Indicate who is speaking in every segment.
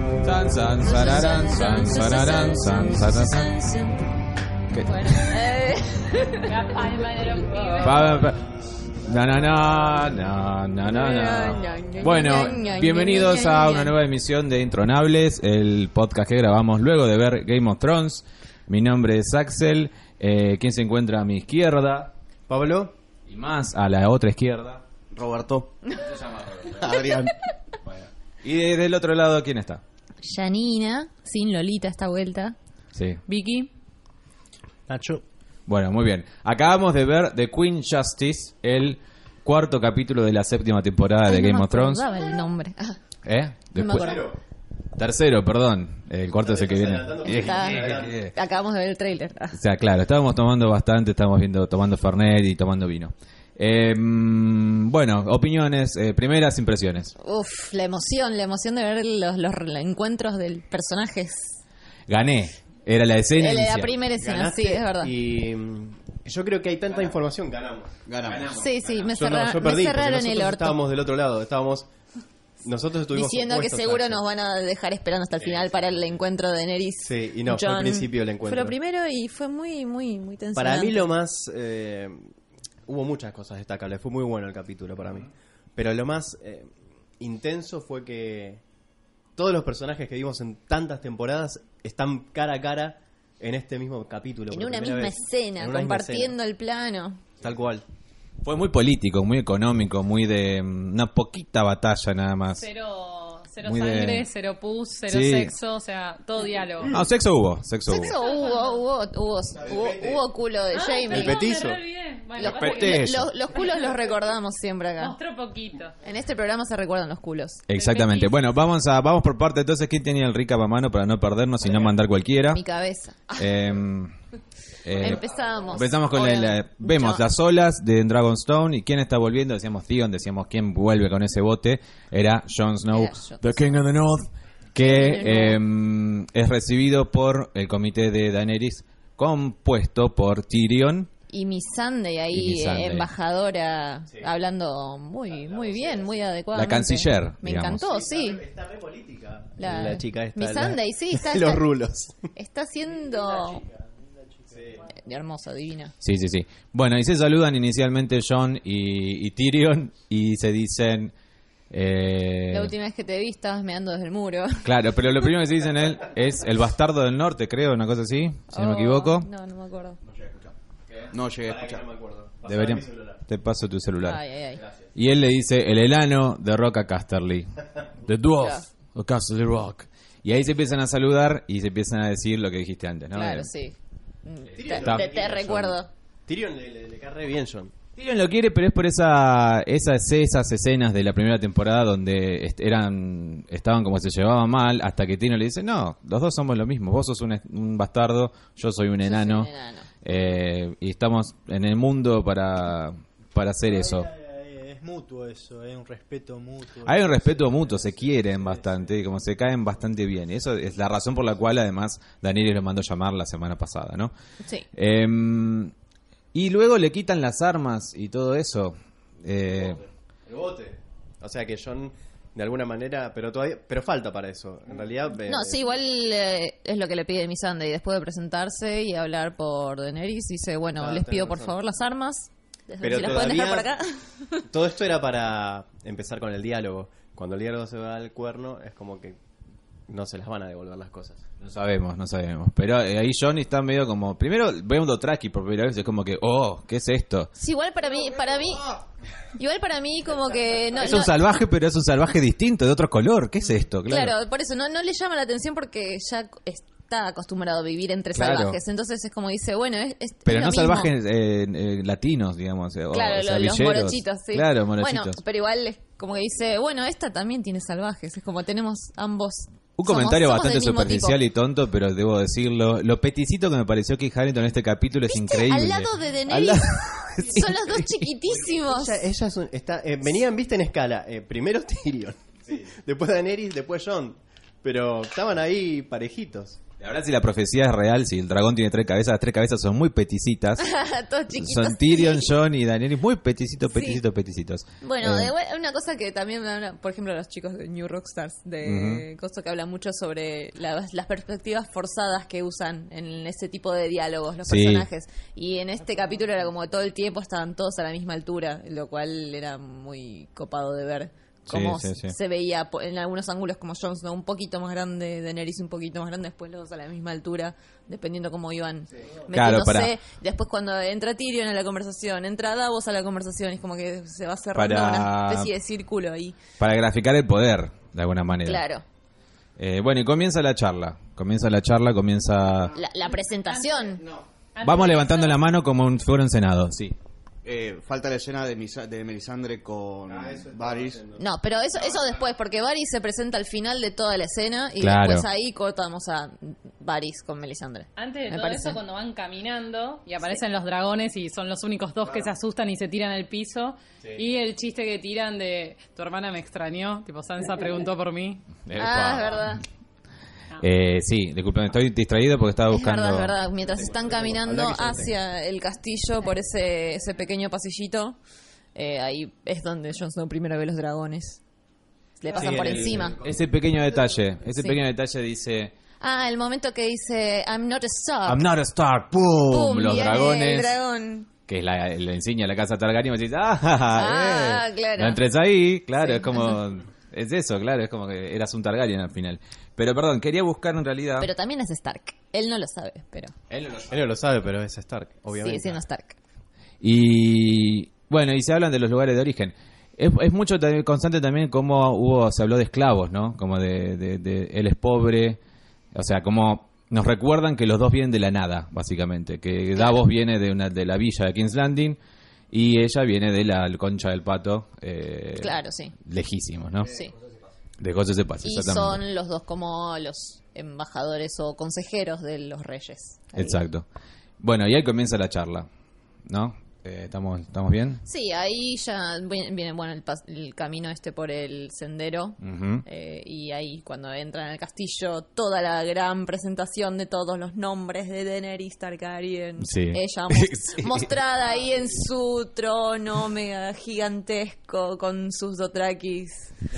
Speaker 1: san, sararán, san, sararán, san, sararán. ¿Qué? Pa- pa- na, na, na, na, na, na, na. Bueno, bienvenidos a una nueva emisión de Intronables, el podcast que grabamos luego de ver Game of Thrones. Mi nombre es Axel, eh, quien se encuentra a mi izquierda
Speaker 2: Pablo,
Speaker 1: y más a la otra izquierda.
Speaker 2: Roberto, Adrián.
Speaker 1: Y de- del otro lado, ¿quién está?
Speaker 3: Janina, sin Lolita esta vuelta.
Speaker 1: Sí.
Speaker 3: Vicky.
Speaker 2: Nacho.
Speaker 1: Bueno, muy bien. Acabamos de ver The Queen Justice, el cuarto capítulo de la séptima temporada de
Speaker 3: Ay, no
Speaker 1: Game
Speaker 3: me
Speaker 1: of Thrones.
Speaker 3: acordaba el nombre. Ah,
Speaker 1: ¿Eh?
Speaker 3: No me
Speaker 1: Después-
Speaker 3: acuerdo.
Speaker 1: Tercero, perdón. El cuarto es el que viene.
Speaker 3: está-
Speaker 1: Eh, eh.
Speaker 3: acabamos de ver el tráiler. Ah.
Speaker 1: O sea, claro, estábamos tomando bastante, estábamos viendo, tomando Fernet y tomando vino. Eh, mm, bueno, opiniones, eh, primeras impresiones.
Speaker 3: Uf, la emoción, la emoción de ver los, los encuentros del personaje. es-
Speaker 1: Gané. Era la escena.
Speaker 3: la- la
Speaker 1: inicial.
Speaker 3: primera escena, sí, es verdad.
Speaker 2: Y mm, yo creo que hay tanta información. Ganamos. Ganamos.
Speaker 3: Sí, sí, me,
Speaker 2: Yo, no,
Speaker 3: cerra- me
Speaker 2: yo perdí. porque
Speaker 3: cerraron
Speaker 2: nosotros
Speaker 3: el orto.
Speaker 2: Estábamos del otro lado. Estábamos. Nosotros estuvimos.
Speaker 3: Diciendo que
Speaker 2: opuestos,
Speaker 3: seguro
Speaker 2: Axel.
Speaker 3: nos van a dejar esperando hasta el final para el encuentro de Neris.
Speaker 2: Sí, y no, fue al principio el encuentro.
Speaker 3: Fue lo primero y fue muy, muy, muy tensionante.
Speaker 2: Para mí lo más... eh, hubo muchas cosas destacables, fue muy bueno el capítulo para mí. Pero lo más eh, intenso fue que todos los personajes que vimos en tantas temporadas están cara a cara en este mismo capítulo.
Speaker 3: En
Speaker 2: por
Speaker 3: una
Speaker 2: primera
Speaker 3: misma
Speaker 2: vez.
Speaker 3: escena,
Speaker 2: En una misma
Speaker 3: compartiendo el plano.
Speaker 2: escena. Tal cual.
Speaker 1: Fue muy político, muy económico, muy de mm, una poquita batalla nada más.
Speaker 4: Cero, cero
Speaker 1: Muy de-
Speaker 4: sangre, cero pus, cero
Speaker 1: Sí. Ah,
Speaker 4: sexo, o sea, todo diálogo.
Speaker 1: No, sexo hubo, sexo, hubo.
Speaker 3: Sexo hubo, hubo, hubo, hubo, hubo culo de
Speaker 4: Ay,
Speaker 3: Jamie.
Speaker 4: perdón,
Speaker 2: El petizo.
Speaker 4: me re olvidé. Bueno,
Speaker 3: Los,
Speaker 4: pasa
Speaker 1: pete-
Speaker 4: que
Speaker 1: Eso.
Speaker 3: los- los culos los recordamos siempre acá.
Speaker 4: Mostró poquito.
Speaker 3: En este programa se recuerdan los culos.
Speaker 1: Exactamente.
Speaker 4: Perfectísimo.
Speaker 1: Bueno, vamos a vamos por parte entonces. ¿Quién tenía el rica a mano para no perdernos y no mandar cualquiera?
Speaker 3: Mi cabeza.
Speaker 1: Eh, Ah. eh,
Speaker 3: Empezamos.
Speaker 1: Empezamos con el, eh,
Speaker 3: Obviamente.
Speaker 1: vemos
Speaker 3: Yo-
Speaker 1: las olas de Dragonstone y quién está volviendo. Decíamos Theon, decíamos quién vuelve con ese bote. Era Jon Snow,
Speaker 3: Era Jon
Speaker 1: The King of the North, que eh, es recibido por el comité de Daenerys, compuesto por Tyrion.
Speaker 3: Y mi Sunday ahí,
Speaker 1: Y mi
Speaker 3: eh,
Speaker 1: Sunday.
Speaker 3: embajadora, hablando muy muy bien, muy adecuadamente.
Speaker 1: La canciller,
Speaker 3: Me
Speaker 1: digamos.
Speaker 3: encantó, sí.
Speaker 2: Está re política. La, chica esta.
Speaker 3: Mi
Speaker 2: la-
Speaker 3: Sunday, sí, está,
Speaker 2: los
Speaker 3: está,
Speaker 2: rulos.
Speaker 3: está siendo... Eh, Hermosa, divina.
Speaker 1: Sí, sí, sí. Bueno, y se saludan inicialmente Jon y, y Tyrion y se dicen... eh,
Speaker 3: La última vez que te vi estabas meando desde el muro.
Speaker 1: Claro, pero lo primero que se dicen él es el bastardo del norte, creo, una cosa así, si no me
Speaker 3: Oh,
Speaker 1: equivoco.
Speaker 3: No, no me acuerdo.
Speaker 5: No llegué a escuchar.
Speaker 1: Debería- Te paso tu celular.
Speaker 3: Ay, ay, ay.
Speaker 1: Y él le dice el elano de Roca Casterly. The
Speaker 3: Claro.
Speaker 1: dwarf of Casterly Rock. Y ahí se empiezan a saludar y se empiezan a decir lo que dijiste antes, ¿no?
Speaker 3: Claro,
Speaker 1: Eh,
Speaker 3: sí. Mm, Te,
Speaker 2: Tyrion
Speaker 3: te-
Speaker 2: lo
Speaker 3: te
Speaker 2: quiere,
Speaker 3: recuerdo.
Speaker 2: Tyrion le, le, le cae re bien, John.
Speaker 1: Tyrion lo quiere, pero es por esa, esas, esas escenas de la primera temporada donde est- eran, estaban como se llevaban mal, hasta que Tyrion le dice, no, los dos somos lo mismo, vos sos un, es- un bastardo, yo soy un
Speaker 3: soy un
Speaker 1: enano,
Speaker 3: enano.
Speaker 1: eh, y estamos en el mundo para, para hacer eso.
Speaker 6: Eh, Es mutuo eso, hay un respeto mutuo.
Speaker 2: Ah,
Speaker 1: Hay un respeto mutuo, se quieren bastante, y como se caen bastante bien. Y eso es la razón por la cual además Daniel lo mandó llamar la semana pasada, ¿no?
Speaker 3: Sí.
Speaker 1: Em, y luego le quitan las armas y todo eso. Eh,
Speaker 2: El bote. O sea que John, de alguna manera, pero todavía, pero falta para eso. En realidad. eh,
Speaker 3: No, sí, igual eh, es lo que le pide mi Sunday. Después de presentarse y hablar por Daenerys, dice, bueno,
Speaker 2: Ah,
Speaker 3: les pido
Speaker 2: tenés
Speaker 3: por
Speaker 2: razón.
Speaker 3: favor las armas.
Speaker 2: Pero
Speaker 3: si las pueden dejar por
Speaker 2: todavía-
Speaker 3: acá.
Speaker 2: Todo esto era para empezar con el diálogo. Cuando el diálogo se va al cuerno, es como que no se las van a devolver las cosas.
Speaker 1: no sabemos, no sabemos. Pero eh, ahí Johnny está medio como. Primero veo Traki por primera vez, es como que, oh, ¿qué es esto?
Speaker 3: Sí, igual para mí, para mí, igual para mí como que no...
Speaker 1: es
Speaker 3: no- Mm,
Speaker 1: un salvaje, pero es un salvaje distinto, de otro color. ¿Qué es esto?
Speaker 3: claro. por eso no, no le llama la atención porque ya está acostumbrado a vivir entre
Speaker 1: Claro.
Speaker 3: salvajes. Entonces es como dice, bueno, es... es-
Speaker 1: Pero
Speaker 3: es
Speaker 1: no
Speaker 3: lo mismo.
Speaker 1: salvajes eh, eh, latinos, digamos. eh, o
Speaker 3: Claro, lo- los
Speaker 1: sabilleros.
Speaker 3: morochitos, sí.
Speaker 1: Claro, morochitos.
Speaker 3: Bueno, pero igual es como que dice, bueno, esta también tiene salvajes. Es como tenemos ambos...
Speaker 1: Un
Speaker 3: somos-
Speaker 1: comentario
Speaker 3: somos
Speaker 1: bastante
Speaker 3: del mismo tipo.
Speaker 1: superficial y tonto, pero debo decirlo. Lo peticito que me pareció que Harrington en este capítulo es increíble.
Speaker 3: Al lado de
Speaker 1: Al
Speaker 3: Daenerys
Speaker 1: lado-
Speaker 3: son los dos chiquitísimos.
Speaker 2: Ella, ella es un- está, eh, venían, viste, en escala. Eh, primero Tyrion, después Daenerys, después John. Pero estaban ahí parejitos.
Speaker 1: La verdad, si la profecía es real, si el dragón tiene tres cabezas, las tres cabezas son muy peticitas.
Speaker 3: Todos chiquitos.
Speaker 1: son Tyrion, John y Daenerys muy peticitos, peticitos, peticitos.
Speaker 3: Bueno,
Speaker 1: Eh,
Speaker 3: de vuel- una cosa que también, habla- por ejemplo, los chicos de New Rockstars, de Costo, que hablan mucho sobre las, las perspectivas forzadas que usan en ese tipo de diálogos los
Speaker 1: Sí.
Speaker 3: personajes. Y en este capítulo era como que todo el tiempo estaban todos a la misma altura, lo cual era muy copado de ver.
Speaker 1: Sí,
Speaker 3: Cómo
Speaker 1: sí, sí.
Speaker 3: se veía po- en algunos ángulos como Jon Snow un poquito más grande, Daenerys un poquito más grande, después los dos a la misma altura, dependiendo cómo iban metiéndose.
Speaker 1: Claro, para-
Speaker 3: Después cuando entra Tyrion a la conversación, entra Davos a la conversación, es como que se va cerrando
Speaker 1: Para-
Speaker 3: una especie de círculo ahí.
Speaker 1: Para graficar el poder, de alguna manera.
Speaker 3: Claro.
Speaker 1: Eh, bueno, y comienza la charla. Comienza la charla, comienza...
Speaker 3: La, la presentación.
Speaker 4: Antes
Speaker 1: Vamos
Speaker 4: de
Speaker 1: levantando
Speaker 4: eso,
Speaker 1: la mano como un, fuera un senado, sí.
Speaker 5: Eh, falta la escena de, Misa- de Melisandre con Varys.
Speaker 3: No, pero eso eso después, porque Varys se presenta al final de toda la escena y
Speaker 1: Claro.
Speaker 3: después ahí cortamos a Varys con Melisandre.
Speaker 4: Antes de
Speaker 3: Me
Speaker 4: todo
Speaker 3: parece.
Speaker 4: eso, cuando van caminando y aparecen los dragones y son los únicos dos que se asustan y se tiran al piso. Y el chiste que tiran de tu hermana me extrañó, tipo Sansa preguntó por mí.
Speaker 3: Ah, es verdad.
Speaker 1: Eh, sí, disculpen, estoy distraído porque estaba
Speaker 3: Es
Speaker 1: buscando...
Speaker 3: verdad, es verdad. Mientras están caminando
Speaker 2: Hablá que yo lo
Speaker 3: hacia el castillo por ese, ese pequeño pasillito, eh, ahí es donde Jon Snow primero ve los dragones. Le pasan
Speaker 2: Sí,
Speaker 3: por
Speaker 2: el-
Speaker 3: encima.
Speaker 1: Ese pequeño detalle, ese
Speaker 3: Sí.
Speaker 1: pequeño detalle dice...
Speaker 3: Ah, el momento que dice I'm not a star.
Speaker 1: I'm not a star, ¡pum!
Speaker 3: Ah. Pum,
Speaker 1: Los
Speaker 3: viene El
Speaker 1: dragones,
Speaker 3: dragón.
Speaker 1: que es la, la insignia de la casa Targaryen, y decís, ¡ah, ja, ja,
Speaker 3: Ah,
Speaker 1: eh!
Speaker 3: claro.
Speaker 1: No entres ahí, claro,
Speaker 3: Sí.
Speaker 1: es como... Es eso, claro, es como que eras un Targaryen al final. Pero perdón, quería buscar en realidad...
Speaker 3: Pero también es Stark. Él no lo sabe, pero
Speaker 1: Él no lo sabe.
Speaker 2: Él no lo sabe, pero es Stark, obviamente.
Speaker 3: sigue siendo Stark.
Speaker 1: Y bueno, y se hablan de los lugares de origen. Es, es mucho también- constante también cómo hubo, se habló de esclavos, ¿no? Como de, de- de él es pobre. O sea, como nos recuerdan que los dos vienen de la nada, básicamente. Que Davos viene de, una, de la villa de King's Landing y ella viene de la concha del pato. eh,
Speaker 3: Claro, sí.
Speaker 1: Lejísimos, ¿no?
Speaker 3: Sí.
Speaker 1: De cosas se pasa,
Speaker 3: Y
Speaker 1: exactamente.
Speaker 3: son los dos como los embajadores o consejeros de los reyes. Ahí.
Speaker 1: Exacto. Bueno, y ahí comienza la charla, ¿no? Eh, ¿Estamos estamos bien?
Speaker 3: Sí, ahí ya vi- viene bueno el, pas- el camino este por el sendero.
Speaker 1: Ujú.
Speaker 3: Eh, y ahí cuando entran al castillo, toda la gran presentación de todos los nombres de Daenerys Targaryen.
Speaker 1: Sí.
Speaker 3: Ella mos-
Speaker 1: Sí.
Speaker 3: mostrada ahí en su trono mega gigantesco con sus dotrakis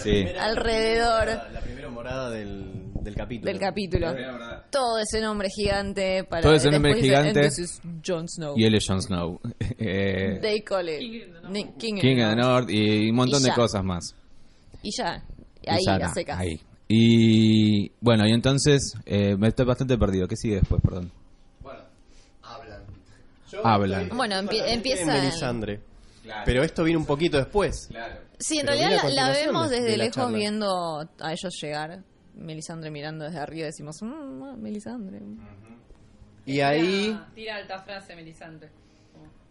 Speaker 1: Sí.
Speaker 3: alrededor
Speaker 2: La primera morada del, del capítulo.
Speaker 3: del capítulo. Todo ese nombre gigante para
Speaker 1: Todo ese nombre
Speaker 3: después dice,
Speaker 1: gigante.
Speaker 3: "Entonces, Jon Snow.
Speaker 1: Y él es Jon Snow. Eh,
Speaker 3: They call it
Speaker 4: King in the North.
Speaker 3: Ni- King in
Speaker 1: King
Speaker 3: the
Speaker 1: of the
Speaker 3: North.
Speaker 1: North y un montón
Speaker 3: Y
Speaker 1: de
Speaker 3: ya.
Speaker 1: cosas más.
Speaker 3: Y ya.
Speaker 1: Y
Speaker 3: Ahí
Speaker 1: ya
Speaker 3: la
Speaker 1: está,
Speaker 3: secas.
Speaker 1: ahí. Y bueno, y entonces eh, me estoy bastante perdido. ¿Qué sigue después, perdón? Hablan.
Speaker 3: Bueno, empie-
Speaker 2: Solamente
Speaker 3: empieza
Speaker 2: en
Speaker 3: en-
Speaker 2: Melisandre. Pero esto viene un poquito después.
Speaker 3: Sí, en
Speaker 2: Pero
Speaker 3: realidad
Speaker 2: viene a
Speaker 3: la, la
Speaker 2: continuación
Speaker 3: vemos
Speaker 2: de-
Speaker 3: desde
Speaker 2: de la
Speaker 3: lejos
Speaker 2: charla.
Speaker 3: viendo a ellos llegar. Melisandre mirando desde arriba decimos, "Mm, ah, Melisandre.
Speaker 2: Y ahí.
Speaker 4: Tira, tira alta frase, Melisandre.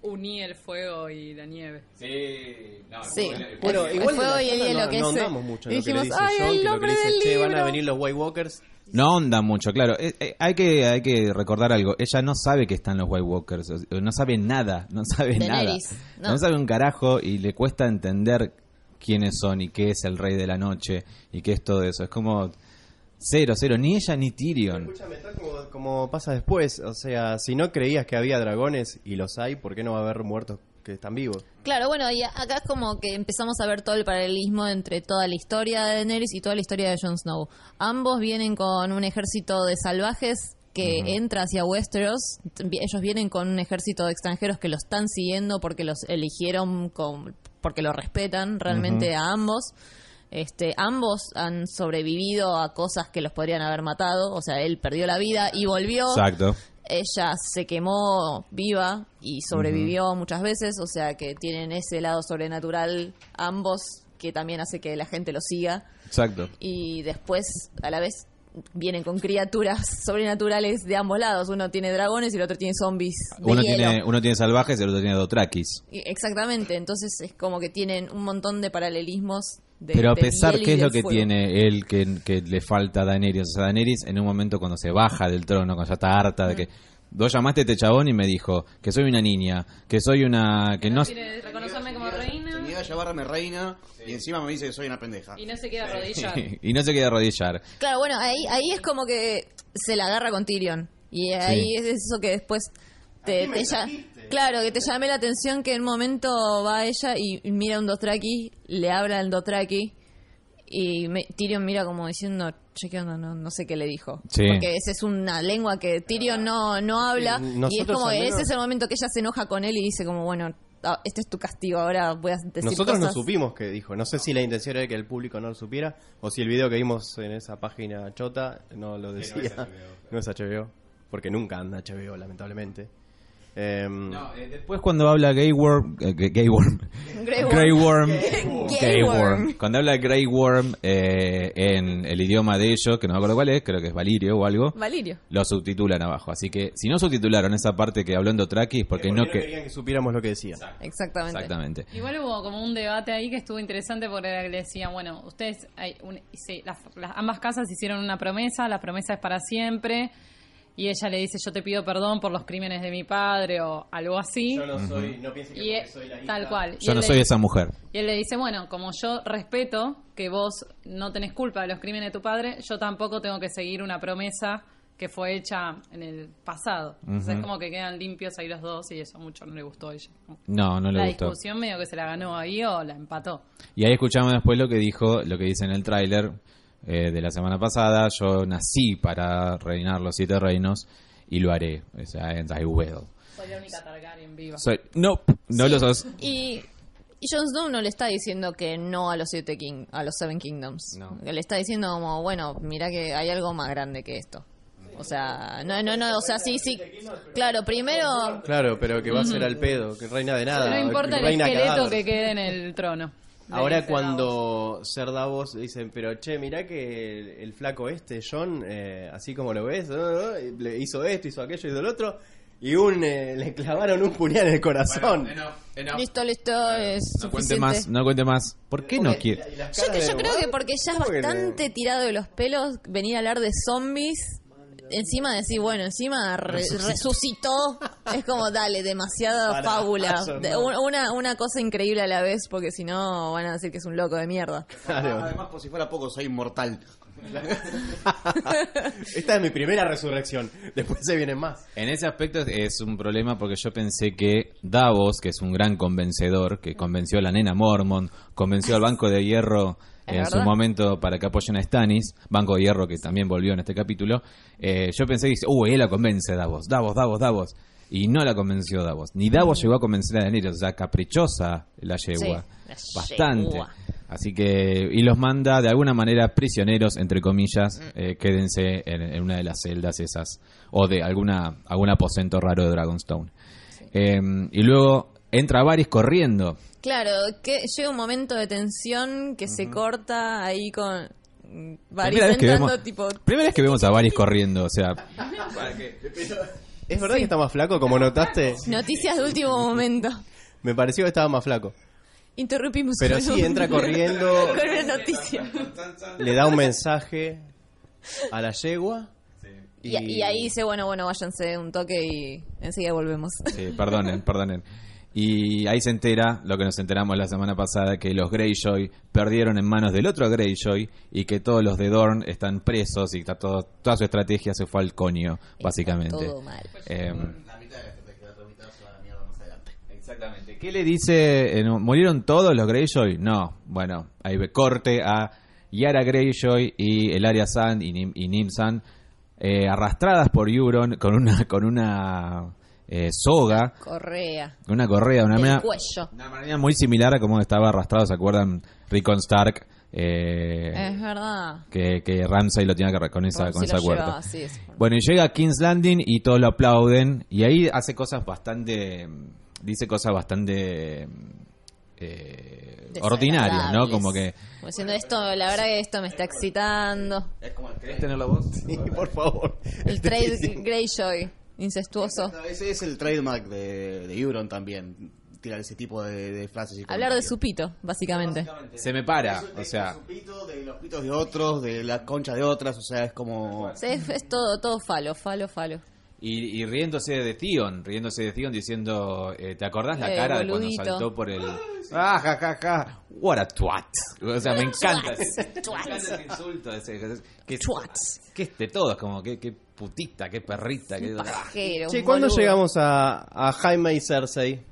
Speaker 4: Uní el fuego y la nieve.
Speaker 3: Sí.
Speaker 2: Bueno,
Speaker 3: el,
Speaker 2: igual
Speaker 3: el
Speaker 2: de
Speaker 3: fuego
Speaker 2: la
Speaker 3: y el
Speaker 2: charla
Speaker 3: hielo
Speaker 2: no,
Speaker 3: que
Speaker 2: no
Speaker 3: es, eh,
Speaker 2: andamos mucho
Speaker 3: y
Speaker 2: en lo que
Speaker 3: dijimos,
Speaker 2: le dice
Speaker 3: ay,
Speaker 2: John,
Speaker 3: el
Speaker 2: que lo que
Speaker 3: nombre
Speaker 2: le dice,
Speaker 3: del
Speaker 2: che, van a
Speaker 3: libro".
Speaker 2: venir los White Walkers.
Speaker 1: No onda mucho, claro. Eh, eh, hay, que, hay que recordar algo. Ella no sabe que están los White Walkers. O sea, No sabe nada. No sabe
Speaker 3: Daenerys,
Speaker 1: nada. No.
Speaker 3: no.
Speaker 1: sabe un carajo y le cuesta entender quiénes son y qué es el Rey de la Noche y qué es todo eso. Es como cero, cero. Ni ella ni Tyrion.
Speaker 2: Escúchame, tal como, como pasa después. O sea, si no creías que había dragones y los hay, ¿por qué no va a haber muertos que están vivos?
Speaker 3: Claro, bueno, y a- acá es como que empezamos a ver todo el paralelismo entre toda la historia de Daenerys y toda la historia de Jon Snow. Ambos vienen con un ejército de salvajes que entra hacia Westeros. T- vi- Ellos vienen con un ejército de extranjeros que los están siguiendo porque los eligieron, con, porque los respetan realmente a ambos. Este, ambos han sobrevivido a cosas que los podrían haber matado. O sea, él perdió la vida y volvió
Speaker 1: Exacto.
Speaker 3: ella se quemó viva y sobrevivió muchas veces, o sea que tienen ese lado sobrenatural ambos que también hace que la gente lo siga
Speaker 1: Exacto.
Speaker 3: y después a la vez vienen con criaturas sobrenaturales de ambos lados, uno tiene dragones y el otro tiene zombies. De
Speaker 1: Uno
Speaker 3: hielo.
Speaker 1: tiene, uno tiene salvajes y el otro tiene dotrakis.
Speaker 3: Y- Exactamente, entonces es como que tienen un montón de paralelismos. De,
Speaker 1: Pero a
Speaker 3: del
Speaker 1: pesar,
Speaker 3: hielo y
Speaker 1: ¿qué es
Speaker 3: del
Speaker 1: lo que
Speaker 3: fuego.
Speaker 1: tiene él que, que le falta a Daenerys? O sea, Daenerys en un momento cuando se baja del trono, cuando ya está harta de que... Vos llamaste a este chabón y me dijo que soy una niña, que soy una... que no...
Speaker 4: Tiene- reconocerme como reina.
Speaker 5: Tenía a llevarme reina y encima me dice que soy una pendeja.
Speaker 4: Y no se queda arrodillado.
Speaker 1: y no se quiere arrodillar.
Speaker 3: Claro, bueno, ahí, ahí es como que se la agarra con Tyrion. Y ahí es eso que después te, te lla- Claro, que te llame la atención que en un momento va ella y mira un Dothraki, le habla al Dothraki y me- Tyrion mira como diciendo, che, ¿qué onda? No, no sé qué le dijo.
Speaker 1: Sí.
Speaker 3: Porque esa es una lengua que Tyrion no, no habla y es
Speaker 2: Nosotros
Speaker 3: como,
Speaker 2: al menos-
Speaker 3: ese es el momento que ella se enoja con él y dice como, bueno, ah, este es tu castigo, ahora voy a decir
Speaker 2: Nosotros no
Speaker 3: cosas.
Speaker 2: supimos que dijo. No sé si la intención era que el público no lo supiera o si el video que vimos en esa página chota no lo decía. No es HBO. porque nunca anda HBO, lamentablemente. Em,
Speaker 1: eh, Después cuando habla Gay Worm, eh, Gay- Gay Worm,
Speaker 3: Grey Worm.
Speaker 1: Grey Worm,
Speaker 3: Gay
Speaker 1: Gay
Speaker 3: Worm.
Speaker 1: Worm. cuando habla Grey Worm eh, en el idioma de ellos, que no me acuerdo cuál es, creo que es Valirio o algo,
Speaker 3: Valirio.
Speaker 1: lo subtitulan abajo. Así que si no subtitularon esa parte que hablando Traki es porque
Speaker 2: Eh, porque
Speaker 1: no
Speaker 2: no
Speaker 1: que
Speaker 2: querían que supiéramos lo que decía.
Speaker 3: Exactamente.
Speaker 1: exactamente.
Speaker 4: Igual hubo como un debate ahí que estuvo interesante porque era que le decían, bueno, ustedes, hay un- se- las, las- ambas casas hicieron una promesa, la promesa es para siempre, y ella le dice, yo te pido perdón por los crímenes de mi padre o algo así.
Speaker 2: no soy, no piensen
Speaker 4: y e- tal cual. Y
Speaker 1: Yo
Speaker 4: él
Speaker 1: no
Speaker 4: le-
Speaker 1: soy esa mujer.
Speaker 4: Y él le dice, bueno, como yo respeto que vos no tenés culpa de los crímenes de tu padre, yo tampoco tengo que seguir una promesa que fue hecha en el pasado. Entonces es como que quedan limpios ahí los dos y eso mucho no le gustó a ella.
Speaker 1: No, no
Speaker 4: la
Speaker 1: le gustó.
Speaker 4: discusión medio que se la ganó ahí o la empató.
Speaker 1: Y ahí escuchamos después lo que dijo, lo que dice en el tráiler eh, de la semana pasada. Yo nací para reinar los siete reinos y lo haré. O sea, and I will.
Speaker 4: Fue la única Targaryen viva.
Speaker 1: Soy, no, no
Speaker 3: Sí,
Speaker 1: lo sos.
Speaker 3: Y, y Jon Snow no le está diciendo que no a los siete king, a los Seven Kingdoms.
Speaker 1: No.
Speaker 3: Le está diciendo como, bueno, mira que hay algo más grande que esto. O sea, no, no, no, o sea, sí, sí. Claro, primero,
Speaker 2: Claro, pero que va a ser al pedo, que reina de nada.
Speaker 4: no importa el
Speaker 2: reina
Speaker 4: esqueleto
Speaker 2: cadáver.
Speaker 4: que quede en el trono. Le
Speaker 2: Ahora
Speaker 4: dice Davos.
Speaker 2: cuando Ser Davos dicen, pero che, mirá que el, el flaco este, John, eh, así como lo ves, eh, eh, le hizo esto, hizo aquello, hizo lo otro, y un eh, le clavaron un puñal en el corazón.
Speaker 3: listo, listo, es
Speaker 1: No cuente
Speaker 3: suficiente.
Speaker 1: más, no cuente más. ¿Por qué no
Speaker 2: Y la-
Speaker 1: quiere?
Speaker 2: y las
Speaker 3: Yo,
Speaker 2: caras
Speaker 3: yo
Speaker 2: de-
Speaker 3: creo que porque ya es
Speaker 2: ¿Cómo que
Speaker 3: bastante tirado de los pelos venir a hablar de zombies. Encima decir, bueno, encima re- resucitó. Es como, dale, demasiada
Speaker 2: Pará,
Speaker 3: fábula.
Speaker 2: eso no.
Speaker 3: De- un- una, una cosa increíble a la vez, porque si no van a decir que es un loco de mierda.
Speaker 2: Claro.
Speaker 5: Además, por si fuera poco, soy inmortal.
Speaker 2: Esta es mi primera resurrección, después se vienen más.
Speaker 1: En ese aspecto es- es un problema porque yo pensé que Davos, que es un gran convencedor, que convenció a la nena Mormon, convenció al Banco de Hierro
Speaker 3: ¿Es
Speaker 1: en su
Speaker 3: verdad?
Speaker 1: momento para que apoyen a Stannis, Banco de Hierro que también volvió en este capítulo, eh, yo pensé que dice, uy, él la convence Davos, Davos, Davos, Davos. Y no la convenció Davos. Ni Davos llegó a convencer a Daenerys, o sea, caprichosa la yegua.
Speaker 3: la
Speaker 1: bastante.
Speaker 3: yegua.
Speaker 1: Así que, y los manda de alguna manera prisioneros, entre comillas,
Speaker 3: Mm.
Speaker 1: eh, quédense en, en una de las celdas esas, o de alguna algún aposento raro de Dragonstone. Eh, y luego entra Varys corriendo.
Speaker 3: Claro, que llega un momento de tensión que se corta ahí con. mm, Varys
Speaker 1: Primera vez que
Speaker 3: entrando,
Speaker 1: vemos-
Speaker 3: tipo.
Speaker 1: Primera vez que vemos a Varys corriendo, o sea,
Speaker 2: ¿Es verdad que está más flaco, como notaste?
Speaker 3: Noticias de último momento.
Speaker 2: Me pareció que estaba más flaco.
Speaker 3: Interrumpimos.
Speaker 2: Pero
Speaker 3: con
Speaker 2: sí,
Speaker 3: un-
Speaker 2: entra corriendo,
Speaker 3: Con una noticia.
Speaker 2: le da un mensaje a la yegua.
Speaker 3: Y, y ahí dice, bueno, bueno, váyanse un toque y enseguida volvemos.
Speaker 1: sí, perdonen, perdonen. Y ahí se entera lo que nos enteramos la semana pasada, que los Greyjoy perdieron en manos del otro Greyjoy y que todos los de Dorn están presos y está todo, toda su estrategia se fue al coño, básicamente.
Speaker 3: Está todo mal.
Speaker 1: Em,
Speaker 5: La mitad de la estrategia, la otra mitad se va a la mierda más adelante.
Speaker 1: Exactamente. ¿Qué le dice? en un- ¿Murieron todos los Greyjoy? No. Bueno, ahí ve corte a Yara Greyjoy y Elaria Sand y, Nim, y Nim Sand eh, arrastradas por Euron con una con una eh, soga,
Speaker 3: Correa.
Speaker 1: con una correa, una
Speaker 3: del
Speaker 1: manera,
Speaker 3: cuello.
Speaker 1: una manera muy similar a como estaba arrastrado, ¿se acuerdan? Rickon Stark. eh,
Speaker 3: Es verdad.
Speaker 1: que, que Ramsay lo tiene que arra- con esa,
Speaker 3: Ramsay
Speaker 1: con
Speaker 3: lo
Speaker 1: esa cuerda.
Speaker 3: llevaba, sí, es verdad.
Speaker 1: Bueno, y llega a King's Landing y todos lo aplauden. Y ahí hace cosas bastante. Dice cosas bastante. eh, ordinarias, ¿no?
Speaker 3: Desagradables.
Speaker 1: Como que.
Speaker 3: Como diciendo esto, la verdad que esto me está excitando.
Speaker 5: Es como el que
Speaker 1: tener la voz?
Speaker 2: Sí, por favor.
Speaker 3: El trade Greyjoy, incestuoso.
Speaker 5: Ese es el trademark de, de Euron también. Tirar ese tipo de, de frases. Y
Speaker 3: Hablar de
Speaker 5: comentarios.
Speaker 3: su pito, básicamente.
Speaker 1: Se me para,
Speaker 5: De-
Speaker 1: o sea.
Speaker 5: De su pito, de los pitos de otros, de la concha de otras, o sea, es como.
Speaker 3: Sí, es, es todo, todo falo, falo, falo.
Speaker 1: Y, y riéndose de Tion, riéndose de Tion diciendo, eh, ¿te acordás la
Speaker 3: Eh,
Speaker 1: cara de cuando
Speaker 3: boludito.
Speaker 1: saltó por el... Ah, ja, ja, ja. What a twat. O sea, me encanta. ese- me
Speaker 3: Twats.
Speaker 1: encanta ese insulto. ese- ese- que,
Speaker 3: Twats.
Speaker 1: Que es de todos, como que, que putita, que perrita. Que...
Speaker 3: Pajero,
Speaker 2: Che,
Speaker 3: un
Speaker 2: ¿cuándo
Speaker 3: boludo.
Speaker 2: llegamos a, a Jaime y Cersei?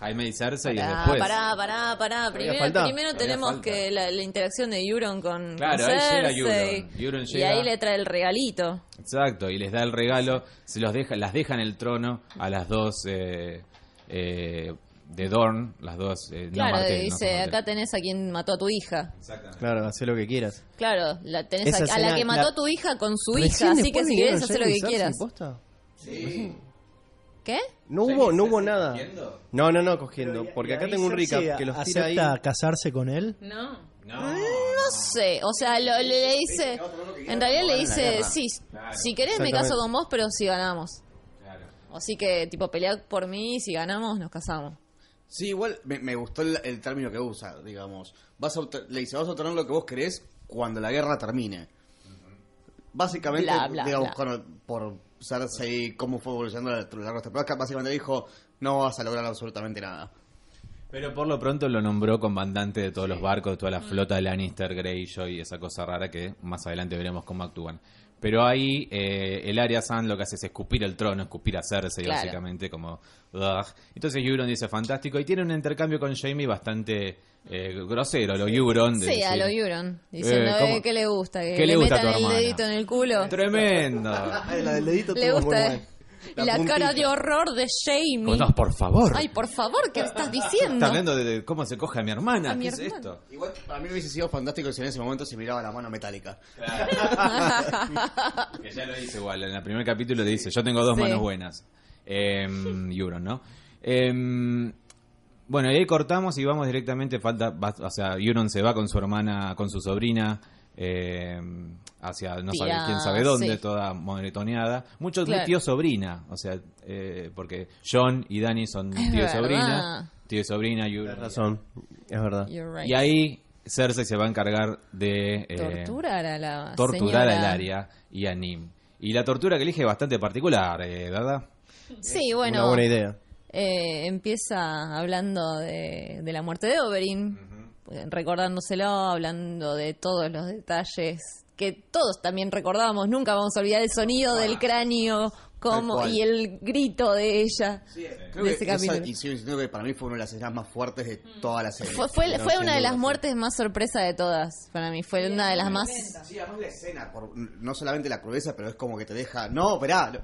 Speaker 1: Jaime y Cersei y
Speaker 3: Pará,
Speaker 1: después.
Speaker 3: pará, pará, pará. Primero,
Speaker 2: falta.
Speaker 3: primero
Speaker 1: Todavía
Speaker 3: tenemos
Speaker 1: falta.
Speaker 3: que la, la interacción de Euron con,
Speaker 1: Claro,
Speaker 3: con
Speaker 1: ahí llega
Speaker 3: Cersei.
Speaker 1: Euron. Euron
Speaker 3: Y
Speaker 1: llega.
Speaker 3: ahí le trae el regalito.
Speaker 1: Exacto, y les da el regalo, se los deja, las deja en el trono a las dos eh, eh, de Dorn, las dos. eh, no,
Speaker 3: Claro,
Speaker 1: Martel, no
Speaker 3: dice,
Speaker 1: son Martel.
Speaker 3: acá tenés a quien mató a tu hija.
Speaker 1: Exactamente.
Speaker 2: Claro, hacé lo que quieras.
Speaker 3: Claro, la tenés
Speaker 2: Esa
Speaker 3: a, a la
Speaker 2: escena,
Speaker 3: que mató
Speaker 2: la-
Speaker 3: a tu hija con su
Speaker 2: Recién
Speaker 3: hija, así que
Speaker 2: después
Speaker 3: si
Speaker 2: vinieron
Speaker 3: querés hacer lo
Speaker 2: Jaime
Speaker 3: que
Speaker 2: y Cersei,
Speaker 3: quieras.
Speaker 2: ¿posta?
Speaker 3: ¿Qué?
Speaker 2: No hubo, no hubo nada. No, no, no, cogiendo. Porque acá tengo un recap que los tira ahí.
Speaker 6: ¿Acepta casarse con él?
Speaker 4: No.
Speaker 3: No sé, o sea, lo- le, le dice, en realidad le dice, sí, si querés me caso
Speaker 2: Exactamente.
Speaker 3: con vos, pero si ganamos. Así que, tipo, pelear por mí, y si ganamos, nos casamos.
Speaker 5: Sí, igual me, me gustó el, el término que usa, digamos. Vas a, obte- le dice, vas a obtener lo que vos querés cuando la guerra termine. Básicamente,
Speaker 3: Bla, bla,
Speaker 5: digamos,
Speaker 3: bla.
Speaker 5: con- por Cersei, cómo fue evolucionando a lo largo de esta placa, básicamente dijo, no vas a lograr absolutamente nada.
Speaker 1: Pero por lo pronto lo nombró comandante de todos los barcos, de toda
Speaker 3: Mm.
Speaker 1: la flota de Lannister, Greyjoy y esa cosa rara que más adelante veremos cómo actúan. Pero ahí eh, el Arya Sand lo que hace es escupir el trono, escupir a Cersei,
Speaker 3: Claro.
Speaker 1: básicamente, como... "Ugh". Entonces Euron dice, fantástico, y tiene un intercambio con Jamie bastante eh, grosero, lo Euron. de
Speaker 3: Sí, a
Speaker 1: decir,
Speaker 3: lo Euron, diciendo,
Speaker 1: ¿cómo?
Speaker 3: eh, ¿qué le gusta? Que
Speaker 1: ¿Qué le
Speaker 3: le
Speaker 1: gusta a tu
Speaker 3: metan el
Speaker 1: hermana?
Speaker 3: dedito en el culo.
Speaker 1: Tremendo.
Speaker 5: La del dedito
Speaker 3: Le gusta. eh. La, cara de horror de Jamie.
Speaker 1: Como, no, por favor.
Speaker 3: Ay, por favor, ¿qué estás diciendo?
Speaker 1: Está hablando de, de cómo se coge a mi hermana.
Speaker 3: A mi
Speaker 1: ¿Qué es
Speaker 3: hermana.
Speaker 1: esto?
Speaker 5: Igual para mí hubiese sido fantástico si en ese momento se miraba la mano metálica.
Speaker 1: Que ya lo dice igual, en el primer capítulo le dice, yo tengo dos
Speaker 3: Sí.
Speaker 1: manos buenas. Eh, Euron, ¿no? Em, bueno, y ahí cortamos y vamos directamente, falta, va- o sea, Euron se va con su hermana, con su sobrina, em, hacia no sabe
Speaker 3: Tía,
Speaker 1: quién sabe dónde,
Speaker 3: sí.
Speaker 1: toda monetoneada. Mucho
Speaker 3: Claro.
Speaker 1: tío sobrina, o sea, eh, porque John y Dani son
Speaker 3: Es
Speaker 1: tío y
Speaker 3: verdad.
Speaker 1: sobrina, tío y sobrina, Euron.
Speaker 2: Tienes razón, es verdad.
Speaker 3: You're right.
Speaker 1: Y ahí Cersei se va a encargar de... eh,
Speaker 3: torturar a la
Speaker 1: torturar
Speaker 3: señora.
Speaker 1: al área y a Nim. Y la tortura que elige es bastante particular, eh, ¿verdad?
Speaker 3: Sí,
Speaker 2: Una
Speaker 3: bueno,
Speaker 2: buena idea.
Speaker 3: eh, empieza hablando de, de la muerte de Oberyn, recordándoselo, hablando de todos los detalles que todos también recordamos. Nunca vamos a olvidar el sonido del cráneo como,
Speaker 5: cual.
Speaker 3: y el grito de ella.
Speaker 5: Creo
Speaker 3: De
Speaker 5: que
Speaker 3: ese
Speaker 5: esa-
Speaker 3: capítulo.
Speaker 5: y sigo diciendo que para mí fue una de las escenas más fuertes de toda la serie.
Speaker 3: Fue, fue, fue una de las muertes más sorpresa de todas para mí. Fue una de las más.
Speaker 5: Sí, además la escena, por- no solamente la crudeza, pero es como que te deja... No, esperá, no".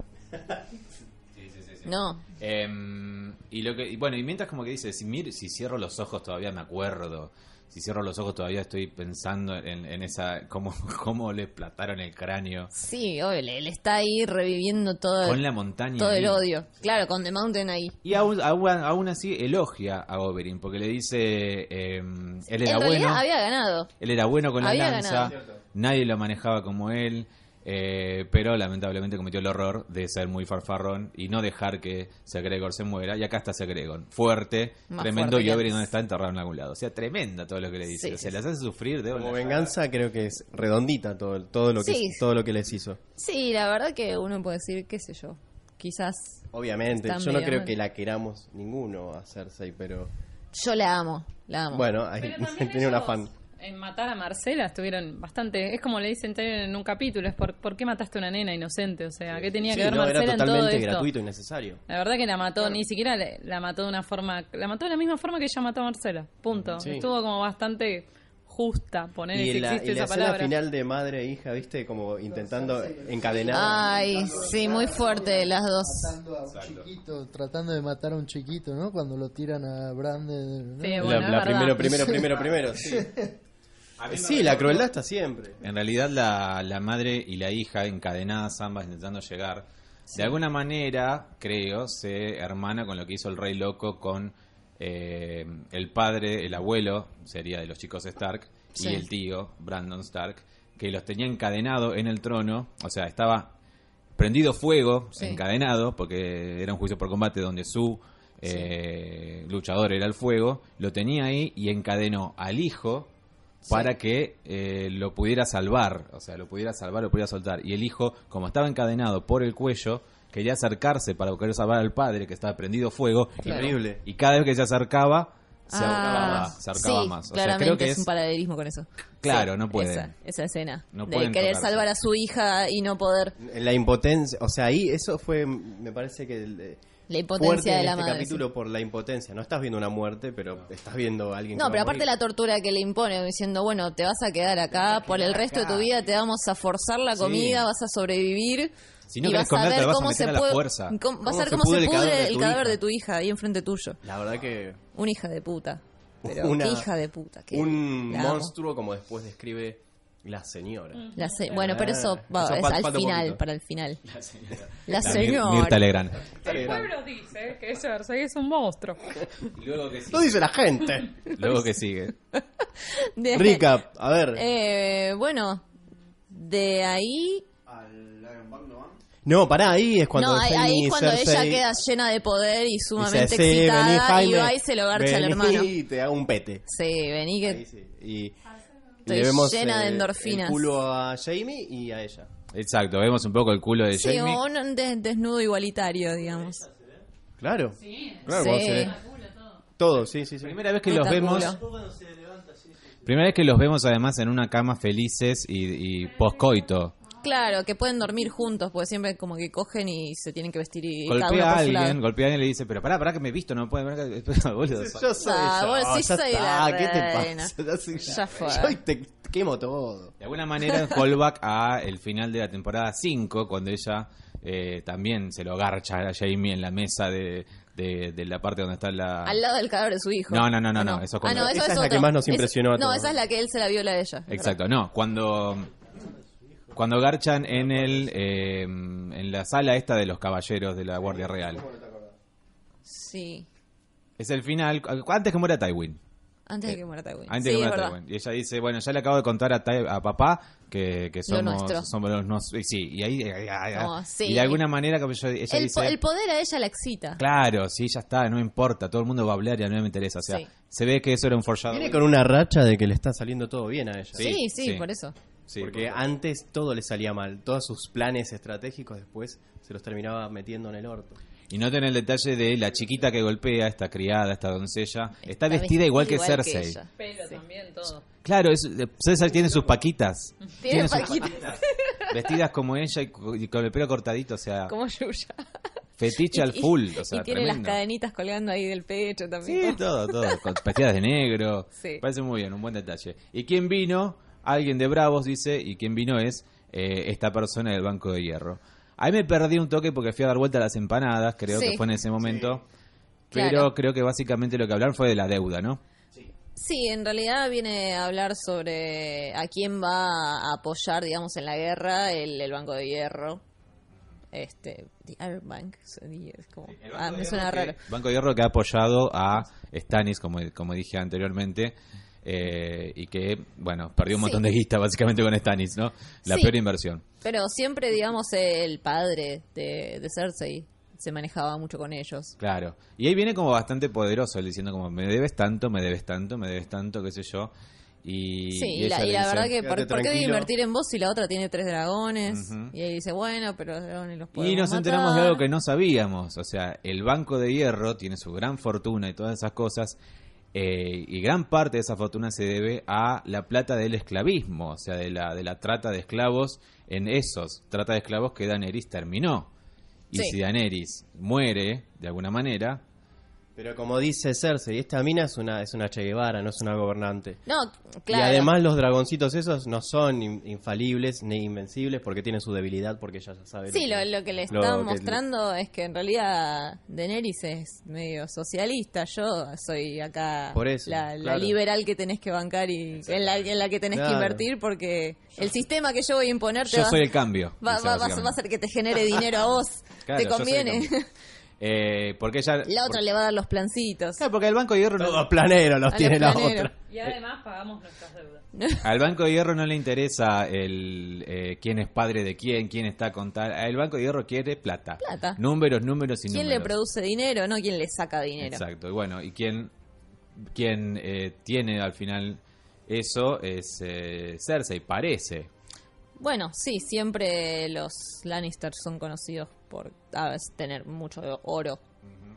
Speaker 3: No.
Speaker 1: Em, y lo que y bueno, y mientras como que dice, si, mir- si cierro los ojos todavía me acuerdo. Si cierro los ojos todavía estoy pensando en, en esa cómo, cómo le plataron el cráneo
Speaker 3: Sí, obvio, él él está ahí reviviendo todo,
Speaker 1: con la montaña.
Speaker 3: todo el
Speaker 1: ahí.
Speaker 3: odio. Claro, con The Mountain ahí.
Speaker 1: Y aún, aún, aún así elogia a Oberyn porque le dice em, él era
Speaker 3: en
Speaker 1: bueno.
Speaker 3: realidad había ganado.
Speaker 1: Él era bueno con la
Speaker 3: Había
Speaker 1: lanza,
Speaker 3: ganado.
Speaker 1: nadie lo manejaba como él, eh, pero lamentablemente cometió el error de ser muy farfarrón y no dejar que Segregor se muera. Y acá está Segregor, fuerte,
Speaker 3: Más
Speaker 1: tremendo,
Speaker 3: fuerte
Speaker 1: y
Speaker 3: que
Speaker 1: Oberyn
Speaker 3: antes.
Speaker 1: no está enterrado en algún lado. O sea, tremenda todo lo que le dice.
Speaker 3: Sí,
Speaker 1: o sea,
Speaker 3: sí,
Speaker 1: las hace sufrir de
Speaker 2: Como
Speaker 1: una-
Speaker 2: venganza creo que es redondita todo, todo, lo, que,
Speaker 3: Sí.
Speaker 2: todo lo que les hizo.
Speaker 3: Sí, la verdad que uno puede decir, qué sé yo, quizás
Speaker 2: Obviamente,
Speaker 3: Están
Speaker 2: yo no
Speaker 3: medio
Speaker 2: creo
Speaker 3: mal.
Speaker 2: que la queramos ninguno a Cersei, pero
Speaker 3: yo la amo, la amo.
Speaker 2: bueno, ahí
Speaker 4: Pero también
Speaker 2: tiene una
Speaker 4: ellos
Speaker 2: fan.
Speaker 4: En matar a Marcela estuvieron bastante. Es como le dicen Tyrion en un capítulo: es por, ¿por qué mataste a una nena inocente? O sea, ¿qué tenía
Speaker 2: Sí,
Speaker 4: que ver
Speaker 2: no,
Speaker 4: Marcela
Speaker 2: era
Speaker 4: en todo
Speaker 2: totalmente
Speaker 4: esto?
Speaker 2: gratuito y necesario.
Speaker 4: La verdad que la mató, ni siquiera le- la mató de una forma. La mató de la misma forma que ella mató a Marcela. Punto.
Speaker 2: Sí.
Speaker 4: Estuvo como bastante justa, poner
Speaker 2: Y
Speaker 4: si
Speaker 2: la,
Speaker 4: existe
Speaker 2: y la
Speaker 4: esa
Speaker 2: escena
Speaker 4: palabra.
Speaker 2: final de madre e hija, viste, como intentando encadenar.
Speaker 3: Ay, sí, muy fuerte las dos.
Speaker 7: matando a un chiquito, tratando de matar a un chiquito, ¿no? Cuando lo tiran a Branden. ¿no?
Speaker 4: Sí,
Speaker 2: La-
Speaker 4: bueno,
Speaker 2: la
Speaker 4: es verdad.
Speaker 2: primero, primero, primero, primero, sí. Sí, la crueldad está siempre.
Speaker 1: En realidad, la, la madre y la hija, encadenadas ambas, intentando llegar, de alguna manera, creo, se hermana con lo que hizo el rey loco con eh, el padre, el abuelo, sería de los chicos Stark,
Speaker 3: Sí.
Speaker 1: y el tío, Brandon Stark, que los tenía encadenado en el trono, o sea, estaba prendido fuego,
Speaker 3: Sí.
Speaker 1: encadenado, porque era un juicio por combate donde su eh, luchador era el fuego, lo tenía ahí y encadenó al hijo para que eh, lo pudiera salvar, o sea, lo pudiera salvar, lo pudiera soltar. Y el hijo, como estaba encadenado por el cuello, quería acercarse para querer salvar al padre que estaba prendido fuego.
Speaker 2: Increíble.
Speaker 1: Y cada vez que se acercaba, se
Speaker 3: Ah,
Speaker 1: ahogaba, se ahorcaba
Speaker 3: sí,
Speaker 1: más. O sea,
Speaker 3: claramente
Speaker 1: creo que
Speaker 3: es, un
Speaker 1: es.
Speaker 3: paralelismo con eso.
Speaker 1: Claro,
Speaker 3: Sí,
Speaker 1: no pueden.
Speaker 3: Esa, esa escena
Speaker 1: No
Speaker 3: de
Speaker 1: pueden
Speaker 3: querer
Speaker 1: tocarse.
Speaker 3: salvar a su hija y no poder.
Speaker 2: La impotencia, o sea, ahí eso fue, me parece que... el, eh,
Speaker 3: La
Speaker 2: fuerte
Speaker 3: impotencia de
Speaker 2: en
Speaker 3: la
Speaker 2: este
Speaker 3: madre.
Speaker 2: capítulo por la impotencia. No estás viendo una muerte, pero estás viendo a alguien.
Speaker 3: No,
Speaker 2: que va
Speaker 3: pero
Speaker 2: a
Speaker 3: aparte
Speaker 2: morir.
Speaker 3: la tortura que le impone, diciendo, bueno, te vas a quedar acá por el resto de tu vida, te vamos a forzar la comida, vas a sobrevivir.
Speaker 1: Si no
Speaker 3: y
Speaker 1: querés
Speaker 3: vas
Speaker 1: comer,
Speaker 3: a
Speaker 1: te
Speaker 3: ver
Speaker 1: lo vas a
Speaker 3: cómo
Speaker 1: meter
Speaker 3: se
Speaker 1: a la
Speaker 3: puede,
Speaker 1: fuerza.
Speaker 3: cómo- va a
Speaker 2: ¿Cómo
Speaker 3: ser
Speaker 2: se
Speaker 3: cómo se
Speaker 2: pudre el cadáver
Speaker 3: pudre
Speaker 2: de
Speaker 3: el
Speaker 2: tu
Speaker 3: cadáver
Speaker 2: hija?
Speaker 3: de tu hija ahí enfrente tuyo.
Speaker 2: La verdad que
Speaker 3: Una hija de puta. Pero
Speaker 2: Una-
Speaker 3: qué hija de puta. que
Speaker 2: un
Speaker 3: la amo. Mm.
Speaker 2: monstruo, como después describe la señora.
Speaker 3: La se- bueno, pero eso,
Speaker 2: Ah,
Speaker 3: va,
Speaker 2: eso
Speaker 3: es
Speaker 2: fal-
Speaker 3: al
Speaker 2: falta un
Speaker 3: final,
Speaker 2: poquito.
Speaker 3: para el final. La
Speaker 1: La Mir-
Speaker 3: señora.
Speaker 1: Mirta Legrand.
Speaker 4: El pueblo dice que ese Versailles es un monstruo.
Speaker 1: Luego que
Speaker 2: Lo dice la gente.
Speaker 1: Luego que sigue.
Speaker 3: De-
Speaker 2: Rica, a ver.
Speaker 3: Eh, bueno, de ahí.
Speaker 5: Al Iron Man, ¿no?
Speaker 2: No, pará, ahí es cuando
Speaker 3: no, ahí, ahí
Speaker 2: Jaime
Speaker 3: es cuando
Speaker 2: Cersei
Speaker 3: ella queda llena de poder y
Speaker 2: dice,
Speaker 3: sumamente
Speaker 2: "Sí, vení,
Speaker 3: excitada y
Speaker 2: Jaime,
Speaker 3: va y se lo garcha al
Speaker 2: vení
Speaker 3: hermano.
Speaker 2: Y te hago un pete.
Speaker 3: Sí, vení que.
Speaker 2: Ahí sí. Y eh,
Speaker 3: Estoy llena de endorfinas.
Speaker 2: El culo a Jamie y a ella.
Speaker 1: Exacto, vemos un poco el culo de
Speaker 3: Sí,
Speaker 1: Jamie.
Speaker 3: un des- desnudo igualitario, digamos.
Speaker 2: Claro.
Speaker 4: Sí.
Speaker 2: Claro,
Speaker 3: Sí.
Speaker 2: cuando se ve. Todo, sí, sí, sí.
Speaker 1: Primera vez que
Speaker 3: Puta
Speaker 1: los vemos.
Speaker 3: culo.
Speaker 1: Primera vez que los vemos además en una cama felices y, y poscoito.
Speaker 3: Claro, que pueden dormir juntos, porque siempre como que cogen y se tienen que vestir y cada uno
Speaker 1: Golpea
Speaker 3: por
Speaker 1: a
Speaker 3: su lado.
Speaker 1: alguien, golpea a alguien y le dice, pero pará, pará que me he visto, no puede ver que... boludo,
Speaker 2: Yo soy
Speaker 3: Ah,
Speaker 2: yo,
Speaker 3: vos decís
Speaker 2: ya
Speaker 3: soy
Speaker 2: está, Ah,
Speaker 3: la
Speaker 2: ¿qué te
Speaker 3: reina.
Speaker 2: pasa? Ya, soy-
Speaker 3: Ya fue.
Speaker 2: Yo hoy te quemo todo.
Speaker 1: De alguna manera, en callback a el final de la temporada 5, cuando ella eh, también se lo garcha a Jamie en la mesa de, de, de la parte donde está la...
Speaker 3: Al lado del cadáver de su hijo.
Speaker 1: No, no, no, no,
Speaker 3: ¿O
Speaker 1: no, eso es
Speaker 3: ah,
Speaker 1: cuando-
Speaker 3: no, eso
Speaker 2: Esa es la
Speaker 3: otro.
Speaker 2: que más nos
Speaker 3: Esa-
Speaker 2: impresionó a
Speaker 3: No,
Speaker 2: todos.
Speaker 3: esa es la que él se la viola a ella.
Speaker 1: Exacto, no, cuando... Cuando garchan en el eh, en la sala esta de los caballeros de la Guardia Real.
Speaker 3: Sí.
Speaker 1: Es el final, antes que muera Tywin.
Speaker 3: Antes de que muera Tywin.
Speaker 1: eh, Antes
Speaker 3: sí,
Speaker 1: que
Speaker 3: es
Speaker 1: muera
Speaker 3: verdad.
Speaker 1: Tywin. Y ella dice, bueno, ya le acabo de contar a, Ty- a papá que, que somos,
Speaker 3: nuestro.
Speaker 1: somos los nos- y Sí, y ahí... eh, eh,
Speaker 3: No,
Speaker 1: eh,
Speaker 3: sí.
Speaker 1: Y de alguna manera, como yo- ella
Speaker 3: El, po-
Speaker 1: dice...
Speaker 3: el poder a ella la excita.
Speaker 1: Claro, sí, ya está, no importa, todo el mundo va a hablar y a mí no me interesa. O sea,
Speaker 3: Sí.
Speaker 1: se ve que eso era un forjado.
Speaker 2: Viene con una racha de que le está saliendo todo bien a ella.
Speaker 1: Sí,
Speaker 3: Sí, sí,
Speaker 1: sí.
Speaker 3: por eso.
Speaker 2: porque antes todo le salía mal. Todos sus planes estratégicos después se los terminaba metiendo en el orto.
Speaker 1: Y noten el detalle de la chiquita que golpea, esta criada, esta doncella, está, vestida igual que Cersei.
Speaker 3: ella.
Speaker 4: Pero también todo.
Speaker 1: claro, es- eh, Cersei tiene sus paquitas.
Speaker 3: Tiene
Speaker 1: sus
Speaker 3: paquitas.
Speaker 1: Vestidas como ella y, cu- y con el pelo cortadito, o sea,
Speaker 3: Como Yuya.
Speaker 1: fetiche al
Speaker 3: Y-
Speaker 1: full, o sea,
Speaker 3: y tiene
Speaker 1: tremendo.
Speaker 3: las cadenitas colgando ahí del pecho también.
Speaker 1: Sí, todo, todo, con vestidas de negro.
Speaker 3: Sí.
Speaker 1: Parece muy bien, un buen detalle. ¿Y quién vino? Alguien de Bravos dice, y quién vino es eh, esta persona del Banco de Hierro. Ahí me perdí un toque porque fui a dar vuelta a las empanadas, creo
Speaker 3: Sí.
Speaker 1: que fue en ese momento. Pero
Speaker 3: Claro.
Speaker 1: creo que básicamente lo que hablaron fue de la deuda, ¿no?
Speaker 3: Sí, en realidad viene a hablar sobre a quién va a apoyar, digamos, en la guerra el, el Banco de Hierro. Este, The Iron Bank. so, y es como- ah, me suena raro.
Speaker 1: Banco de Hierro que ha apoyado a Stannis, como, como dije anteriormente. eh, y que, bueno, perdió un montón
Speaker 3: Sí.
Speaker 1: de guita básicamente con Stannis, ¿no? La
Speaker 3: Sí.
Speaker 1: peor inversión.
Speaker 3: Pero siempre, digamos, el padre de, de Cersei se manejaba mucho con ellos.
Speaker 1: Claro. Y ahí viene como bastante poderoso, él diciendo como, me debes tanto, me debes tanto, me debes tanto, qué sé yo. Y,
Speaker 3: sí,
Speaker 1: y
Speaker 3: y, la,
Speaker 1: ella
Speaker 3: y
Speaker 1: le
Speaker 3: la
Speaker 1: dice,
Speaker 3: verdad que ¿por,
Speaker 2: "Quédate
Speaker 3: por qué
Speaker 2: tranquilo".
Speaker 3: invertir en vos si la otra tiene tres dragones?
Speaker 1: Ujú.
Speaker 3: Y ahí dice, bueno, pero los dragones los podemos
Speaker 1: Y nos enteramos de
Speaker 3: matar".
Speaker 1: algo que no sabíamos. O sea, el Banco de Hierro tiene su gran fortuna y todas esas cosas. eh, y gran parte de esa fortuna se debe a la plata del esclavismo, o sea, de la, de la trata de esclavos en esos. Trata de esclavos que Daenerys terminó. Y
Speaker 3: Sí.
Speaker 1: si Daenerys muere, de alguna manera,
Speaker 2: Pero como dice Cersei, esta mina es una, es una Che Guevara, no es una gobernante.
Speaker 3: No, claro.
Speaker 2: Y además los dragoncitos esos no son in- infalibles ni invencibles porque tienen su debilidad porque ella ya sabe.
Speaker 3: Sí, lo, lo que le
Speaker 2: lo
Speaker 3: están
Speaker 2: que-
Speaker 3: mostrando es que en realidad Daenerys es medio socialista. Yo soy acá
Speaker 2: Por eso,
Speaker 3: la, la
Speaker 2: claro.
Speaker 3: liberal que tenés que bancar y en la, en la que tenés
Speaker 2: Claro.
Speaker 3: que invertir porque el sistema que yo voy a imponer te
Speaker 1: yo
Speaker 3: va,
Speaker 1: soy el cambio.
Speaker 3: va-
Speaker 1: dice
Speaker 3: va- va-
Speaker 1: básicamente.
Speaker 3: va a hacer que te genere dinero a vos.
Speaker 1: Claro,
Speaker 3: te
Speaker 1: yo soy el
Speaker 3: conviene.
Speaker 1: cambio. Eh, porque ella...
Speaker 3: La otra
Speaker 1: por-
Speaker 3: le va a dar los plancitos.
Speaker 1: Claro, porque el Banco de Hierro no-
Speaker 2: Todos planeros los
Speaker 3: A
Speaker 2: tiene
Speaker 3: los
Speaker 2: la
Speaker 3: planeros.
Speaker 2: otra.
Speaker 4: Y además pagamos nuestras deudas.
Speaker 1: Al Banco de Hierro no le interesa el eh, quién es padre de quién, quién está con tal. El Banco de Hierro quiere plata.
Speaker 3: Plata.
Speaker 1: Números, números y
Speaker 3: ¿Quién
Speaker 1: números.
Speaker 3: le produce dinero? No, ¿quién le saca dinero?
Speaker 1: Exacto. Y bueno, y quien, quien eh, tiene al final eso es eh, Cersei, parece.
Speaker 3: Bueno, sí, siempre los Lannister son conocidos por a veces, tener mucho oro,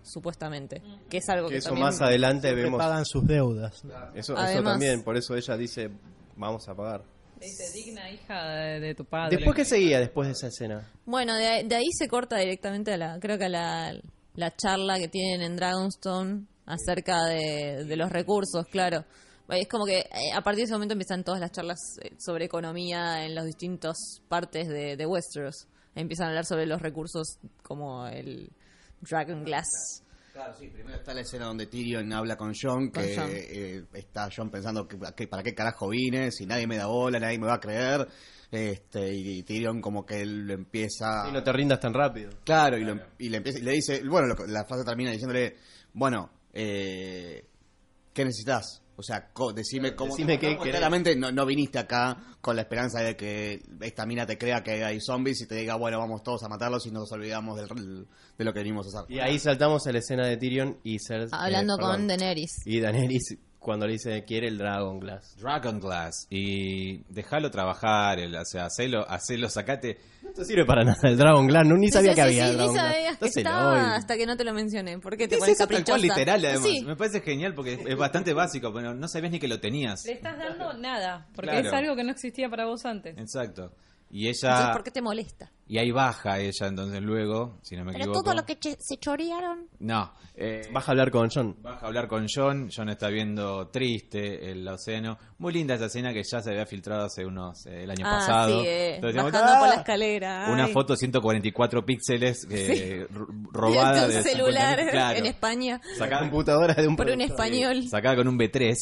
Speaker 3: supuestamente. Que es algo que,
Speaker 2: Que eso
Speaker 3: también-
Speaker 2: más adelante
Speaker 6: Que
Speaker 2: vemos.
Speaker 6: pagan sus deudas.
Speaker 2: Eso, eso
Speaker 3: Además-
Speaker 2: también, por eso ella dice, vamos a pagar.
Speaker 4: Le dice, digna hija de, de tu padre.
Speaker 2: ¿Después qué seguía después de esa escena?
Speaker 3: Bueno, de, de ahí se corta directamente a la, creo que a la, la charla que tienen en Dragonstone acerca de, de los recursos, claro. Es como que eh, a partir de ese momento empiezan todas las charlas eh, sobre economía en las distintas partes de, de Westeros. Empiezan a hablar sobre los recursos como el Dragon Glass.
Speaker 5: Claro, sí, primero está la escena donde Tyrion habla con John, que
Speaker 3: Con Jon.
Speaker 5: eh, está John pensando que, que- para qué carajo vine, si nadie me da bola, nadie me va a creer. Este, y, Tyrion como que él lo empieza...
Speaker 2: Y Ah. no te rindas tan rápido.
Speaker 5: Claro, y, lo- y le empieza, y le dice, bueno, lo- la frase termina diciéndole, bueno, eh, ¿qué necesitas? O sea, co- decime cómo...
Speaker 2: decime qué
Speaker 5: no,
Speaker 2: querés.
Speaker 5: claramente no, no viniste acá con la esperanza de que esta mina te crea que hay zombies y te diga, bueno, vamos todos a matarlos y nos olvidamos del- de lo que venimos a hacer.
Speaker 2: Y ahí saltamos a la escena de Tyrion y Cersei.
Speaker 3: Hablando
Speaker 2: eh,
Speaker 3: con
Speaker 2: perdón,
Speaker 3: Daenerys.
Speaker 2: Y Daenerys cuando le dice, quiere el Dragon Glass.
Speaker 1: Dragon Glass y déjalo trabajar, el, o sea, hacelo, hacelo, sacate.
Speaker 2: No te sirve para nada el Dragon Glass, no, ni sabía
Speaker 3: Sí,
Speaker 2: que
Speaker 3: sí,
Speaker 2: había
Speaker 3: sí,
Speaker 2: Dragon
Speaker 3: ni
Speaker 2: Glass.
Speaker 3: sabías que
Speaker 2: Dáselo
Speaker 3: estaba
Speaker 2: hoy.
Speaker 3: hasta que no te lo mencioné. ¿Por qué te
Speaker 1: Es
Speaker 3: pones
Speaker 1: eso tal cual
Speaker 3: caprichosa?
Speaker 1: literal, además.
Speaker 3: Sí,
Speaker 1: Me parece genial porque es, es bastante básico, pero no sabías ni que lo tenías.
Speaker 4: Le estás dando nada, porque
Speaker 1: Claro.
Speaker 4: es algo que no existía para vos antes.
Speaker 1: Exacto. Y
Speaker 3: entonces,
Speaker 1: ella.
Speaker 3: ¿por qué te molesta?
Speaker 1: Y ahí baja ella, entonces luego, si no me
Speaker 3: Pero
Speaker 1: equivoco.
Speaker 3: todo lo que che- se chorearon...
Speaker 1: No. eh,
Speaker 2: Vas a hablar con John.
Speaker 1: Baja a hablar con John, John está viendo triste el océano. Muy linda esa escena que ya se había filtrado hace unos, eh, el año
Speaker 3: Ah,
Speaker 1: pasado.
Speaker 3: sí, eh,
Speaker 1: Entonces decíamos,
Speaker 3: bajando por la
Speaker 1: "Ah,
Speaker 3: escalera.
Speaker 1: Una
Speaker 3: ay.
Speaker 1: foto 144 píxeles eh, r-
Speaker 3: De
Speaker 1: robada
Speaker 3: un
Speaker 1: de
Speaker 3: celular
Speaker 1: 50.000, claro.
Speaker 3: en España
Speaker 2: La
Speaker 1: Sacada,
Speaker 2: computadora de un
Speaker 3: por un
Speaker 2: productor.
Speaker 3: español.
Speaker 1: sacada con un B3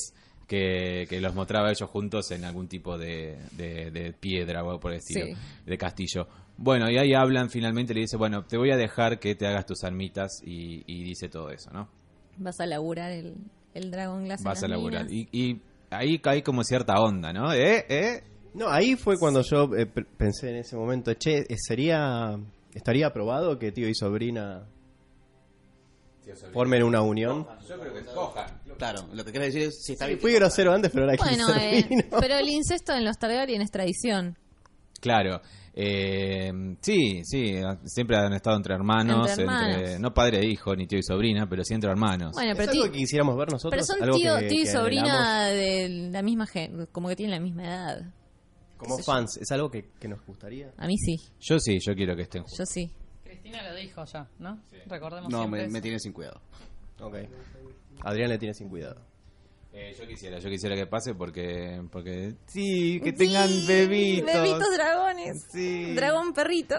Speaker 1: que, que los mostraba ellos juntos en algún tipo de, de- de piedra o algo por el estilo,
Speaker 3: Sí.
Speaker 1: de castillo. Bueno, y ahí hablan finalmente, le dice, bueno, te voy a dejar que te hagas tus armitas y, y dice todo eso, ¿no?
Speaker 3: Vas a laburar el, el Dragon Glass. en
Speaker 1: Vas a
Speaker 3: las
Speaker 1: laburar.
Speaker 3: minas.
Speaker 1: Y, y ahí cae como cierta onda, ¿no? ¿Eh? ¿Eh?
Speaker 2: No, ahí fue cuando yo eh, pr- pensé en ese momento, che, eh, sería, estaría aprobado que tío y sobrina formen una unión.
Speaker 1: Yo creo que cojan.
Speaker 5: Claro, lo que querés decir es si está
Speaker 4: pues,
Speaker 5: bien.
Speaker 2: Fui grosero antes, pero ahora
Speaker 3: Bueno,
Speaker 2: que
Speaker 3: eh, pero el incesto en los Targaryen es tradición.
Speaker 1: Claro. Eh, sí, sí, siempre han estado entre hermanos,
Speaker 3: Entre
Speaker 1: entre
Speaker 3: hermanos.
Speaker 1: no padre e hijo, ni tío y sobrina, pero sí entre hermanos.
Speaker 3: Bueno,
Speaker 2: Es
Speaker 3: pero,
Speaker 2: algo
Speaker 3: ti-
Speaker 2: que quisiéramos ver
Speaker 3: pero
Speaker 2: nosotros.
Speaker 3: son
Speaker 2: algo
Speaker 3: tío,
Speaker 2: que-
Speaker 3: tío y
Speaker 2: que anhelamos
Speaker 3: sobrina de la misma gen- como que tienen la misma edad.
Speaker 2: Como fans, es algo que, que nos gustaría.
Speaker 3: A mí sí,
Speaker 1: Yo sí, yo quiero que estén juntos.
Speaker 3: yo sí.
Speaker 4: Cristina lo dijo ya, ¿no? Recordemos
Speaker 5: No,
Speaker 4: siempre
Speaker 5: me,
Speaker 4: eso.
Speaker 5: me tiene sin cuidado.
Speaker 2: Ok. Adrián le tiene sin cuidado.
Speaker 1: Eh, yo quisiera, yo quisiera que pase porque, porque sí, que
Speaker 3: Sí,
Speaker 1: tengan bebitos.
Speaker 3: Bebitos dragones.
Speaker 1: Sí.
Speaker 3: Dragón perrito.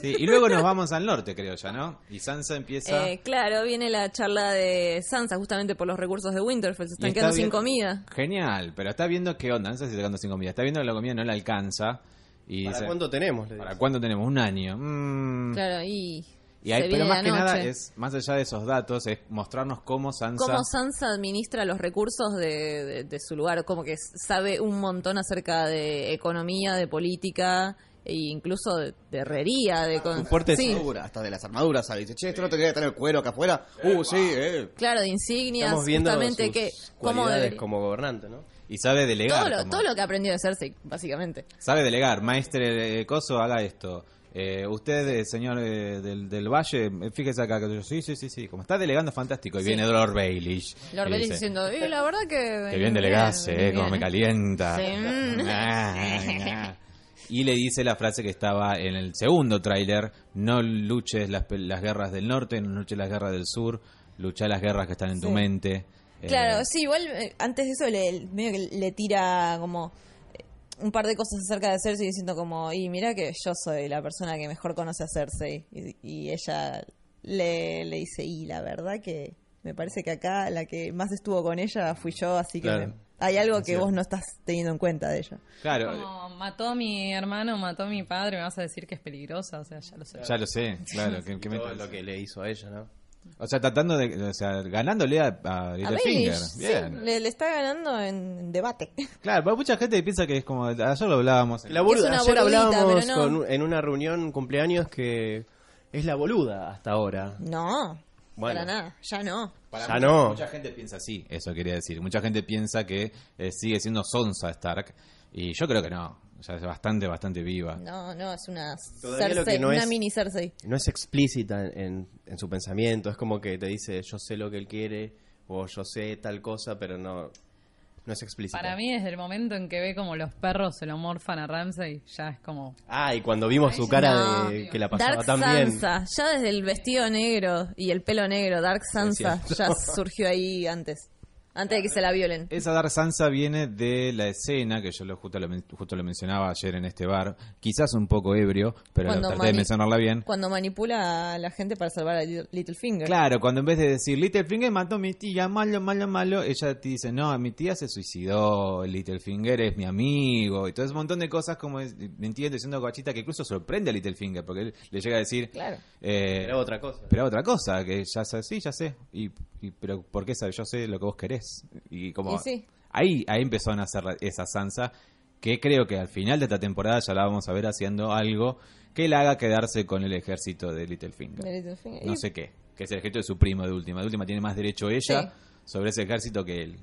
Speaker 1: Sí, y luego nos vamos al norte, creo ya, ¿no? Y Sansa empieza.
Speaker 3: Eh, claro, viene la charla de Sansa justamente por los recursos de Winterfell.
Speaker 1: y
Speaker 3: Se están
Speaker 1: está
Speaker 3: quedando sin
Speaker 1: vi-
Speaker 3: comida.
Speaker 1: Genial, pero está viendo qué onda, no sé si está quedando sin comida. Está viendo que la comida no le alcanza. Y
Speaker 2: ¿Para
Speaker 1: dice,
Speaker 2: cuánto tenemos? Le
Speaker 1: ¿Para
Speaker 2: dice.
Speaker 1: cuándo tenemos? Un año. Mm.
Speaker 3: Claro, y.
Speaker 1: Y ahí- pero
Speaker 3: se viene
Speaker 1: más
Speaker 3: la
Speaker 1: que nada,
Speaker 3: noche.
Speaker 1: es más allá de esos datos, es mostrarnos cómo Sansa.
Speaker 3: Cómo Sansa administra los recursos de, de- de su lugar, como que sabe un montón acerca de economía, de política e incluso de, de herrería, de con-
Speaker 5: Su fuerte
Speaker 3: sí,
Speaker 5: armadura, hasta de las armaduras, ¿sabes? Dice, che, esto no tendría que tener cuero acá afuera. uh, sí, eh.
Speaker 3: claro, de insignias,
Speaker 2: Estamos viendo
Speaker 3: justamente
Speaker 2: sus
Speaker 3: que cómo
Speaker 2: cualidades
Speaker 3: debería-
Speaker 2: como gobernante, ¿no?
Speaker 1: Y sabe delegar.
Speaker 3: todo, lo,
Speaker 1: como-
Speaker 3: todo lo que aprendió de Cersei, básicamente.
Speaker 1: Sabe delegar. Maestre eh, Coso, haga esto. Eh, usted, eh, señor eh, del, del Valle, eh, fíjese acá. que yo- Sí, sí, sí, sí. Como está delegando, fantástico. Y
Speaker 3: Sí.
Speaker 1: viene Lord Baelish.
Speaker 3: Lord
Speaker 1: y
Speaker 3: Baelish
Speaker 1: dice,
Speaker 3: diciendo, "Eh, la verdad que...
Speaker 1: Que bien delegarse, eh, como me calienta.
Speaker 3: Sí.
Speaker 1: Ah, ah. Y le dice la frase que estaba en el segundo tráiler, no luches las, pe- las guerras del norte, no luches las guerras del sur, lucha las guerras que están en tu
Speaker 3: Sí.
Speaker 1: mente. Eh,
Speaker 3: Claro, sí, igual eh, antes de eso le, medio que le tira como eh, un par de cosas acerca de Cersei diciendo como, y mira que yo soy la persona que mejor conoce a Cersei. Y, y ella le, le dice, y la verdad que me parece que acá la que más estuvo con ella fui yo, así que
Speaker 2: Claro.
Speaker 3: me- hay algo que vos no estás teniendo en cuenta de ella.
Speaker 1: Claro,
Speaker 4: Como mató a mi hermano, mató a mi padre, me vas a decir que es peligrosa, o sea, ya lo sé.
Speaker 1: ya lo sé, claro. que- que me-
Speaker 2: Todo lo que le hizo a ella, ¿no?
Speaker 1: O sea, tratando de, o sea, ganándole a, a
Speaker 3: A
Speaker 1: Littlefinger.
Speaker 3: Baelish, sí,
Speaker 1: Bien.
Speaker 3: le, le está ganando en debate.
Speaker 1: Claro, pero mucha gente piensa que es como, ayer lo hablábamos.
Speaker 2: La
Speaker 3: Es
Speaker 2: boluda,
Speaker 3: una
Speaker 2: ayer
Speaker 3: boludita,
Speaker 2: hablábamos
Speaker 3: pero no.
Speaker 2: con un- en una reunión cumpleaños que es la boluda hasta ahora.
Speaker 3: No,
Speaker 2: Bueno.
Speaker 3: para nada, ya no.
Speaker 2: Ya no.
Speaker 1: Mucha gente piensa así, eso quería decir. Mucha gente piensa que eh, sigue siendo Sonsa Stark. Y yo creo que no. O sea, es bastante, bastante viva.
Speaker 3: No, no, es una
Speaker 2: Todavía lo
Speaker 3: Cersei,
Speaker 2: que no
Speaker 3: una
Speaker 2: es-
Speaker 3: mini Cersei.
Speaker 2: no es explícita en, en- en su pensamiento, es como que te dice yo sé lo que él quiere o yo sé tal cosa, pero no, no es explícita.
Speaker 4: Para mí, desde el momento en que ve como los perros se lo morfan a Ramsey, ya es como.
Speaker 2: Ah, y cuando vimos su cara
Speaker 3: No.
Speaker 2: de que la pasaba
Speaker 3: Dark
Speaker 2: tan bien.
Speaker 3: Sansa, ya desde el vestido negro y el pelo negro, Dark Sansa
Speaker 2: cierto.
Speaker 3: ya surgió ahí antes, antes de que se la violen.
Speaker 1: Esa Dar Sansa viene de la escena que yo lo, justo, lo, men- justo lo mencionaba ayer en este bar, quizás un poco ebrio, pero
Speaker 3: Cuando
Speaker 1: traté de
Speaker 3: Mari-
Speaker 1: mencionarla bien.
Speaker 3: Cuando manipula a la gente para salvar a Little- Littlefinger.
Speaker 1: Claro, cuando en vez de decir Littlefinger mató a mi tía, malo, malo, malo, ella te dice, no, mi tía se suicidó, Littlefinger es mi amigo, y todo ese montón de cosas como, es- me entiendes, siendo guachita que incluso sorprende a Littlefinger, porque él le llega a decir,
Speaker 3: Claro.
Speaker 1: eh,
Speaker 2: Era otra cosa.
Speaker 1: Pero otra cosa, que ya sé, sí, ya sé. Y, y- pero ¿por qué sabe? Yo sé lo que vos querés. Y como
Speaker 3: Y sí.
Speaker 1: ahí, ahí empezó a nacer la- esa Sansa, que creo que al final de esta temporada ya la vamos a ver haciendo algo que la haga quedarse con el ejército de Littlefinger.
Speaker 3: De Littlefinger.
Speaker 1: No
Speaker 3: Y-
Speaker 1: sé qué, que es el ejército de su primo de última. De última tiene más derecho ella
Speaker 3: Sí.
Speaker 1: sobre ese ejército que él.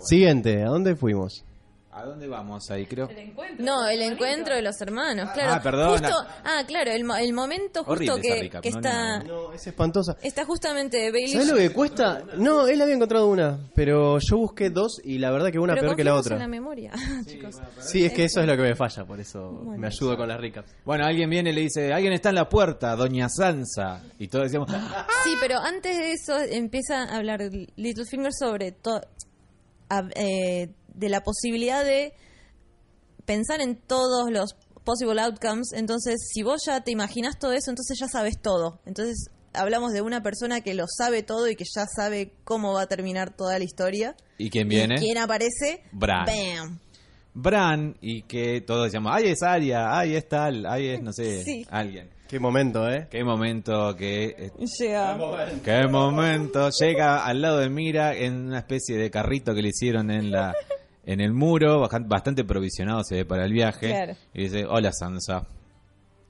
Speaker 2: Siguiente, ¿a dónde fuimos?
Speaker 1: ¿A dónde vamos ahí, creo?
Speaker 4: encuentro.
Speaker 3: No, el encuentro de los hermanos, claro.
Speaker 1: Ah, perdón,
Speaker 3: Justo,
Speaker 1: la-
Speaker 3: ah, claro, el, mo- el momento justo
Speaker 1: Horrible esa
Speaker 3: que,
Speaker 1: recap,
Speaker 3: que
Speaker 1: no,
Speaker 3: está
Speaker 1: no,
Speaker 2: No, es espantosa.
Speaker 3: está justamente Bailey.
Speaker 2: ¿Sabes lo que cuesta? No, él había encontrado una, pero yo busqué dos y la verdad que una peor que la otra.
Speaker 3: en la memoria, chicos.
Speaker 2: Sí, es que eso es lo que me falla, por eso
Speaker 3: Bueno,
Speaker 2: me ayudo con las ricas.
Speaker 1: Bueno, alguien viene y le dice, alguien está en la puerta, Doña Sansa. Y todos decíamos, "Ah".
Speaker 3: Sí, pero antes de eso empieza a hablar Littlefinger sobre todo de la posibilidad de pensar en todos los possible outcomes. Entonces, si vos ya te imaginas todo eso, entonces ya sabes todo. Entonces, hablamos de una persona que lo sabe todo y que ya sabe cómo va a terminar toda la historia.
Speaker 1: ¿y quién viene?
Speaker 3: ¿Y ¿Quién aparece?
Speaker 1: Bran.
Speaker 3: Bam.
Speaker 1: Bran y que todos decíamos, ay es Aria, ay es tal, ay es no sé,
Speaker 3: Sí.
Speaker 1: alguien.
Speaker 2: Qué momento, ¿eh?
Speaker 1: Qué momento que... eh,
Speaker 3: Llega.
Speaker 1: Qué momento. Llega al lado de Mira en una especie de carrito que le hicieron en la en el muro, bajan- bastante provisionado se ve para el viaje.
Speaker 3: Claro.
Speaker 1: Y dice, hola Sansa.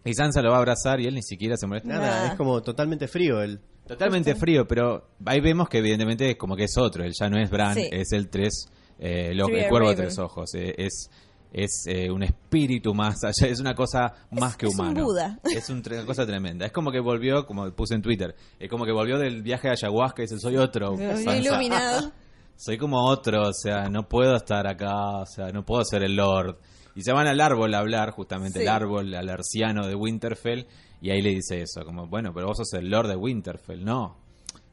Speaker 1: Y Sansa lo va a abrazar y él ni siquiera se molesta.
Speaker 2: Nada,
Speaker 3: Nah.
Speaker 2: es como totalmente frío él.
Speaker 1: Totalmente frío, pero ahí vemos que evidentemente es como que es otro, él ya no es Bran,
Speaker 3: Sí.
Speaker 1: es el tres, eh, lo-
Speaker 3: Three-Eyed
Speaker 1: el cuervo de
Speaker 3: Raven.
Speaker 1: tres ojos, eh, es es eh, un espíritu más allá, es una cosa más que
Speaker 3: es un
Speaker 1: humana.
Speaker 3: Buda.
Speaker 1: Es un tre- una cosa tremenda. Es como que volvió, como puse en Twitter, es como que volvió del viaje a ayahuasca y dice, soy otro. Sansa.
Speaker 3: Iluminado.
Speaker 1: Soy como otro, o sea, no puedo estar acá, o sea, no puedo ser el Lord. Y se van al árbol a hablar, justamente
Speaker 3: Sí.
Speaker 1: el árbol, al arciano de Winterfell, y ahí le dice eso, como, bueno, pero vos sos el Lord de Winterfell, no.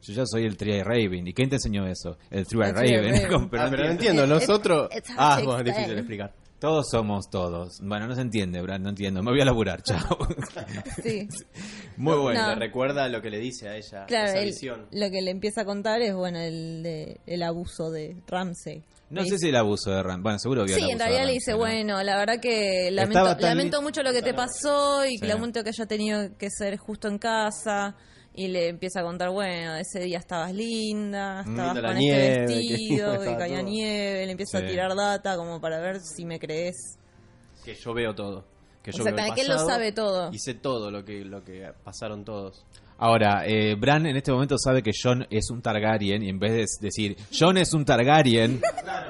Speaker 1: Yo ya soy el Three-Eyed Raven. ¿Y quién te enseñó eso? El Three-Eyed
Speaker 3: El Three-Eyed
Speaker 1: Raven.
Speaker 3: Raven.
Speaker 1: Como, pero
Speaker 2: Ah,
Speaker 1: no
Speaker 2: pero no
Speaker 1: entiendo.
Speaker 2: entiendo,
Speaker 3: It's-
Speaker 2: nosotros...
Speaker 3: it's hard
Speaker 2: Ah,
Speaker 3: to
Speaker 2: bueno, es difícil
Speaker 3: explain.
Speaker 2: de explicar.
Speaker 1: Todos somos todos. Bueno, no se entiende, Brad, no entiendo. Me voy a laburar, chao.
Speaker 3: Sí.
Speaker 1: Muy bueno.
Speaker 3: No.
Speaker 2: Le recuerda lo que le dice a ella,
Speaker 3: Claro,
Speaker 2: esa
Speaker 3: él-
Speaker 2: visión.
Speaker 3: lo que le empieza a contar es bueno el, de- el abuso de Ramsey.
Speaker 1: No sé si el abuso de Ram. Bueno, seguro vio el
Speaker 3: Sí, en
Speaker 1: abuso de
Speaker 3: realidad le
Speaker 1: Ramsay,
Speaker 3: dice,
Speaker 1: ¿no?
Speaker 3: bueno, la verdad que
Speaker 1: Estaba
Speaker 3: lamento,
Speaker 1: tan
Speaker 3: lamento
Speaker 1: li-
Speaker 3: mucho lo que te pasó y
Speaker 1: Sí.
Speaker 3: lamento que haya tenido que ser justo en casa. Y le empieza a contar, bueno, ese día estabas linda, estabas
Speaker 2: Linda la
Speaker 3: con
Speaker 2: nieve,
Speaker 3: este
Speaker 2: que
Speaker 3: vestido, que,
Speaker 2: estaba
Speaker 3: caía
Speaker 2: todo.
Speaker 3: nieve, le empieza
Speaker 1: Sí.
Speaker 3: a tirar data como para ver si me crees.
Speaker 2: Que yo veo todo. Que
Speaker 3: O
Speaker 2: yo
Speaker 3: sea,
Speaker 2: veo el
Speaker 3: que él lo
Speaker 2: pasado
Speaker 3: sabe todo.
Speaker 2: Y sé todo lo que, lo que pasaron todos.
Speaker 1: Ahora, eh, Bran en este momento sabe que John es un Targaryen y en vez de decir John es un Targaryen,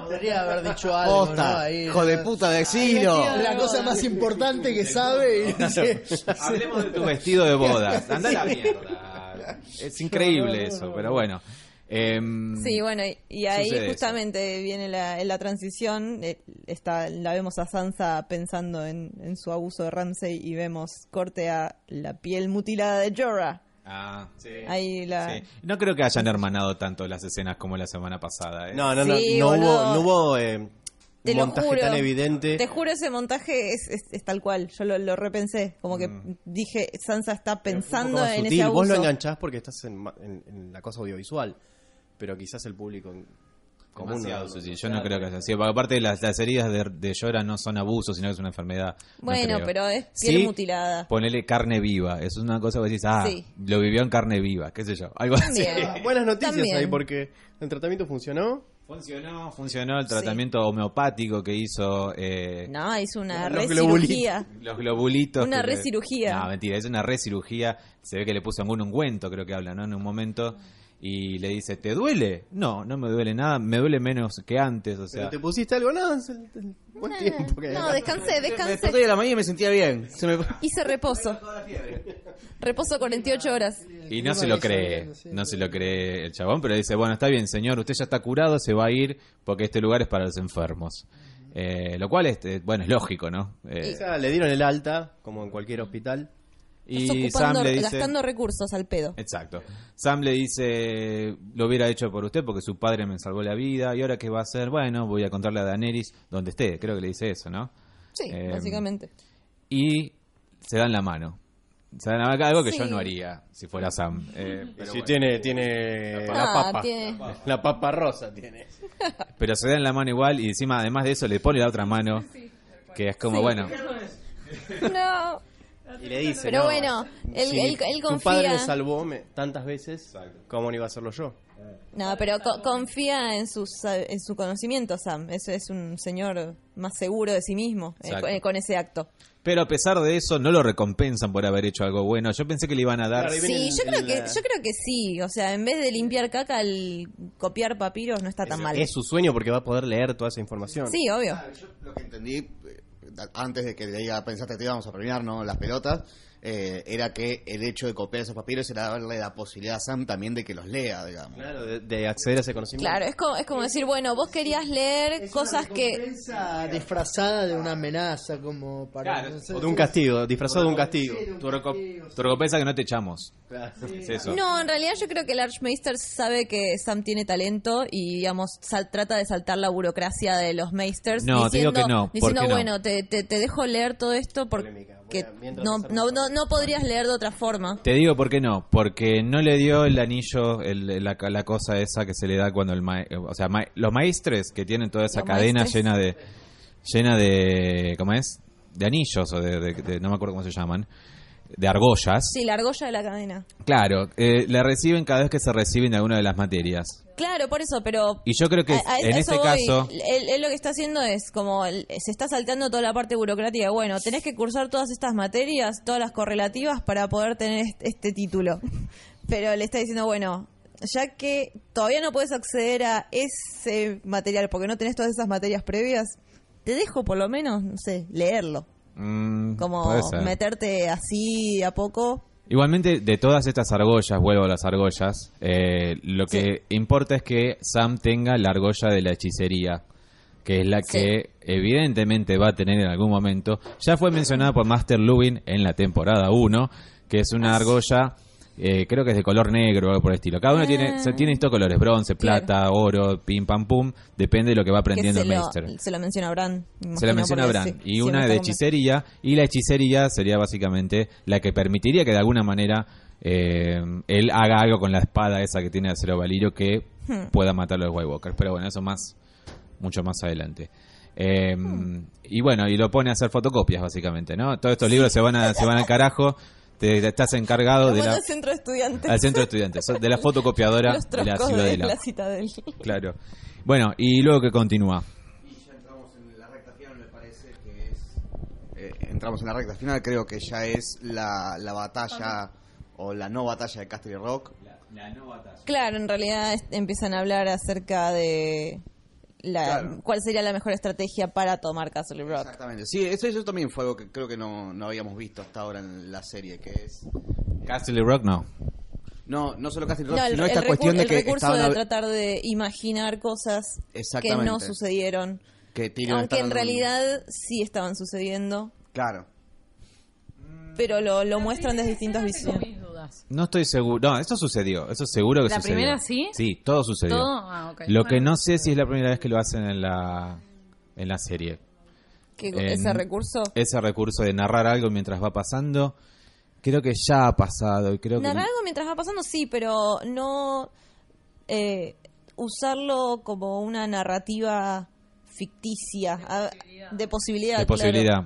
Speaker 7: Podría haber dicho algo, ¿no? Ahí,
Speaker 5: hijo de puta, decilo.
Speaker 7: Es la cosa más importante que sabe. y dice-
Speaker 1: hablemos de tu vestido de bodas. Anda a la mierda. Es increíble eso, pero bueno. Em,
Speaker 3: Sí, bueno, y, y ahí
Speaker 1: Sucede eso.
Speaker 3: justamente viene la, en la transición, eh, está, la vemos a Sansa pensando en, en su abuso de Ramsey y vemos corte a la piel mutilada de Jorah.
Speaker 1: Ah, sí.
Speaker 3: Ahí la...
Speaker 1: Sí. No creo que hayan hermanado tanto las escenas como la semana pasada. ¿eh?
Speaker 2: No, no, no,
Speaker 3: Sí,
Speaker 2: no hubo,
Speaker 3: boludo.
Speaker 2: no hubo eh,
Speaker 3: Te
Speaker 2: un
Speaker 3: lo
Speaker 2: montaje
Speaker 3: juro.
Speaker 2: tan evidente.
Speaker 3: Te juro, ese montaje es, es- es tal cual. Yo lo, lo repensé. Como que dije, Sansa está
Speaker 2: Mm. Pero fue un poco
Speaker 3: pensando
Speaker 2: más
Speaker 3: en
Speaker 2: sutil.
Speaker 3: ese abuso.
Speaker 2: Vos lo enganchás porque estás en, ma- en- en la cosa audiovisual, pero quizás el público en- común.
Speaker 1: Demasiado
Speaker 2: no-
Speaker 1: sutil. Yo no creo que haya sido. Porque Aparte, las, las heridas de, de Llora no son abusos, sino que es una enfermedad. No
Speaker 3: Bueno,
Speaker 1: creo.
Speaker 3: pero es piel
Speaker 1: Sí,
Speaker 3: mutilada.
Speaker 1: Ponele carne viva. Es una cosa que decís, ah,
Speaker 3: Sí.
Speaker 1: lo vivió en carne viva, qué sé yo. Algo así.
Speaker 3: También.
Speaker 2: Ah, Buenas noticias
Speaker 3: También.
Speaker 2: ahí porque el tratamiento funcionó.
Speaker 1: Funcionó, funcionó el tratamiento homeopático que hizo eh,
Speaker 3: No, hizo una
Speaker 2: Los
Speaker 3: recirugía.
Speaker 1: los globulitos.
Speaker 3: Una
Speaker 1: que le-
Speaker 3: recirugía. Mm.
Speaker 1: No, mentira, es una recirugía. Se ve que le puso algún ungüento, creo que habla, ¿no? En un momento. y le dice, ¿te duele? No, no me duele nada, me duele menos que antes, o
Speaker 2: Pero
Speaker 1: sea...
Speaker 2: te pusiste algo, no, es el- el buen tiempo que
Speaker 3: Eh, No, descansé,
Speaker 5: Me desperté
Speaker 3: descansé.
Speaker 5: de la mañana y me sentía bien. Se me...
Speaker 3: Hice reposo. Reposo 48 horas.
Speaker 1: Y no se lo cree, no se lo cree el chabón, pero dice, bueno, está bien, señor, usted ya está curado, se va a ir porque este lugar es para los enfermos. Eh, lo cual, este, bueno, es lógico, ¿no? Eh,
Speaker 2: O sea, le dieron el alta, como en cualquier hospital.
Speaker 3: Estás
Speaker 1: y
Speaker 3: ocupando,
Speaker 1: Sam le dice...
Speaker 3: gastando recursos al pedo.
Speaker 1: Exacto. Sam le dice, lo hubiera hecho por usted porque su padre me salvó la vida y ahora qué va a hacer, bueno, voy a contarle a Daenerys donde esté, creo que le dice eso, ¿no?
Speaker 3: Sí,
Speaker 1: Eh,
Speaker 3: básicamente.
Speaker 1: Y se dan la mano. Se dan la mano, algo que
Speaker 3: Sí.
Speaker 1: yo no haría si fuera Sam. Eh, pero,
Speaker 2: sí,
Speaker 1: bueno.
Speaker 2: tiene, tiene la
Speaker 3: Ah,
Speaker 2: papa.
Speaker 3: tiene-
Speaker 2: La papa rosa tiene.
Speaker 1: Pero se dan la mano igual y encima además de eso le pone la otra mano que es como, bueno,
Speaker 3: No.
Speaker 2: Y le dice.
Speaker 3: Pero
Speaker 2: no,
Speaker 3: bueno, él-
Speaker 2: si
Speaker 3: él- él
Speaker 2: Tu padre
Speaker 3: confía.
Speaker 2: me salvó me- tantas veces, ¿cómo no iba a hacerlo yo?
Speaker 3: No, pero co- confía en, sus, en su conocimiento, Sam. Es, es un señor más seguro de sí mismo eh,
Speaker 1: Exacto.
Speaker 3: con- eh, con ese acto.
Speaker 1: pero a pesar de eso no lo recompensan por haber hecho algo bueno. Yo pensé que le iban a dar...
Speaker 2: Claro, y- viene
Speaker 3: Sí,
Speaker 2: el-
Speaker 3: yo creo,
Speaker 2: el,
Speaker 3: que,
Speaker 2: eh,
Speaker 3: yo creo que sí. O sea, en vez de limpiar caca, el copiar papiros no está tan mal.
Speaker 2: Es su sueño porque va a poder leer toda esa información.
Speaker 3: Sí, obvio.
Speaker 5: Yo lo que entendí, eh, antes de que le diga, pensaste que te íbamos a premiar, ¿no? Las pelotas, eh, era que el hecho de copiar esos papiros era darle la posibilidad a Sam también de que los lea, digamos.
Speaker 2: Claro, de, de acceder a ese conocimiento.
Speaker 3: Claro, es como, es como decir, bueno, vos querías leer cosas que...
Speaker 7: disfrazada de una amenaza, como para.
Speaker 1: Claro,
Speaker 7: no sé,
Speaker 2: O de un castigo, disfrazado de un castigo.
Speaker 1: Tu, reco- tu recompensa que no te echamos. Es eso.
Speaker 3: No, en realidad yo creo que el Archmeister sabe que Sam tiene talento y, digamos, sal- trata de saltar la burocracia de los Meisters.
Speaker 1: No, te digo
Speaker 3: diciendo,
Speaker 1: que no, ¿por
Speaker 3: Diciendo,
Speaker 1: qué no?
Speaker 3: bueno, te, te, te dejo leer todo esto porque
Speaker 2: Polémica. Voy a- mientras
Speaker 3: no,
Speaker 2: hacemos
Speaker 3: no,
Speaker 2: algo.
Speaker 3: no, no podrías leer de otra forma.
Speaker 1: Te digo por qué no, porque no le dio el anillo, el- la, la cosa esa que se le da cuando el ma- o sea, ma- los maestres que tienen toda esa
Speaker 3: Los
Speaker 1: cadena
Speaker 3: maestres.
Speaker 1: llena de llena de ¿cómo es? de anillos o de, de- de- no me acuerdo cómo se llaman, de argollas.
Speaker 3: Sí, la argolla de la cadena.
Speaker 1: Claro, eh, la reciben cada vez que se reciben de alguna de las materias.
Speaker 3: Claro, por eso, pero...
Speaker 1: Y yo creo que
Speaker 3: A- a
Speaker 1: en
Speaker 3: eso
Speaker 1: este
Speaker 3: voy.
Speaker 1: caso
Speaker 3: Él, él lo que está haciendo es como. él- Se está saltando toda la parte burocrática. Bueno, tenés que cursar todas estas materias, todas las correlativas para poder tener est- este título. Pero le está diciendo, bueno, ya que todavía no puedes acceder a ese material porque no tenés todas esas materias previas, te dejo por lo menos, no sé, leerlo.
Speaker 1: mm,
Speaker 3: Como
Speaker 1: puede ser.
Speaker 3: meterte así a poco.
Speaker 1: Igualmente, de todas estas argollas, vuelvo a las argollas, eh, lo que importa es que Sam tenga la argolla de la hechicería, que es la
Speaker 3: Sí.
Speaker 1: que evidentemente va a tener en algún momento. Ya fue mencionada por Master Lubin en la temporada 1, que es
Speaker 3: Ah,
Speaker 1: una argolla, eh, creo que es de color negro o algo por el estilo. Cada uno tiene, se- tiene estos colores, bronce,
Speaker 3: Ah. Claro.
Speaker 1: plata, oro, pim, pam, pum, depende de lo que va
Speaker 3: Que
Speaker 1: aprendiendo
Speaker 3: se,
Speaker 1: el
Speaker 3: lo,
Speaker 1: Meister.
Speaker 3: se lo menciona a Bran.
Speaker 1: Se la
Speaker 3: imagino,
Speaker 1: menciona
Speaker 3: porque
Speaker 1: Bran.
Speaker 3: sí,
Speaker 1: y
Speaker 3: sí, me
Speaker 1: una
Speaker 3: está
Speaker 1: de
Speaker 3: contando.
Speaker 1: hechicería. Y la hechicería sería básicamente la que permitiría que de alguna manera eh, él haga algo con la espada esa que tiene de acero valirio que
Speaker 3: Hmm.
Speaker 1: pueda matar a los White Walkers. Pero bueno, eso más, mucho más adelante. Eh,
Speaker 3: Hmm.
Speaker 1: Y bueno, y lo pone a hacer fotocopias básicamente, ¿no? Todos estos libros se van, a, se van al carajo. Te, te estás encargado de
Speaker 3: Bueno,
Speaker 1: la,
Speaker 3: el centro de estudiantes.
Speaker 1: al centro de estudiantes, de la fotocopiadora
Speaker 3: Los
Speaker 1: de la
Speaker 3: troscos de
Speaker 1: ciudadela.
Speaker 3: la Citadel.
Speaker 1: Claro. Bueno, y luego que continúa.
Speaker 5: Y ya entramos en la recta final, me parece que es. eh, entramos en la recta final, creo que ya es la, la batalla o la no batalla de Castle Rock.
Speaker 3: Claro, en realidad es- empiezan a hablar acerca de la,
Speaker 5: Claro.
Speaker 3: cuál sería la mejor estrategia para tomar Castle Rock.
Speaker 5: Exactamente. Sí, eso, eso también fue algo que creo que no, no habíamos visto hasta ahora en la serie, que es.
Speaker 1: Castle Rock no.
Speaker 5: No, no solo Castle Rock,
Speaker 3: No, el,
Speaker 5: sino
Speaker 3: el
Speaker 5: esta
Speaker 3: recu-
Speaker 5: cuestión de
Speaker 3: el
Speaker 5: que
Speaker 3: recurso
Speaker 5: estaban
Speaker 3: de
Speaker 5: hab-
Speaker 3: tratar de imaginar cosas que
Speaker 5: Exactamente.
Speaker 3: no sucedieron,
Speaker 5: que Tyrion
Speaker 3: aunque
Speaker 5: estaba
Speaker 3: en
Speaker 5: un-
Speaker 3: realidad sí estaban sucediendo,
Speaker 5: Claro.
Speaker 3: pero lo, lo muestran desde
Speaker 4: de
Speaker 3: distintas visiones.
Speaker 4: mis dudas.
Speaker 1: No estoy seguro. No, eso sucedió. Eso seguro que
Speaker 4: ¿La
Speaker 1: sucedió.
Speaker 4: primera sí?
Speaker 1: Sí, todo sucedió.
Speaker 4: ¿Todo? Ah, ok.
Speaker 1: Lo
Speaker 4: Bueno.
Speaker 1: que no sé si es la primera vez que lo hacen en la, en la serie.
Speaker 3: Que
Speaker 1: Eh,
Speaker 3: ese recurso.
Speaker 1: Ese recurso de narrar algo mientras va pasando. Creo que ya ha pasado. y Creo
Speaker 3: Narrar
Speaker 1: que...
Speaker 3: algo mientras va pasando, sí, pero no eh, usarlo como una narrativa ficticia, ah, de posibilidad.
Speaker 1: De
Speaker 3: claro.
Speaker 1: posibilidad.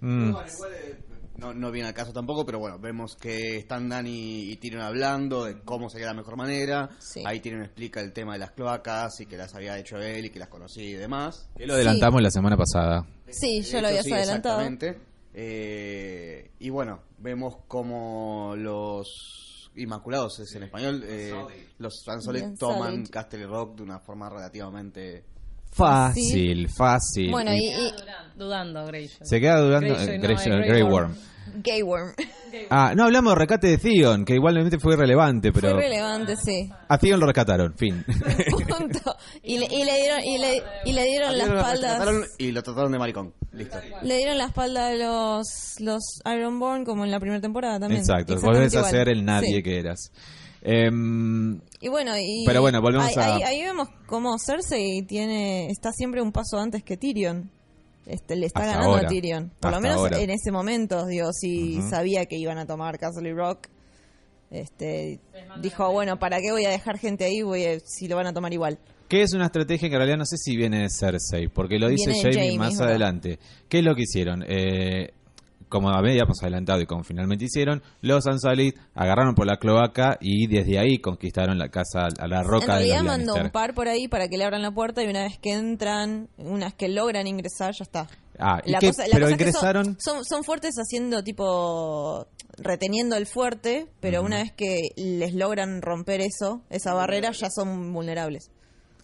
Speaker 1: Mm,
Speaker 5: Bueno, igual, eh, No, no viene al caso tampoco, pero bueno, vemos que están Dani y Tyrion hablando de cómo sería la mejor manera.
Speaker 3: Sí.
Speaker 5: Ahí Tyrion explica el tema de las cloacas y que las había hecho él y que las conocía y demás.
Speaker 1: que lo adelantamos la semana pasada.
Speaker 3: Sí,
Speaker 5: De
Speaker 3: yo lo
Speaker 5: hecho,
Speaker 3: habías
Speaker 5: sí,
Speaker 3: adelantado.
Speaker 5: Exactamente. Eh, y bueno, vemos como los Inmaculados es en español. eh, los
Speaker 3: Bien
Speaker 5: Transolic toman
Speaker 3: Solid.
Speaker 5: Castle Rock de una forma relativamente.
Speaker 1: Fácil, fácil.
Speaker 3: Bueno, y, y
Speaker 4: Dudando, Greyjoy.
Speaker 1: Se queda durando
Speaker 4: Greyjoy,
Speaker 1: eh,
Speaker 4: no,
Speaker 1: Greyjoy,
Speaker 4: eh,
Speaker 1: Grey
Speaker 4: Grey
Speaker 1: Worm.
Speaker 4: Worm.
Speaker 3: Gay Worm.
Speaker 1: Ah, no hablamos de rescate de Theon, que igualmente fue relevante,
Speaker 3: Fue
Speaker 1: pero
Speaker 3: relevante, sí.
Speaker 1: a Theon lo rescataron, fin.
Speaker 3: Punto. Y le, y le dieron, y le, y le dieron la
Speaker 5: Lo rescataron
Speaker 3: espalda.
Speaker 5: Y lo trataron de maricón. Listo.
Speaker 3: Le dieron la espalda a los, los Ironborn como en la primera temporada también.
Speaker 1: Exacto,
Speaker 3: Exactamente
Speaker 1: volvés a
Speaker 3: igual.
Speaker 1: ser el nadie
Speaker 3: Sí.
Speaker 1: que eras. Em,
Speaker 3: Y bueno, y
Speaker 1: Pero bueno, volvemos
Speaker 3: ahí,
Speaker 1: a-
Speaker 3: ahí- ahí vemos cómo Cersei tiene está siempre un paso antes que Tyrion. Este, le está
Speaker 1: Hasta
Speaker 3: ganando
Speaker 1: ahora.
Speaker 3: a Tyrion. Por lo
Speaker 1: Hasta
Speaker 3: menos
Speaker 1: ahora.
Speaker 3: en ese momento, digo, si
Speaker 1: Ujú.
Speaker 3: sabía que iban a tomar Castle Rock, este, dijo, bueno, ¿para qué voy a dejar gente ahí voy a- si lo van a tomar igual?
Speaker 1: Que es una estrategia que en realidad no sé si viene de Cersei, porque lo dice
Speaker 3: Viene de
Speaker 1: Jamie,
Speaker 3: Jaime,
Speaker 1: más
Speaker 3: es verdad.
Speaker 1: adelante. ¿Qué es lo que hicieron? Eh, como habíamos adelantado y como finalmente hicieron, los Ansalid agarraron por la cloaca y desde ahí conquistaron la casa, a la
Speaker 3: en
Speaker 1: roca de
Speaker 3: realidad
Speaker 1: los
Speaker 3: mandó un
Speaker 1: Lannister.
Speaker 3: par por ahí para que le abran la puerta y una vez que entran, unas que logran ingresar, ya está.
Speaker 1: Ah, ¿y
Speaker 3: La
Speaker 1: qué?
Speaker 3: cosa- la
Speaker 1: pero
Speaker 3: cosa es que
Speaker 1: ingresaron...
Speaker 3: son, son, son fuertes haciendo tipo reteniendo el fuerte, pero una vez que les logran romper eso, esa barrera, ya son vulnerables.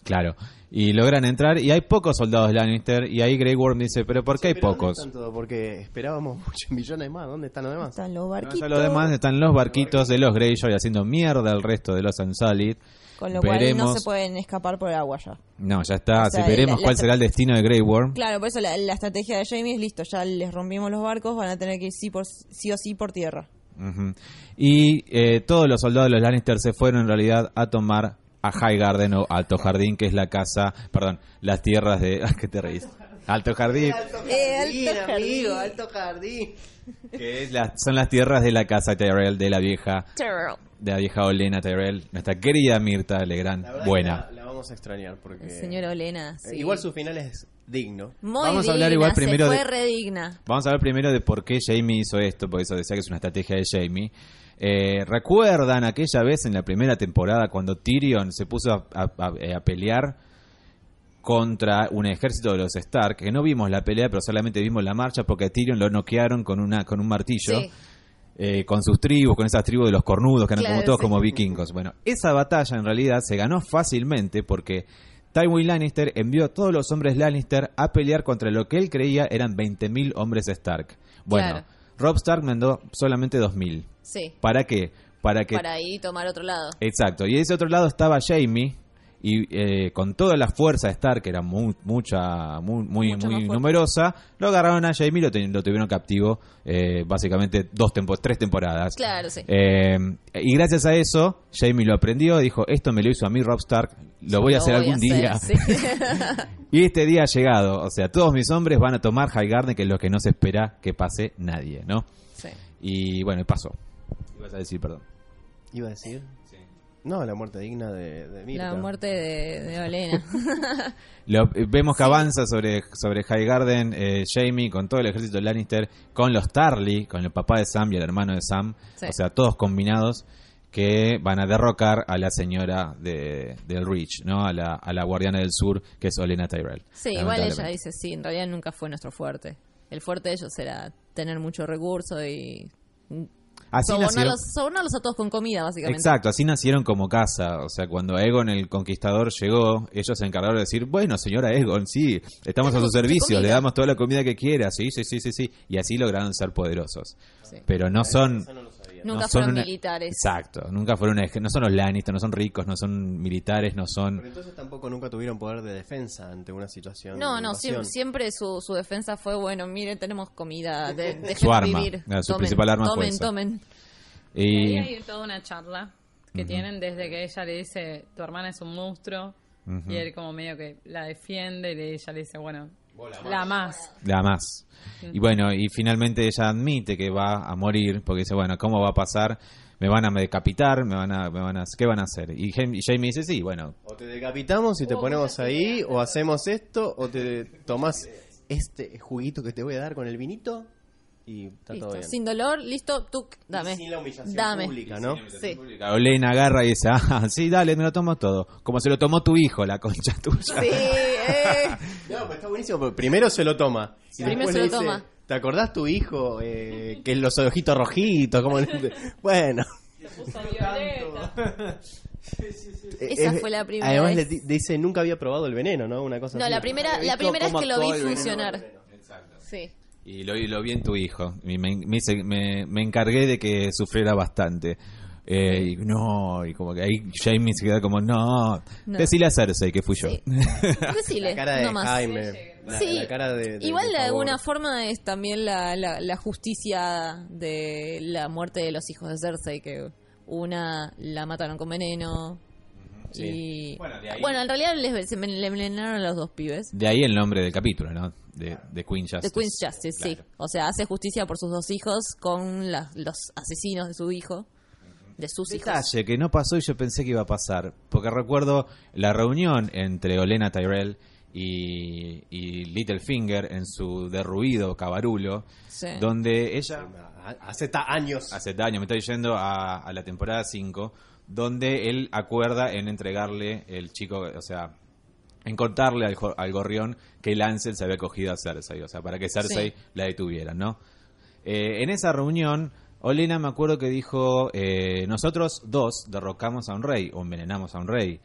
Speaker 1: Claro, y logran entrar y hay pocos soldados Lannister y ahí Grey Worm dice, pero ¿por qué hay
Speaker 2: Pero ¿dónde
Speaker 1: pocos?
Speaker 2: están todos? Porque esperábamos muchos millones más. ¿Dónde están los demás?
Speaker 3: Están los
Speaker 1: No,
Speaker 3: barquitos.
Speaker 1: ya los demás eh, están los barquitos de los Greyjoy haciendo mierda al resto de los Ansalid.
Speaker 3: Con lo cual no se pueden escapar por el agua ya.
Speaker 1: No, ya está.
Speaker 3: O sea,
Speaker 1: si veremos
Speaker 3: la- la-
Speaker 1: cuál será el destino de Grey Worm.
Speaker 3: Claro, por eso la, la estrategia de Jamie es listo, ya les rompimos los barcos, van a tener que ir sí, por, sí o sí por tierra.
Speaker 1: Ujú. Y eh, todos los soldados de los Lannister se fueron en realidad a tomar a High Garden o Alto Jardín, que es la casa, perdón, las tierras de... ¿Qué te reís? Alto Jardín,
Speaker 3: Eh, alto jardín.
Speaker 2: jardín.
Speaker 1: que es la- son las tierras de la casa Tyrell, de la vieja,
Speaker 3: Terrell.
Speaker 1: de la vieja Olena Tyrell, nuestra querida Mirta Legrand,
Speaker 2: La verdad
Speaker 1: buena.
Speaker 2: que La, la vamos a extrañar porque.
Speaker 3: Señora Olena,
Speaker 2: Eh,
Speaker 3: sí.
Speaker 2: Igual su final es digno.
Speaker 3: Muy
Speaker 1: Vamos a hablar
Speaker 3: digna,
Speaker 1: igual
Speaker 3: se
Speaker 1: primero
Speaker 3: fue
Speaker 1: de-
Speaker 3: re digna.
Speaker 1: Vamos a hablar primero de por qué Jamie hizo esto, porque eso decía que es una estrategia de Jamie. Eh, ¿Recuerdan aquella vez en la primera temporada cuando Tyrion se puso a, a- a- eh, a pelear contra un ejército de los Stark? Que no vimos la pelea, pero solamente vimos la marcha porque a Tyrion lo noquearon con, una, con un martillo.
Speaker 3: Sí.
Speaker 1: eh, con sus tribus, con esas tribus de los cornudos, que eran
Speaker 3: Claro,
Speaker 1: como todos
Speaker 3: sí.
Speaker 1: como vikingos. Bueno, esa batalla en realidad se ganó fácilmente porque Tywin Lannister envió a todos los hombres Lannister a pelear contra lo que él creía eran 20.000 hombres Stark. Bueno,
Speaker 4: Claro.
Speaker 1: Rob Stark mandó solamente 2.000.
Speaker 3: Sí.
Speaker 1: ¿Para qué? Eh, Para que
Speaker 3: Para ir tomar otro lado.
Speaker 1: Exacto. Y de ese otro lado estaba Jamie. Y eh, con toda la fuerza de Stark, que era mu- mucha, mu- muy,
Speaker 3: Mucho
Speaker 1: muy,
Speaker 3: más fuerte.
Speaker 1: numerosa, lo agarraron a Jamie y lo, ten- lo tuvieron captivo eh, básicamente dos tempo- tres temporadas.
Speaker 3: Claro, sí.
Speaker 1: Eh, y gracias a eso, Jamie lo aprendió, dijo, esto me lo hizo a mí Rob Stark, lo voy a hacer algún día.
Speaker 3: día.
Speaker 1: Y este día ha llegado, o sea, todos mis hombres van a tomar High Garden, que es lo que no se espera que pase nadie, ¿no?
Speaker 3: Sí.
Speaker 1: Y bueno, y pasó. Ibas a decir, perdón.
Speaker 2: Iba a decir. No, la muerte digna de, de Mirta.
Speaker 3: La muerte de, de Olena.
Speaker 1: Lo- eh, vemos que avanza sobre, sobre Highgarden, eh, Jamie, con todo el ejército de Lannister, con los Tarly, con el papá de Sam y el hermano de Sam,
Speaker 3: Sí.
Speaker 1: o sea, todos combinados, que van a derrocar a la señora de, del Reach, ¿no? a, la, a la guardiana del sur, que es Olena Tyrell.
Speaker 3: Sí, igual ella
Speaker 1: lamentablemente.
Speaker 3: dice, sí, en realidad nunca fue nuestro fuerte. El fuerte de ellos era tener mucho recurso y
Speaker 1: Así nació-
Speaker 3: sobornarlos, sobornarlos a todos con comida, básicamente.
Speaker 1: Exacto, así nacieron como casa. O sea, cuando Egon el Conquistador llegó, ellos se encargaron de decir, bueno, señora Egon, sí, estamos a
Speaker 3: Tenemos
Speaker 1: su
Speaker 3: mucha
Speaker 1: servicio, le
Speaker 3: comida".
Speaker 1: damos toda la comida que quiera, sí, sí, sí, sí, sí. Y así lograron ser poderosos.
Speaker 3: Sí.
Speaker 1: Pero no son... no
Speaker 3: Nunca
Speaker 1: son
Speaker 3: fueron
Speaker 1: una-
Speaker 3: militares.
Speaker 1: Exacto, nunca fueron... una- No son los Lannister, no son ricos, no son militares, no son...
Speaker 2: Pero entonces tampoco nunca tuvieron poder de defensa ante una situación.
Speaker 3: No,
Speaker 2: de
Speaker 3: no,
Speaker 2: invasión.
Speaker 3: siempre, siempre su, su defensa fue, bueno, miren, tenemos comida, de,
Speaker 1: Su
Speaker 3: dejemos
Speaker 1: arma,
Speaker 3: vivir.
Speaker 1: eh, su
Speaker 3: tomen,
Speaker 1: principal arma fue
Speaker 3: tomen,
Speaker 1: esa.
Speaker 3: tomen.
Speaker 1: Y...
Speaker 4: Y ahí hay toda una charla que tienen desde que ella le dice, tu hermana es un monstruo, y él como medio que la defiende y le- ella le dice, bueno, la más.
Speaker 1: La más. Y bueno, y finalmente ella admite que va a morir, porque dice, bueno, ¿cómo va a pasar? Me van a decapitar, me van a, me van a, ¿qué van a hacer? Y Jamie, y Jamie dice, sí, bueno,
Speaker 2: O te decapitamos
Speaker 3: Oh,
Speaker 2: y te ponemos ahí, o hacemos esto, o te tomás este juguito que te voy a dar con el vinito y está todo
Speaker 3: Listo.
Speaker 2: bien.
Speaker 3: Sin dolor, listo, tú, dame.
Speaker 2: Y sin la humillación
Speaker 3: Dame.
Speaker 2: pública, ¿no?
Speaker 3: Sí.
Speaker 1: La Olena agarra y dice, ah, sí, dale, me lo tomo todo. Como se lo tomó tu hijo, la concha tuya.
Speaker 3: Sí, eh.
Speaker 2: No, pero está buenísimo, porque primero se lo toma. Y
Speaker 3: Primero
Speaker 2: después
Speaker 3: se
Speaker 2: le
Speaker 3: lo toma.
Speaker 2: ¿Te acordás tu hijo eh, que los ojitos rojitos? Como... Bueno,
Speaker 4: puso violeta.
Speaker 3: Esa fue la primera
Speaker 2: Además, le
Speaker 3: vez.
Speaker 2: di- dice nunca había probado el veneno, ¿no? Una cosa
Speaker 3: No,
Speaker 2: así.
Speaker 3: la primera,
Speaker 5: Había
Speaker 3: la
Speaker 5: visto
Speaker 3: primera es
Speaker 5: cómo
Speaker 3: que lo vi
Speaker 5: actuaba el veneno.
Speaker 3: funcionar. Sí.
Speaker 1: Y lo, y lo vi en tu hijo. Y me, me, hice- me- me encargué de que sufriera bastante. Eh, y no, y como que ahí Jamie se queda como, no.
Speaker 3: No.
Speaker 1: Decile a Cersei que fui yo.
Speaker 3: Sí.
Speaker 2: La
Speaker 3: Decile,
Speaker 2: cara de
Speaker 3: no más.
Speaker 2: Jaime. La,
Speaker 3: Sí.
Speaker 2: la cara de, de-
Speaker 3: Igual de
Speaker 2: favor.
Speaker 3: alguna forma es también la, la, la justicia de la muerte de los hijos de Cersei, que una la mataron con veneno. Y... Bueno,
Speaker 1: Bueno, de ahí-
Speaker 3: en realidad les, se men- le envenenaron a los dos pibes.
Speaker 1: De ahí el nombre del capítulo, ¿no? De, de Queen Justice.
Speaker 3: The Queen's Justice, sí.
Speaker 1: Claro.
Speaker 3: O sea, hace justicia por sus dos hijos con la- los asesinos de su hijo, de sus hijos.
Speaker 1: Detalle que no pasó y yo pensé que iba a pasar. Porque recuerdo la reunión entre Olena Tyrell y, y Littlefinger en su derruido cabarulo,
Speaker 3: Sí.
Speaker 1: donde ella
Speaker 2: Hace ta- años.
Speaker 1: hace daño, me estoy yendo a, a la temporada 5, donde él acuerda en entregarle el chico, o sea, en contarle al, jo- al gorrión que Lancel se había cogido a Cersei, o sea, para que Cersei
Speaker 3: Sí.
Speaker 1: la detuvieran, ¿no? Eh, en esa reunión, Olena me acuerdo que dijo, eh, nosotros dos derrocamos a un rey o envenenamos a un rey.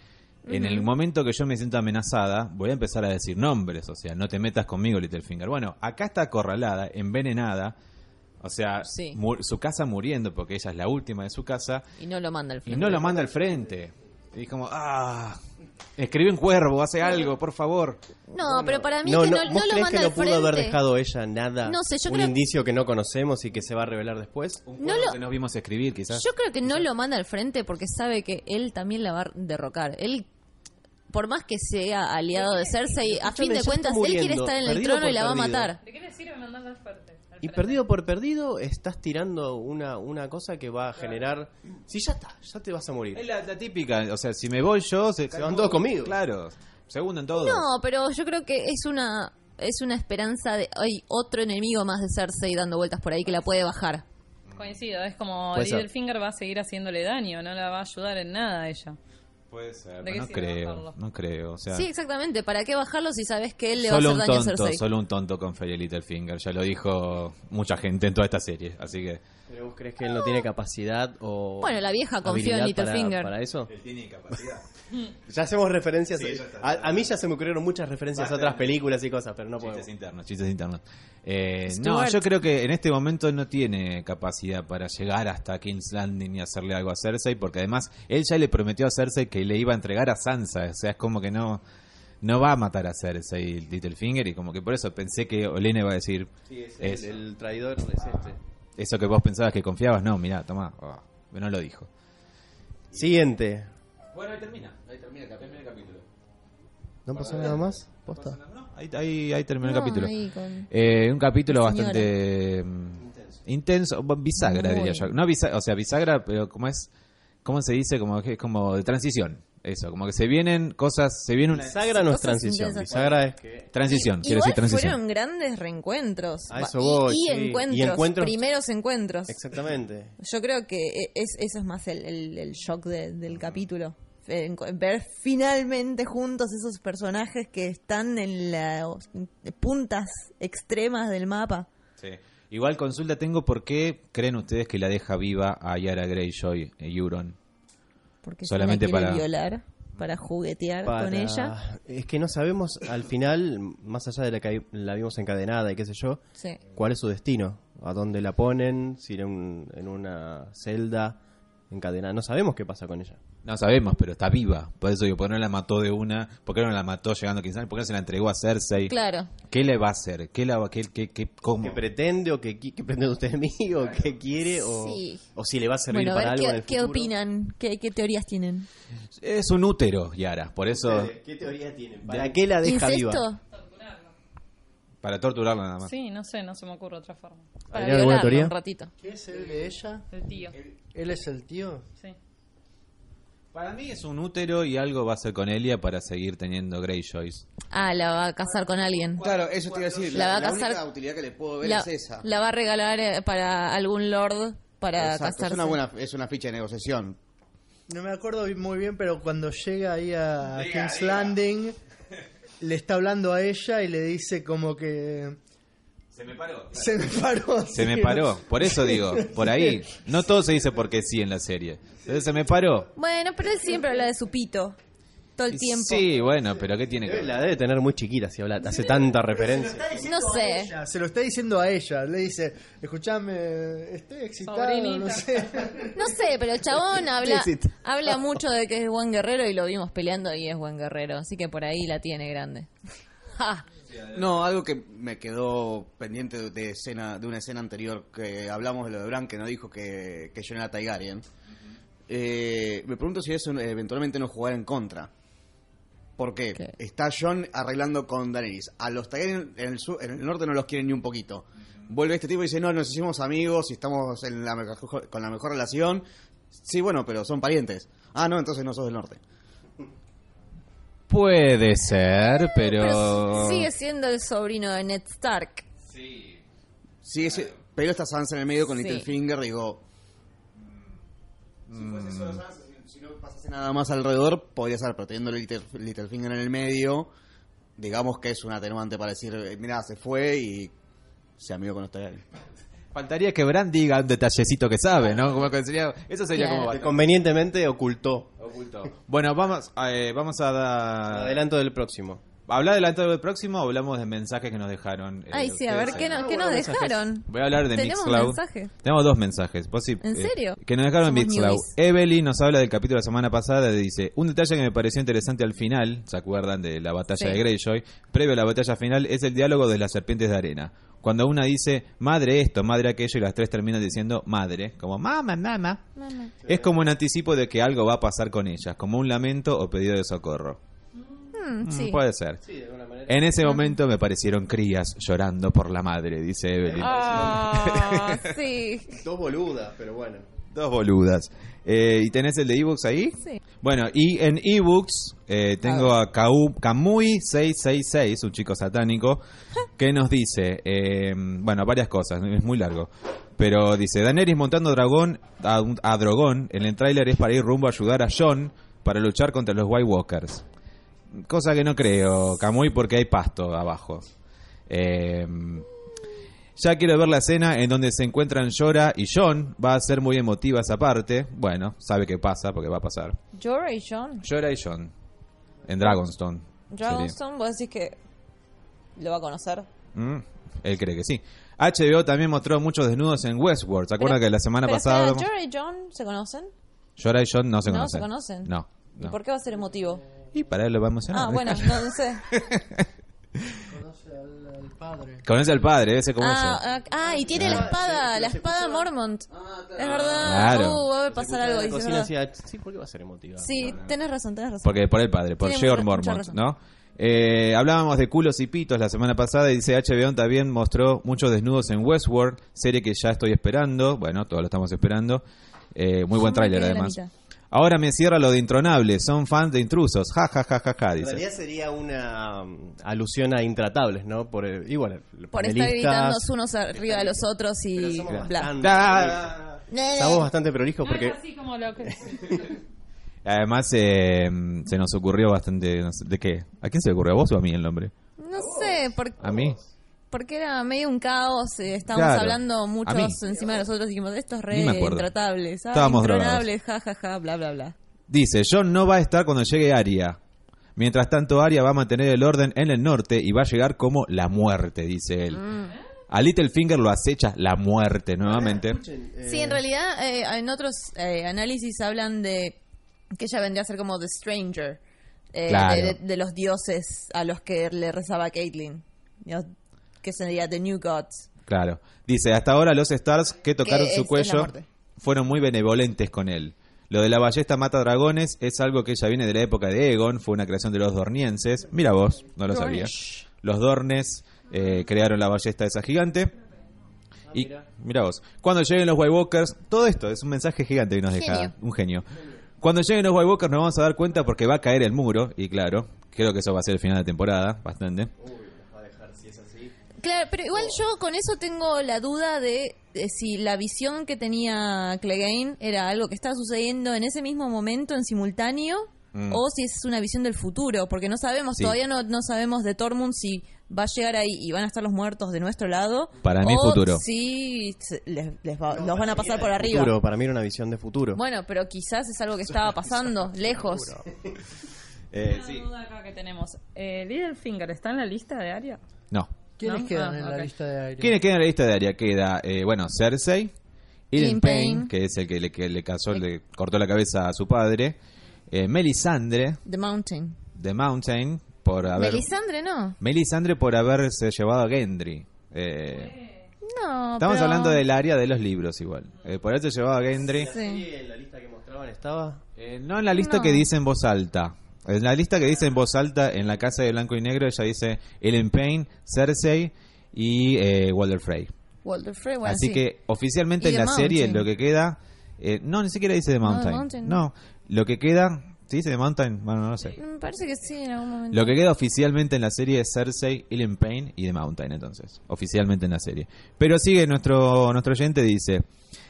Speaker 1: En el momento que yo me siento amenazada, voy a empezar a decir nombres, o sea, no te metas conmigo, Littlefinger. Bueno, acá está acorralada, envenenada, o sea,
Speaker 3: Sí.
Speaker 1: mu- su casa muriendo porque ella es la última de su casa
Speaker 3: Y no lo manda al
Speaker 1: y
Speaker 3: frente.
Speaker 1: no lo manda al frente. Y es como, ah, escribe un cuervo, hace algo, por favor.
Speaker 3: No, pero para mí
Speaker 2: no,
Speaker 3: es que
Speaker 2: no,
Speaker 3: no, no
Speaker 2: ¿Vos
Speaker 3: lo
Speaker 2: crees
Speaker 3: manda al
Speaker 2: que lo pudo
Speaker 3: frente.
Speaker 2: haber dejado ella nada?
Speaker 3: No sé, yo
Speaker 2: un
Speaker 3: creo-
Speaker 2: indicio que no conocemos y que se va a revelar después.
Speaker 1: Un
Speaker 3: No
Speaker 1: cuervo
Speaker 3: lo-
Speaker 1: que nos vimos escribir, quizás.
Speaker 3: Yo creo que no lo manda al frente porque sabe que él también la va a derrocar. Él, por más que sea aliado de Cersei, a fin
Speaker 2: Escúchame,
Speaker 3: de
Speaker 2: ya
Speaker 3: cuentas,
Speaker 2: está
Speaker 3: él quiere
Speaker 2: muriendo,
Speaker 3: estar en el
Speaker 2: perdido
Speaker 3: trono y
Speaker 2: por
Speaker 3: la va a
Speaker 2: perdido.
Speaker 3: matar.
Speaker 4: ¿De qué le sirve mandarlo al fuerte? Al
Speaker 2: Y
Speaker 4: frente?
Speaker 2: perdido por perdido estás tirando una, una cosa que va a generar... Sí, ya está, ya te vas a morir.
Speaker 1: Es la, la típica, o sea, si me voy yo, se,
Speaker 2: Se van todos conmigo.
Speaker 1: Claro, se hunden todos.
Speaker 3: No, pero yo creo que es una es una esperanza de hay otro enemigo más de Cersei dando vueltas por ahí que la puede bajar.
Speaker 4: Coincido, es como
Speaker 2: Puede ser.
Speaker 4: Littlefinger va a seguir haciéndole daño, no la va a ayudar en nada a ella.
Speaker 1: Puede ser,
Speaker 4: ¿De
Speaker 1: pero
Speaker 4: qué
Speaker 1: no
Speaker 4: sirve
Speaker 1: creo,
Speaker 4: bajarlo?
Speaker 1: no creo, o sea.
Speaker 3: Sí, exactamente. ¿Para qué bajarlo si sabes que él le va a
Speaker 1: Solo
Speaker 3: hacer
Speaker 1: un
Speaker 3: daño a
Speaker 1: tonto,
Speaker 3: Cersei?
Speaker 1: solo un tonto con Fairy Littlefinger, ya lo dijo mucha gente en toda esta serie, así que...
Speaker 2: ¿Pero vos crees que él no tiene capacidad o...
Speaker 3: Bueno, la vieja confió en
Speaker 2: habilidad
Speaker 3: Littlefinger.
Speaker 2: Para, para eso.
Speaker 1: tiene capacidad.
Speaker 2: Ya hacemos referencias. a, a mí ya se me ocurrieron muchas referencias a otras películas y cosas, pero no podemos.
Speaker 1: Chistes internos, chistes internos. Eh, no,
Speaker 3: Stuart.
Speaker 1: yo creo que en este momento no tiene capacidad para llegar hasta King's Landing y hacerle algo a Cersei, porque además él ya le prometió a Cersei que le iba a entregar a Sansa, o sea, es como que no no va a matar a Cersei Littlefinger y como que por eso pensé que Olene iba a decir
Speaker 2: El,
Speaker 1: eso.
Speaker 2: el traidor es este.
Speaker 1: eso que vos pensabas que confiabas, no, mirá, tomá, Ah, no lo dijo.
Speaker 2: Siguiente.
Speaker 1: Bueno, ahí termina, ahí termina, el capítulo.
Speaker 2: ¿No pasó nada más? Posta.
Speaker 1: Ahí, ahí, ahí terminó el
Speaker 3: No,
Speaker 1: capítulo.
Speaker 3: ahí con-
Speaker 1: Eh, un capítulo
Speaker 3: La señora.
Speaker 1: bastante mm, intenso, bu- bisagra
Speaker 3: Muy.
Speaker 1: diría yo. No bisa- o sea, bisagra, pero como es, ¿cómo se dice? Como que es como de transición. Eso, como que se vienen cosas, se viene una
Speaker 2: Bisagra no es
Speaker 3: Cosas
Speaker 2: transición.
Speaker 3: intensas.
Speaker 2: Bisagra es que
Speaker 1: transición, quiero
Speaker 3: Igual
Speaker 1: decir transición.
Speaker 3: fueron grandes reencuentros.
Speaker 2: A
Speaker 3: Va-
Speaker 2: eso
Speaker 3: y-
Speaker 2: voy,
Speaker 3: y,
Speaker 2: sí.
Speaker 3: encuentros,
Speaker 2: Y encuentros-
Speaker 3: primeros encuentros.
Speaker 2: Exactamente.
Speaker 3: Yo creo que e- es, eso es más el, el- el shock de- del capítulo. Eh, enco- Ver finalmente juntos esos personajes que están en las puntas extremas del mapa.
Speaker 1: Sí. Igual consulta tengo por qué creen ustedes que la deja viva a Yara Greyjoy y Euron.
Speaker 3: Porque
Speaker 1: Solamente
Speaker 3: Solamente para
Speaker 1: para-
Speaker 3: violar, para juguetear con
Speaker 2: Para-
Speaker 3: ella.
Speaker 2: Es que no sabemos al final, más allá de la que la vimos encadenada y qué sé yo,
Speaker 3: Sí.
Speaker 2: cuál es su destino, a dónde la ponen, si en, un- en una celda encadenada. No sabemos qué pasa con ella.
Speaker 1: No sabemos, pero está viva. Por eso digo, ¿por qué no la mató de una? ¿Por qué no la mató llegando a King's Landing? ¿Por qué no se la entregó a Cersei?
Speaker 3: Claro.
Speaker 1: ¿Qué le va a hacer? ¿Qué la va qué, qué, qué- cómo?
Speaker 2: ¿Qué pretende o qué, qui- qué pretende usted de mí o qué quiere o,
Speaker 3: Sí.
Speaker 2: o si le va a servir
Speaker 3: Bueno,
Speaker 2: para
Speaker 3: a ver
Speaker 2: algo en
Speaker 3: qué,
Speaker 2: el
Speaker 3: qué
Speaker 2: futuro?
Speaker 3: opinan, qué, qué teorías tienen.
Speaker 1: Es un útero, Yara, por eso
Speaker 2: ¿Qué teoría tiene? ¿Para qué la deja
Speaker 3: ¿Incesto?
Speaker 2: viva?
Speaker 1: para torturarla nada más.
Speaker 4: Sí, no sé, no se me ocurre otra forma.
Speaker 3: Para
Speaker 2: ¿Hay alguna
Speaker 3: violarla
Speaker 2: teoría?
Speaker 3: un ratito.
Speaker 7: ¿Qué es él de ella?
Speaker 4: El tío,
Speaker 7: ¿Él es el tío?
Speaker 4: sí.
Speaker 1: Para mí es un útero y algo va a hacer con Elia para seguir teniendo Greyjoys.
Speaker 3: Ah, la va a casar con alguien.
Speaker 5: Claro, eso te iba a decir.
Speaker 3: La va a
Speaker 5: la
Speaker 3: casar-
Speaker 5: única utilidad que le puedo ver
Speaker 3: La,
Speaker 5: es esa.
Speaker 3: la va a regalar eh, para algún lord para
Speaker 5: Exacto,
Speaker 3: casarse.
Speaker 5: Es una, buena, es una ficha de negociación.
Speaker 7: No me acuerdo muy bien, pero cuando llega ahí a King's Landing, le está hablando a ella y le dice como que
Speaker 1: Se me paró.
Speaker 7: Se me paró.
Speaker 1: Se
Speaker 7: sí,
Speaker 1: me
Speaker 7: ¿no?
Speaker 1: paró. Por eso digo, por ahí. No todo se dice porque sí en la serie. Entonces se me paró.
Speaker 3: Bueno, pero él siempre habla de su pito. Todo el tiempo.
Speaker 1: Sí, bueno, pero ¿qué tiene que ver?
Speaker 2: La debe tener muy chiquita si habla, hace tanta referencia.
Speaker 3: No sé.
Speaker 7: Ella, Se lo está diciendo a ella. Le dice, escuchame, estoy excitado, no
Speaker 4: Sobrinita.
Speaker 7: sé.
Speaker 3: No sé, pero el chabón habla,
Speaker 7: Explícito.
Speaker 3: habla mucho de que es buen guerrero y lo vimos peleando y es buen guerrero. Así que por ahí la tiene grande. Ah, Ja.
Speaker 5: No, algo que me quedó pendiente de, de escena, de una escena anterior que hablamos de lo de Bran, que no dijo que, que yo no era Targaryen. Eh, me pregunto si eso eh, eventualmente no jugará en contra. Porque
Speaker 3: ¿Qué?
Speaker 5: está John arreglando con Daenerys. A los Targaryen en el, sur- en el norte no los quieren ni un poquito. Vuelve este tipo y dice, no, nos hicimos amigos y estamos en la mejor- con la mejor relación. Sí, bueno, pero son parientes. Ah, no, entonces no sos del norte.
Speaker 1: Puede ser, pero. Eh,
Speaker 3: Pero sigue siendo el sobrino de Ned Stark.
Speaker 5: Sí, ese- pero está Sansa en el medio con
Speaker 3: Sí.
Speaker 5: Littlefinger, digo. "Mm, Si no pasase nada más alrededor, podría estar protegiendo a Little, Littlefinger en el medio. Digamos que es un atenuante para decir, eh, mirá, se fue y se amigo con los Targaryen.
Speaker 1: Faltaría que Bran diga un detallecito que sabe, ¿no? Como que sería, eso sería
Speaker 3: Claro.
Speaker 2: Que
Speaker 1: como
Speaker 2: convenientemente ocultó.
Speaker 1: oculto. Bueno, vamos, eh, vamos a dar-
Speaker 2: Adelanto del próximo.
Speaker 1: hablar del adelanto del próximo o hablamos de mensajes que nos dejaron. eh,
Speaker 3: Ay, sí, a ver
Speaker 1: ustedes?
Speaker 3: qué, no- qué nos dejaron.
Speaker 1: Voy a hablar de
Speaker 3: Tenemos
Speaker 1: Mixcloud.
Speaker 3: mensajes.
Speaker 1: Tenemos dos mensajes. Vos sí, eh,
Speaker 3: ¿En serio?
Speaker 1: Que nos dejaron en
Speaker 3: Somos
Speaker 1: Mixcloud.
Speaker 3: newbies.
Speaker 1: Evelyn nos habla del capítulo de la semana pasada. y Dice: Un detalle que me pareció interesante al final, ¿se acuerdan de la batalla
Speaker 3: Sí.
Speaker 1: de Greyjoy? Previo a la batalla final, es el diálogo de las serpientes de arena. Cuando una dice madre esto, madre aquello, y las tres terminan diciendo madre, como mamá, mamá. Es como un anticipo de que algo va a pasar con ellas, como un lamento o pedido de socorro.
Speaker 3: Mm,
Speaker 1: Mm,
Speaker 3: sí.
Speaker 1: Puede ser.
Speaker 2: Sí, de alguna manera.
Speaker 1: En ese momento me parecieron crías llorando por la madre, dice Evelyn.
Speaker 3: Ah, sí.
Speaker 2: Dos boludas, pero bueno.
Speaker 1: Dos boludas. Eh, ¿Y tenés el de ebooks ahí?
Speaker 3: Sí.
Speaker 1: Bueno, y en ebooks eh, tengo a Kau- Kamui666, un chico satánico, que nos dice, eh, bueno, varias cosas, es muy largo. Pero dice, Daenerys montando dragón a, un- a Drogón en el tráiler es para ir rumbo a ayudar a John para luchar contra los White Walkers. Cosa que no creo, Kamui, porque hay pasto abajo. Eh, ya quiero ver la escena en donde se encuentran Llora y John. Va a ser muy emotiva esa parte. Bueno, sabe que pasa porque va a pasar.
Speaker 3: Jorah y John.
Speaker 1: Llora y John. En Dragonstone. sería.
Speaker 3: Dragonstone, vos decís que lo va a conocer.
Speaker 1: Mm, él cree que sí. HBO también mostró muchos desnudos en Westworld. ¿Se acuerdan que la semana
Speaker 3: Pero
Speaker 1: pasada...
Speaker 3: espera, ¿Jorah y John se conocen?
Speaker 1: Llora y John no se
Speaker 3: No,
Speaker 1: conocen.
Speaker 3: se conocen.
Speaker 1: No.
Speaker 3: ¿Y
Speaker 1: no.
Speaker 3: por qué va a ser emotivo?
Speaker 1: Y para él lo va a emocionar.
Speaker 3: Ah, bueno, no sé.
Speaker 7: Conoce al, al padre.
Speaker 1: Conoce al padre, ese cómo
Speaker 3: Ah,
Speaker 1: es.
Speaker 3: ah, ah, y tiene la espada, la espada Mormont. Es verdad.
Speaker 1: Claro.
Speaker 3: Uh, va a pasar algo.
Speaker 2: Ah. La
Speaker 3: dice,
Speaker 2: cocina
Speaker 3: ¿verdad?
Speaker 2: decía, sí, ¿por qué va a ser emotiva?
Speaker 3: Sí, tenés razón, tenés razón.
Speaker 1: Porque por el padre, por
Speaker 3: Tiene
Speaker 1: George
Speaker 3: mucha- mucha
Speaker 1: Mormont,
Speaker 3: razón.
Speaker 1: ¿no? Eh, hablábamos de culos y pitos la semana pasada y dice HBO también mostró muchos desnudos en Westworld, serie que ya estoy esperando, bueno, todos lo estamos esperando, Eh, muy buen
Speaker 3: me
Speaker 1: tráiler
Speaker 3: quedé a la
Speaker 1: además.
Speaker 3: mitad.
Speaker 1: Ahora me cierra lo de intronables, son fans de intrusos, ja ja ja ja ja,
Speaker 2: En
Speaker 1: dice.
Speaker 2: realidad sería una um, alusión a intratables, ¿no? Por el, igual, los
Speaker 3: Por estar
Speaker 2: panelistas,
Speaker 3: gritando unos arriba de los otros y
Speaker 2: somos
Speaker 3: bla.
Speaker 2: bastante-
Speaker 1: Ah,
Speaker 2: Estamos bastante prolijos
Speaker 4: No
Speaker 2: porque
Speaker 4: es así como lo que...
Speaker 1: Además eh, se nos ocurrió bastante, no sé, ¿de qué? ¿A quién se le ocurrió? ¿A vos o a mí el nombre?
Speaker 3: No sé, por-
Speaker 1: ¿A mí?
Speaker 3: porque era medio un caos. eh, estábamos
Speaker 1: Claro.
Speaker 3: hablando
Speaker 1: A mí.
Speaker 3: muchos encima de nosotros. Dijimos, estos re
Speaker 1: Ni me acuerdo.
Speaker 3: intratables. ah,
Speaker 1: Estábamos
Speaker 3: intronables, ja, ja, ja, bla, bla, bla.
Speaker 1: Dice, John no va a estar cuando llegue Aria. Mientras tanto, Aria va a mantener el orden en el norte y va a llegar como la muerte, dice él.
Speaker 3: Mm.
Speaker 1: A Littlefinger lo acecha la muerte nuevamente.
Speaker 3: Sí, en realidad eh, en otros eh, análisis hablan de que ella vendría a ser como The Stranger, eh,
Speaker 1: Claro.
Speaker 3: de, de los dioses a los que le rezaba Caitlyn, Los- que sería The New Gods.
Speaker 1: Claro. Dice, hasta ahora los Stars que tocaron
Speaker 3: Que Eh, es-
Speaker 1: su
Speaker 3: es la
Speaker 1: cuello
Speaker 3: muerte.
Speaker 1: fueron muy benevolentes con él. Lo de la ballesta mata dragones es algo que ya viene de la época de Egon, fue una creación de los dornienses. Mira vos, no lo sabía. Los dornes eh, crearon la ballesta esa gigante. Y mira vos, cuando lleguen los White Walkers, todo esto es un mensaje gigante que nos deja
Speaker 3: Genio.
Speaker 1: un genio. Cuando lleguen los White Walkers nos vamos a dar cuenta porque va a caer el muro y claro, creo que eso va a ser el final de temporada, bastante.
Speaker 3: Claro, pero igual
Speaker 1: Oh.
Speaker 3: yo con eso tengo la duda de, de si la visión que tenía Clegane era algo que estaba sucediendo en ese mismo momento, en simultáneo,
Speaker 1: Mm.
Speaker 3: o si es una visión del futuro, porque no sabemos,
Speaker 1: Sí.
Speaker 3: todavía no, no sabemos de Tormund si va a llegar ahí y van a estar los muertos de nuestro lado.
Speaker 1: Para mí,
Speaker 3: o
Speaker 1: futuro.
Speaker 3: Si se- les, les va-
Speaker 6: No,
Speaker 3: los van
Speaker 6: para
Speaker 3: a
Speaker 6: mí
Speaker 3: pasar
Speaker 6: era
Speaker 3: por
Speaker 6: el
Speaker 3: arriba.
Speaker 2: Futuro, para mí era una visión de futuro.
Speaker 3: Bueno, pero quizás es algo que estaba pasando lejos.
Speaker 1: Eh,
Speaker 4: Una duda acá que tenemos. Eh, Littlefinger, ¿está en la lista de Aria?
Speaker 1: no.
Speaker 7: ¿Quiénes
Speaker 4: ¿No?
Speaker 7: quedan
Speaker 4: Ah,
Speaker 7: en la
Speaker 4: ok.
Speaker 7: lista de aire?
Speaker 1: ¿Quiénes quedan en la lista de área? Queda, eh, bueno, Cersei, Eden
Speaker 3: Eden
Speaker 1: Payne,
Speaker 3: Payne.
Speaker 1: que es el que le, que le casó, le cortó la cabeza a su padre, eh, Melisandre,
Speaker 3: The Mountain.
Speaker 1: The Mountain, por haber...
Speaker 3: Melisandre no.
Speaker 1: Melisandre por haberse llevado a Gendry. Eh,
Speaker 3: No,
Speaker 1: estamos
Speaker 3: pero-
Speaker 1: hablando del área de los libros igual. Eh, por haberse llevado a Gendry.
Speaker 3: Sí.
Speaker 2: en la lista que mostraban estaba?
Speaker 1: Eh, no en la lista
Speaker 3: No.
Speaker 1: que dice en voz alta. En la lista que dice en voz alta, en la casa de blanco y negro, ella dice Ellen Payne, Cersei y eh, Walder Frey.
Speaker 3: Walter Frey, bueno,
Speaker 1: Así
Speaker 3: sí.
Speaker 1: que oficialmente
Speaker 3: Y
Speaker 1: en
Speaker 3: The
Speaker 1: la serie
Speaker 3: Mountain.
Speaker 1: lo que queda... eh, no, ni siquiera dice The
Speaker 3: No, The
Speaker 1: Mountain. No,
Speaker 3: Mountain,
Speaker 1: no, lo que queda... ¿Sí dice The Mountain? Bueno, no sé.
Speaker 3: Me parece que sí, en algún momento.
Speaker 1: Lo que queda oficialmente en la serie es Cersei, Ellen Payne y The Mountain, entonces. Oficialmente en la serie. Pero sigue nuestro, nuestro oyente, dice...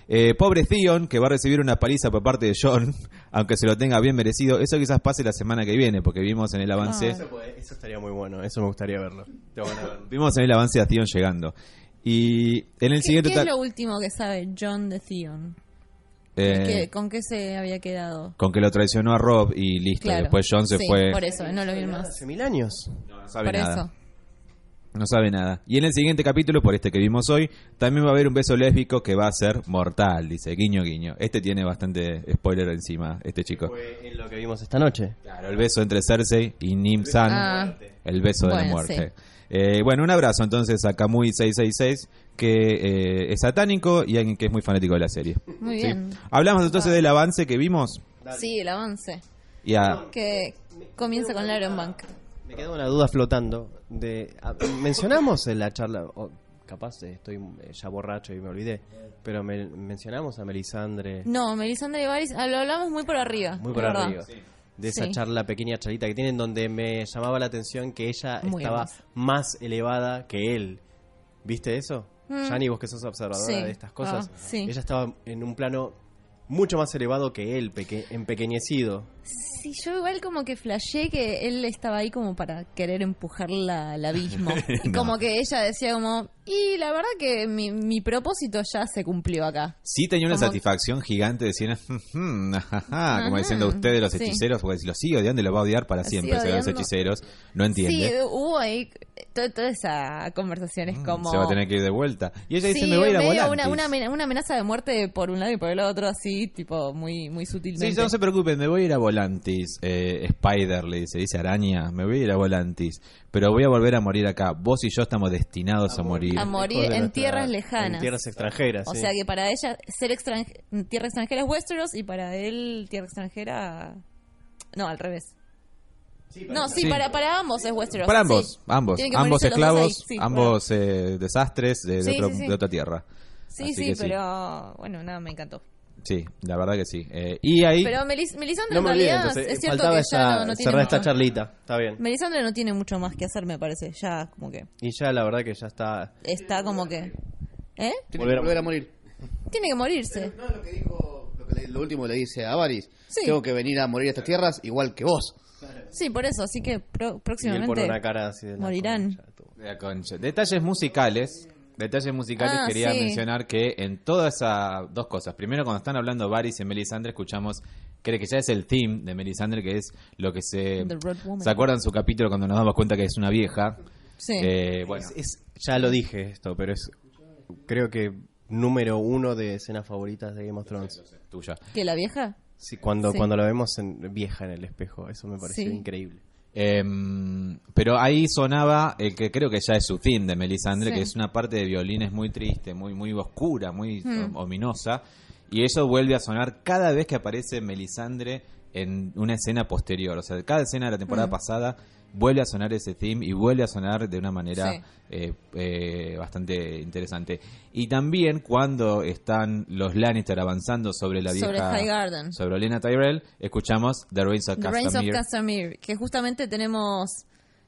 Speaker 1: eh, pobre Theon, que va a recibir una paliza por parte de John, aunque se lo tenga bien merecido. Eso quizás pase la semana que viene, porque vimos en el avance...
Speaker 2: Eso, puede- eso estaría muy bueno, eso me gustaría verlo. Te van a ver.
Speaker 1: Vimos en el avance a Theon llegando. Y en el
Speaker 3: ¿Qué,
Speaker 1: siguiente...
Speaker 3: qué es
Speaker 1: ta-
Speaker 3: lo último que sabe John de Theon?
Speaker 1: eh,
Speaker 3: ¿Qué- ¿Con qué se había quedado?
Speaker 1: con que lo traicionó a Rob y listo.
Speaker 3: Claro.
Speaker 1: Después John se
Speaker 3: Sí,
Speaker 1: fue.
Speaker 3: Por eso, no lo vi más.
Speaker 2: Hace mil años.
Speaker 1: No sabe
Speaker 3: Por
Speaker 1: nada.
Speaker 3: eso.
Speaker 1: No sabe nada. Y en el siguiente capítulo, por este que vimos hoy, también va a haber un beso lésbico que va a ser mortal, dice guiño guiño. Este tiene bastante spoiler encima, este chico.
Speaker 2: Fue en lo que vimos esta noche.
Speaker 1: Claro, el beso entre Cersei y Nim San,
Speaker 3: Ah.
Speaker 1: el beso de la
Speaker 3: Bueno,
Speaker 1: muerte. Eh, bueno, un abrazo entonces a Kamui666, que eh, es satánico y alguien que es muy fanático de la serie.
Speaker 3: Muy
Speaker 1: ¿Sí?
Speaker 3: bien.
Speaker 1: Hablamos entonces del avance que vimos
Speaker 3: Sí, el avance.
Speaker 1: y a...
Speaker 3: Que comienza con la Iron Bank.
Speaker 2: Me queda una duda flotando. De, a- mencionamos en la charla, o capaz eh, estoy eh, ya borracho y me olvidé, pero me- mencionamos a Melisandre
Speaker 3: No, Melisandre y Varys, ah, lo hablamos muy por arriba.
Speaker 2: muy
Speaker 3: es
Speaker 2: por
Speaker 3: verdad.
Speaker 2: arriba. De esa
Speaker 3: Sí.
Speaker 2: charla, pequeña charlita que tienen, donde me llamaba la atención que ella
Speaker 3: Muy
Speaker 2: estaba
Speaker 3: hermosa.
Speaker 2: más elevada que él. ¿Viste eso?
Speaker 3: Mm.
Speaker 2: Yani, vos que sos observadora
Speaker 3: Sí.
Speaker 2: de estas cosas.
Speaker 3: Ah, sí.
Speaker 2: Ella estaba en un plano mucho más elevado que él, peque- empequeñecido.
Speaker 3: Sí, yo igual como que flashé que él estaba ahí como para querer empujarla al abismo. Y
Speaker 1: No.
Speaker 3: como que ella decía como, y la verdad que mi, mi propósito ya se cumplió acá.
Speaker 1: Sí tenía una
Speaker 3: Como-
Speaker 1: satisfacción gigante de decir, "Ujú, ajaja", como
Speaker 3: Ajá,
Speaker 1: diciendo usted de los
Speaker 3: sí.
Speaker 1: hechiceros, porque si lo sigue odiando y lo va a odiar para
Speaker 3: Lo
Speaker 1: siempre,
Speaker 3: sigue
Speaker 1: será los
Speaker 3: odiando.
Speaker 1: hechiceros, no entiende. Mm,
Speaker 3: Sí, hubo ahí eh, to- toda esa conversación es como...
Speaker 1: Se va a tener que ir de vuelta. Y ella dice,
Speaker 3: Sí,
Speaker 1: me voy a ir a
Speaker 3: medio
Speaker 1: Volantis.
Speaker 3: una, una amenaza- una amenaza de muerte por un lado y por el otro, así, tipo, muy, muy
Speaker 1: Sí,
Speaker 3: sutilmente.
Speaker 1: no se preocupen, me voy a ir a Volantis. Eh, Spider le dice, dice araña, me voy a ir a Volantis. Pero voy a volver a morir acá. Vos y yo estamos destinados a, morir.
Speaker 3: A morir
Speaker 2: Lejos de
Speaker 3: en
Speaker 2: nuestra-
Speaker 3: tierras lejanas.
Speaker 2: En tierras extranjeras.
Speaker 3: O
Speaker 2: sí.
Speaker 3: sea que para ella ser extranje- tierra extranjera es Westeros y para él tierra extranjera... No, al revés. no, sí,
Speaker 1: Sí.
Speaker 3: Para, para ambos es Westeros.
Speaker 1: Para
Speaker 3: sí.
Speaker 1: ambos, ambos,
Speaker 3: Tienen que
Speaker 1: ambos
Speaker 3: morirse los dos
Speaker 1: esclavos,
Speaker 3: ahí, sí,
Speaker 1: ambos eh, desastres de, de
Speaker 3: Sí,
Speaker 1: otro-
Speaker 3: sí, sí.
Speaker 1: de otra tierra.
Speaker 3: bueno. Sí,
Speaker 1: Así
Speaker 3: sí,
Speaker 1: que
Speaker 3: pero bueno, nada, me encantó.
Speaker 1: Sí, la verdad que sí. Eh, y ahí...
Speaker 3: Pero Melis- Melisandre
Speaker 2: No
Speaker 3: en
Speaker 2: me olvidé,
Speaker 3: realidad
Speaker 2: entonces.
Speaker 3: es cierto
Speaker 2: faltaba
Speaker 3: que
Speaker 2: esa,
Speaker 3: ya no, no tiene...
Speaker 2: cerrar esta
Speaker 3: mucho-
Speaker 2: charlita. Está bien.
Speaker 3: Melisandre no tiene mucho más que hacer, me parece. Ya como que
Speaker 2: Y ya la verdad que ya está.
Speaker 3: está como que... ¿Eh?
Speaker 5: Tiene
Speaker 2: Volver
Speaker 5: que
Speaker 2: a-
Speaker 5: volver a morir.
Speaker 3: Tiene que morirse.
Speaker 5: No, lo que dijo, lo, que le- lo último le dice a Varys.
Speaker 3: Sí.
Speaker 5: Tengo que venir a morir a estas tierras igual que vos.
Speaker 3: Sí, por eso, así que pro-
Speaker 2: Y él pone
Speaker 3: próximamente
Speaker 2: una cara así de. la
Speaker 3: morirán.
Speaker 2: concha de tu-
Speaker 1: De la concha. Detalles musicales. Detalles musicales
Speaker 3: Ah,
Speaker 1: quería
Speaker 3: sí.
Speaker 1: mencionar que en todas esas dos cosas. Primero, cuando están hablando Varys y Melisandre, escuchamos, creo que ya es el theme de Melisandre, que es lo que se...
Speaker 3: The Red Woman.
Speaker 1: ¿Se acuerdan su capítulo cuando nos damos cuenta que es una vieja?
Speaker 3: Sí.
Speaker 1: Eh, bueno,
Speaker 2: Es- ya lo dije esto, pero es. Creo que número uno de escenas favoritas de Game of Thrones.
Speaker 1: tuya.
Speaker 3: ¿Que la vieja?
Speaker 2: Sí, cuando,
Speaker 3: Sí.
Speaker 2: cuando la vemos en, vieja en el espejo, eso me pareció
Speaker 3: Sí.
Speaker 2: increíble.
Speaker 1: Em, pero ahí sonaba el que creo que ya es su fin de Melisandre,
Speaker 3: Sí.
Speaker 1: que es una parte de violines muy triste, muy, muy oscura, muy
Speaker 3: Hmm.
Speaker 1: o- ominosa. Y eso vuelve a sonar cada vez que aparece Melisandre en una escena posterior. O sea, cada escena de la
Speaker 3: Hmm.
Speaker 1: temporada pasada vuelve a sonar ese theme y vuelve a sonar de una manera
Speaker 3: Sí.
Speaker 1: eh, eh, bastante interesante. Y también cuando están los Lannister avanzando sobre la
Speaker 3: Sobre
Speaker 1: vieja...
Speaker 3: Highgarden.
Speaker 1: Sobre Olenna Tyrell, escuchamos The Reigns of
Speaker 3: The Reigns of
Speaker 1: Castamere.
Speaker 3: Castamere, que justamente tenemos,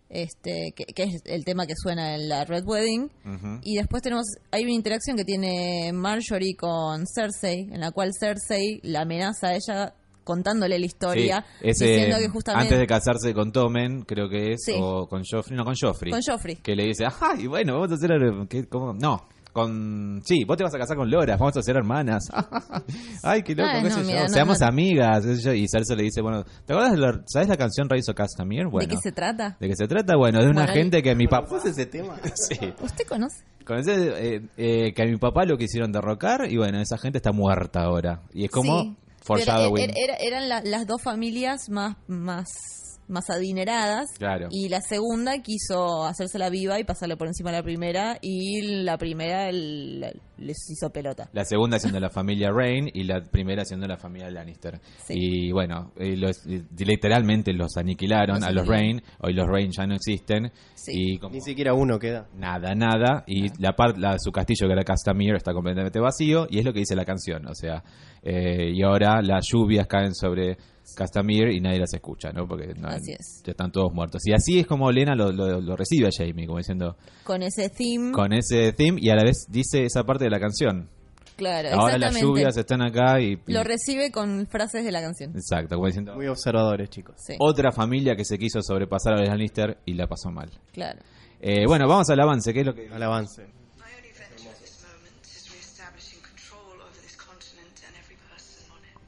Speaker 3: este, que, que es el tema que suena en la Red Wedding,
Speaker 1: Ujú.
Speaker 3: y después tenemos, hay una interacción que tiene Marjorie con Cersei, en la cual Cersei la amenaza a ella contándole la historia,
Speaker 1: Sí, ese,
Speaker 3: diciendo que justamente...
Speaker 1: Antes de casarse con Tomen, creo que es,
Speaker 3: Sí.
Speaker 1: o con Joffrey, no, con Joffrey.
Speaker 3: Con Joffrey.
Speaker 1: Que le dice, ajá, y bueno, vamos a hacer... her- ¿qué? ¿Cómo? No, con... Sí, vos te vas a casar con Loras, vamos a ser hermanas. Ay, qué loco,
Speaker 3: Ay,
Speaker 1: qué
Speaker 3: no,
Speaker 1: sé yo.
Speaker 3: mira, no,
Speaker 1: Seamos
Speaker 3: no.
Speaker 1: amigas. qué sé yo. Y Cersei le dice, bueno, ¿te acuerdas de la, ¿sabes la canción Rise of Castamere? Bueno.
Speaker 3: ¿De qué se trata?
Speaker 1: ¿De qué se trata? Bueno, de una
Speaker 3: Bueno,
Speaker 1: gente que mi papá...
Speaker 2: ¿Conoces ese tema?
Speaker 1: Sí.
Speaker 3: ¿Usted conoce?
Speaker 1: ¿Conocés, eh, eh, que a mi papá lo quisieron derrocar y bueno, esa gente está muerta ahora. Y es como
Speaker 3: Sí.
Speaker 1: foreshadowing.
Speaker 3: Pero e, era- era- eran la- las dos familias más, más, más adineradas.
Speaker 1: Claro.
Speaker 3: Y la segunda quiso hacerse la viva y pasarle por encima a la primera. Y la primera el- les hizo pelota.
Speaker 1: La segunda siendo la familia Rain y la primera siendo la familia Lannister.
Speaker 3: Sí.
Speaker 1: Y bueno, eh, los- eh, literalmente los aniquilaron
Speaker 3: Los
Speaker 1: a los Rain.
Speaker 3: aniquilaron.
Speaker 1: Hoy los Rain ya no existen.
Speaker 3: Sí.
Speaker 1: Y como
Speaker 2: Ni siquiera uno queda.
Speaker 1: nada, nada. Y la par- la, su castillo, que era Castamere, está completamente vacío. Y es lo que dice la canción. O sea, eh, y ahora las lluvias caen sobre Castamere y nadie las escucha, ¿no? Porque no-
Speaker 3: Así es.
Speaker 1: ya están todos muertos. Y así es como Lena lo, lo- lo recibe a Jamie, como diciendo,
Speaker 3: Con ese theme.
Speaker 1: con ese theme. Y a la vez dice esa parte de la canción.
Speaker 3: claro,
Speaker 1: Ahora las
Speaker 3: exactamente.
Speaker 1: lluvias están acá y... y-
Speaker 3: Lo recibe con frases de la canción.
Speaker 1: Exacto, como diciendo...
Speaker 2: Muy observadores, chicos.
Speaker 3: Sí,
Speaker 1: Otra familia que se quiso sobrepasar a los Lannister y la pasó mal.
Speaker 3: claro.
Speaker 1: Eh, bueno, vamos al avance, que es lo que...
Speaker 2: Al avance.
Speaker 8: My only venture at this moment is re-establishing control over this continent and every person on it.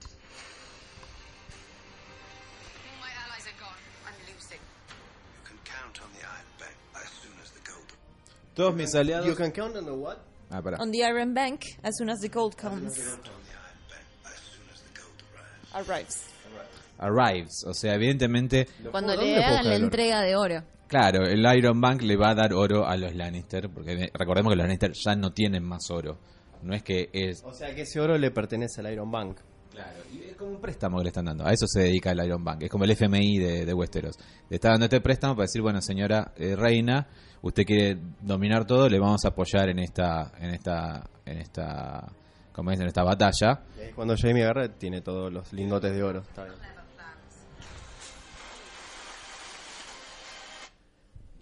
Speaker 9: All my allies are gone. I'm losing.
Speaker 10: You can count on the Iron Bank as soon as the gold.
Speaker 1: Todos mis
Speaker 2: You
Speaker 1: aliados...
Speaker 2: can count on the what?
Speaker 1: Ah, pará.
Speaker 3: On the Iron Bank, as soon as the gold comes,
Speaker 10: Count on the Iron Bank as soon as the gold arrives.
Speaker 3: arrives.
Speaker 1: Arrives, o sea, evidentemente...
Speaker 3: Cuando
Speaker 1: ¿Dónde
Speaker 3: le
Speaker 1: puedo
Speaker 3: hagan
Speaker 1: buscar
Speaker 3: la
Speaker 1: el oro?
Speaker 3: entrega de oro.
Speaker 1: Claro, el Iron Bank le va a dar oro a los Lannister, porque eh, recordemos que los Lannister ya no tienen más oro. No es que es...
Speaker 2: O sea que ese oro le pertenece al Iron Bank.
Speaker 1: Claro, y es como un préstamo que le están dando. A eso se dedica el Iron Bank. Es como el FMI de, de Westeros. Le está dando este préstamo para decir, bueno, señora eh, reina, usted quiere dominar todo, le vamos a apoyar en esta, en esta, en esta, como dicen, en esta batalla.
Speaker 2: Y ahí cuando Jamie agarra, tiene todos los lingotes de oro. Está bien.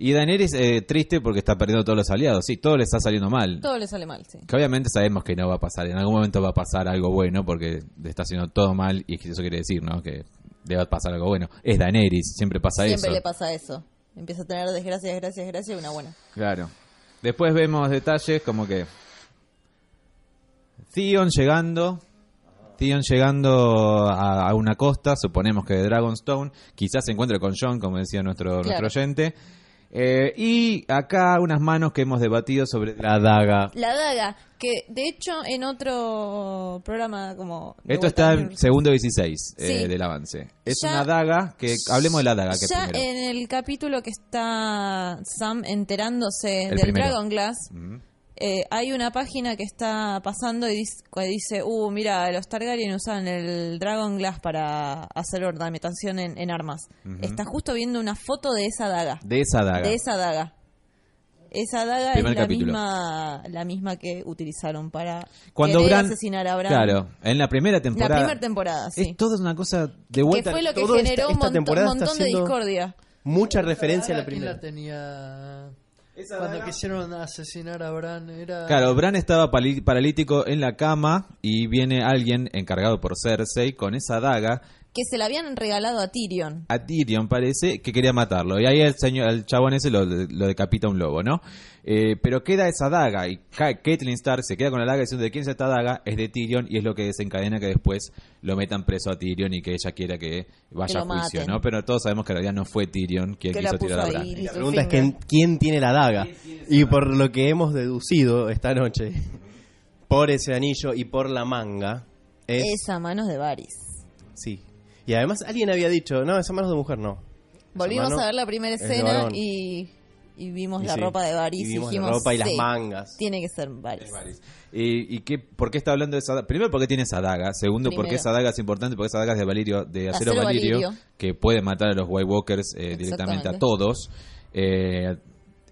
Speaker 1: Y Daenerys eh, triste porque está perdiendo todos los aliados. Sí, todo le está saliendo mal.
Speaker 3: Todo le sale mal, sí.
Speaker 1: Que obviamente sabemos que no va a pasar. En algún momento va a pasar algo bueno porque le está haciendo todo mal y eso quiere decir, ¿no? Que le va a pasar algo bueno. Es Daenerys, siempre pasa eso.
Speaker 3: Siempre le pasa eso. Empieza a tener desgracias, gracias, gracias y una buena.
Speaker 1: Claro. Después vemos detalles como que. Theon llegando. Theon llegando a, a una costa, suponemos que de Dragonstone. Quizás se encuentre con John, como decía nuestro, nuestro
Speaker 3: Claro.
Speaker 1: oyente. Eh, y acá unas manos que hemos debatido sobre la daga.
Speaker 3: La daga, que de hecho en otro programa como... de
Speaker 1: Esto
Speaker 3: vuelta
Speaker 1: está
Speaker 3: a
Speaker 1: en
Speaker 3: Mirror,
Speaker 1: segundo 16 eh,
Speaker 3: Sí.
Speaker 1: del avance. Es
Speaker 3: Ya-
Speaker 1: una daga que. Hablemos de la daga que
Speaker 3: Ya
Speaker 1: primero.
Speaker 3: en el capítulo que está Sam enterándose
Speaker 1: El
Speaker 3: del
Speaker 1: primero.
Speaker 3: Dragon Glass,
Speaker 1: Ujú.
Speaker 3: eh, hay una página que está pasando y dice, que dice, uh, mira, los Targaryen usaban el Dragon Glass para hacer ornamentación en, en armas. Está justo viendo una foto de esa daga.
Speaker 1: De esa daga.
Speaker 3: De esa daga. Esa daga
Speaker 1: Primer
Speaker 3: es la
Speaker 1: capítulo.
Speaker 3: misma, la misma que utilizaron para
Speaker 1: Cuando
Speaker 3: querer
Speaker 1: Bran.
Speaker 3: asesinar a Bran.
Speaker 1: Claro, en la primera
Speaker 3: La
Speaker 1: temporada.
Speaker 3: primera temporada, sí.
Speaker 1: Es todo una cosa de
Speaker 3: que
Speaker 1: vuelta.
Speaker 3: fue lo que
Speaker 2: todo
Speaker 3: generó
Speaker 2: esta-
Speaker 3: un
Speaker 2: esta
Speaker 3: montón,
Speaker 2: temporada está
Speaker 3: montón de
Speaker 2: siendo-
Speaker 3: discordia.
Speaker 2: Mucha referencia a la
Speaker 7: Daga, ¿quién
Speaker 2: primera.
Speaker 7: tenía cuando quisieron asesinar a Bran era
Speaker 1: Claro, Bran estaba pali- paralítico en la cama y viene alguien encargado por Cersei con esa daga
Speaker 3: Que se la habían regalado a Tyrion.
Speaker 1: a Tyrion parece que quería matarlo y ahí el señor, el chabón ese lo, lo decapita un lobo, ¿no? Eh, pero queda esa daga y Ca- Catelyn Stark se queda con la daga diciendo de quién es esta daga es de Tyrion y es lo que desencadena que después lo metan preso a Tyrion y que ella quiera que vaya
Speaker 3: lo
Speaker 1: a juicio,
Speaker 3: maten.
Speaker 1: ¿no? Pero todos sabemos que en realidad no fue Tyrion quien
Speaker 3: Que la
Speaker 1: quiso
Speaker 3: puso
Speaker 1: tirar a
Speaker 3: ahí,
Speaker 1: Bran.
Speaker 2: Y la
Speaker 3: Littlefinger.
Speaker 2: pregunta es quién, quién tiene la daga. Y por lo que hemos deducido esta noche, por ese anillo y por la manga, es...
Speaker 3: Esa manos de Varys.
Speaker 2: Sí. Y además alguien había dicho, no, esa manos de mujer no.
Speaker 3: Volvimos
Speaker 2: mano
Speaker 3: a ver la primera
Speaker 2: es de
Speaker 3: escena
Speaker 2: varón.
Speaker 3: y, y vimos
Speaker 2: Y
Speaker 3: la
Speaker 2: sí,
Speaker 3: ropa de Varys.
Speaker 2: y vimos la
Speaker 3: dijimos,
Speaker 2: ropa y las
Speaker 3: "Sí,
Speaker 2: mangas".
Speaker 3: Tiene que ser Varys.
Speaker 1: ¿Y, y qué, por qué está hablando de esa daga? Primero, porque tiene esa daga. Segundo, porque
Speaker 3: Primero.
Speaker 1: esa daga es importante, porque esa daga es de, Valirio, de acero,
Speaker 3: acero
Speaker 1: Valirio,
Speaker 3: Valirio.
Speaker 1: que puede matar a los White Walkers eh, directamente a
Speaker 3: Exactamente.
Speaker 1: todos. Eh,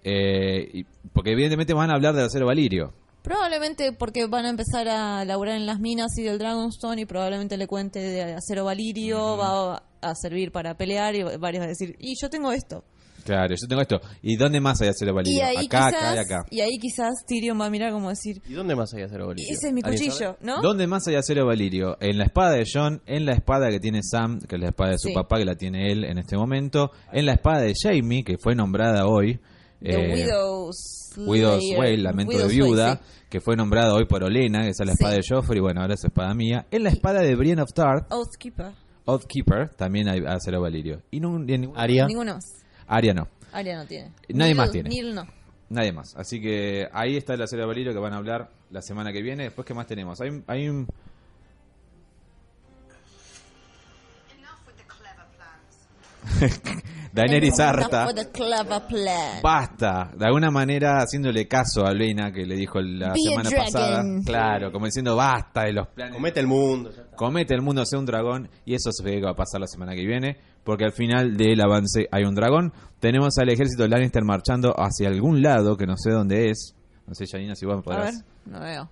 Speaker 1: eh, y- porque evidentemente van a hablar del acero Valirio.
Speaker 3: Probablemente porque van a empezar a laburar en las minas y del Dragonstone y probablemente le cuente de acero Valirio, va a servir para pelear y Varys va a decir, y yo tengo esto.
Speaker 1: Claro, yo tengo esto. ¿Y dónde más hay acero
Speaker 3: Y
Speaker 1: valirio?
Speaker 3: ahí,
Speaker 1: Acá,
Speaker 3: quizás,
Speaker 1: acá y acá.
Speaker 3: y ahí quizás Tyrion va a mirar como decir,
Speaker 2: ¿Y dónde más hay acero valirio?
Speaker 3: ese es mi
Speaker 1: ¿Alguien
Speaker 3: cuchillo, ¿no?
Speaker 1: ¿Dónde más hay acero valirio? En la espada de John, en la espada que tiene Sam, que es la espada de su
Speaker 3: Sí.
Speaker 1: papá, que la tiene él en este momento, en la espada de Jamie, que fue nombrada hoy.
Speaker 3: The
Speaker 1: eh,
Speaker 3: Widow's,
Speaker 1: Widow's
Speaker 3: Lair.
Speaker 1: Wail, Lamento
Speaker 3: Widow's
Speaker 1: de
Speaker 3: Wail,
Speaker 1: Viuda,
Speaker 3: sí.
Speaker 1: que fue nombrada hoy por Olena, que esa es la
Speaker 3: Sí.
Speaker 1: espada de Joffrey, bueno, ahora es espada mía. En la espada de Brienne of Tarth,
Speaker 3: Oathkeeper.
Speaker 1: Oathkeeper, también hay acero valirio. Y no, y en ningún-
Speaker 2: Aria.
Speaker 3: Ninguno más.
Speaker 1: Aria no.
Speaker 3: Arya no tiene.
Speaker 1: Nadie más tiene.
Speaker 3: Neil no.
Speaker 1: Nadie más. Así que ahí está el acero valirio que van a hablar la semana que viene. Después, ¿qué más tenemos? Hay, un- hay un...
Speaker 9: Enough with the clever plans.
Speaker 1: Daenerys
Speaker 3: Enough
Speaker 1: harta.
Speaker 3: with the clever plan.
Speaker 1: Basta. De alguna manera haciéndole caso a Lena que le dijo la
Speaker 3: Be a
Speaker 1: semana
Speaker 3: dragon.
Speaker 1: pasada. Claro, como diciendo basta de los planes.
Speaker 2: Comete el mundo. ya está.
Speaker 1: Comete el mundo, sea un dragón. Y eso se ve que va a pasar la semana que viene. Porque al final del avance hay un dragón. Tenemos al ejército Lannister marchando hacia algún lado que no sé dónde es. No sé, Janina, si vos
Speaker 3: A ver,
Speaker 1: podrás.
Speaker 3: no veo.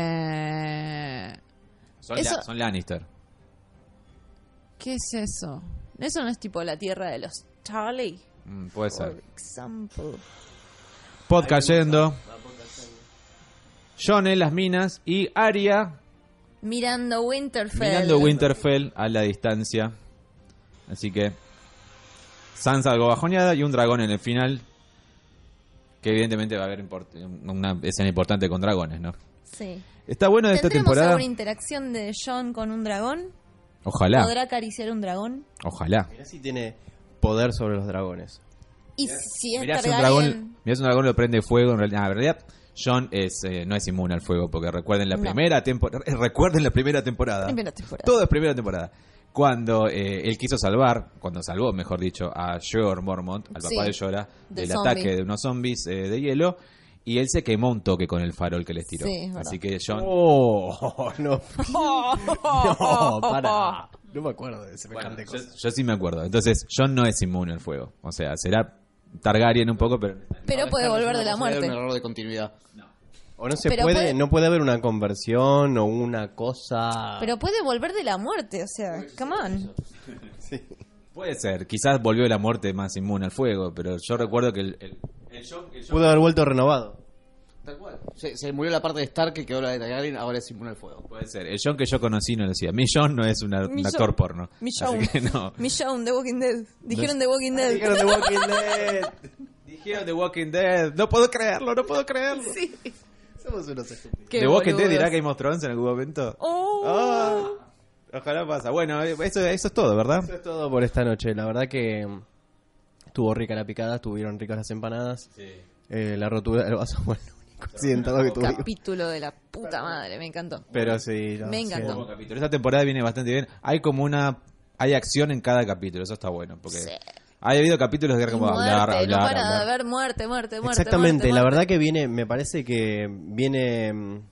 Speaker 3: Eh,
Speaker 1: Son,
Speaker 3: Eso-
Speaker 1: la- son Lannister.
Speaker 3: ¿Qué es eso? Eso no es tipo la tierra de los Charlie.
Speaker 1: Mm, puede
Speaker 3: Por
Speaker 1: ser.
Speaker 3: example.
Speaker 1: Pod cayendo. John en las minas. Y Aria
Speaker 3: Mirando Winterfell.
Speaker 1: mirando Winterfell a la distancia. Así que Sansa algo bajoneada y un dragón en el final. Que evidentemente va a haber import- una escena importante con dragones, ¿no?
Speaker 3: Sí.
Speaker 1: Está bueno de esta
Speaker 3: ¿Tendremos
Speaker 1: temporada.
Speaker 3: alguna interacción de John con un dragón?
Speaker 1: Ojalá,
Speaker 3: ¿Podrá acariciar un dragón?
Speaker 1: ojalá.
Speaker 2: Mirá si tiene poder sobre los dragones.
Speaker 3: Y si es
Speaker 1: Mirá si un
Speaker 3: Targaryen-
Speaker 1: dragón, mirá si un dragón lo prende fuego. En realidad, ah, en realidad John es, eh, no es inmune al fuego. Porque recuerden la
Speaker 3: No.
Speaker 1: primera temporada. Recuerden la primera temporada.
Speaker 3: Primera temporada.
Speaker 1: Todo es primera temporada. Cuando eh, él quiso salvar, cuando salvó, mejor dicho, a Jor Mormont, al papá
Speaker 3: Sí,
Speaker 1: de Jorah,
Speaker 3: del
Speaker 1: del
Speaker 3: zombie.
Speaker 1: ataque de unos zombies eh, de hielo, y él se quemó un toque con el farol que les tiró.
Speaker 3: Sí, es verdad.
Speaker 1: Así que John.
Speaker 2: Oh, no. No, para. No me acuerdo de
Speaker 1: Bueno,
Speaker 2: semejante
Speaker 1: yo,
Speaker 2: cosa.
Speaker 1: yo sí me acuerdo. Entonces, John no es inmune al fuego. O sea, será Targaryen un poco, pero.
Speaker 3: Pero puede volver de la muerte.
Speaker 5: Un error de continuidad.
Speaker 2: O no se
Speaker 3: Pero
Speaker 2: puede,
Speaker 3: puede-
Speaker 2: no puede haber una conversión o una cosa.
Speaker 3: Pero puede volver de la muerte, o sea,
Speaker 1: Pues,
Speaker 3: come on.
Speaker 1: Puede ser. Quizás volvió la muerte más inmune al fuego, pero yo recuerdo que el. el- el John- el John-
Speaker 2: Pudo haber vuelto renovado.
Speaker 5: Tal cual. Se, se murió la parte de Stark que quedó la de Targaryen, ahora es inmune al fuego.
Speaker 1: Puede ser. El John que yo conocí no lo decía. Mi John no es una-
Speaker 3: Mi
Speaker 1: un
Speaker 3: John.
Speaker 1: actor porno.
Speaker 3: Mi
Speaker 1: Así
Speaker 3: John.
Speaker 1: que no.
Speaker 3: Mi John, The Walking Dead. Dijeron The Walking Dead.
Speaker 2: Dijeron The Walking Dead.
Speaker 1: Dijeron The Walking Dead. No puedo creerlo, no puedo creerlo.
Speaker 2: Somos unos estúpidos.
Speaker 3: Qué
Speaker 1: The Walking Dead
Speaker 3: boludos.
Speaker 1: dirá Game of Thrones en algún momento.
Speaker 3: Oh.
Speaker 1: Ah, ojalá pasa. Bueno, eh, eso, eso es todo,
Speaker 2: Eso
Speaker 1: ¿verdad?
Speaker 2: es todo por esta noche. La verdad que mm, estuvo rica la picada, estuvieron ricas las empanadas. Eh, la rotura del vaso fue el único accidentado que tuvimos.
Speaker 3: Capítulo de la puta madre, me encantó.
Speaker 2: Pero sí, no,
Speaker 3: Me
Speaker 2: sí.
Speaker 3: encantó.
Speaker 1: Como capítulo. Esta temporada viene bastante bien. Hay como una. Hay acción en cada capítulo, eso está bueno. Porque
Speaker 3: Sí.
Speaker 1: ha habido capítulos que era como
Speaker 3: Y muerte,
Speaker 1: hablar, hablar.
Speaker 3: no para
Speaker 1: hablar.
Speaker 3: de haber muerte, muerte, muerte.
Speaker 2: Exactamente,
Speaker 3: muerte,
Speaker 2: la
Speaker 3: muerte.
Speaker 2: verdad que viene, me parece que viene mm,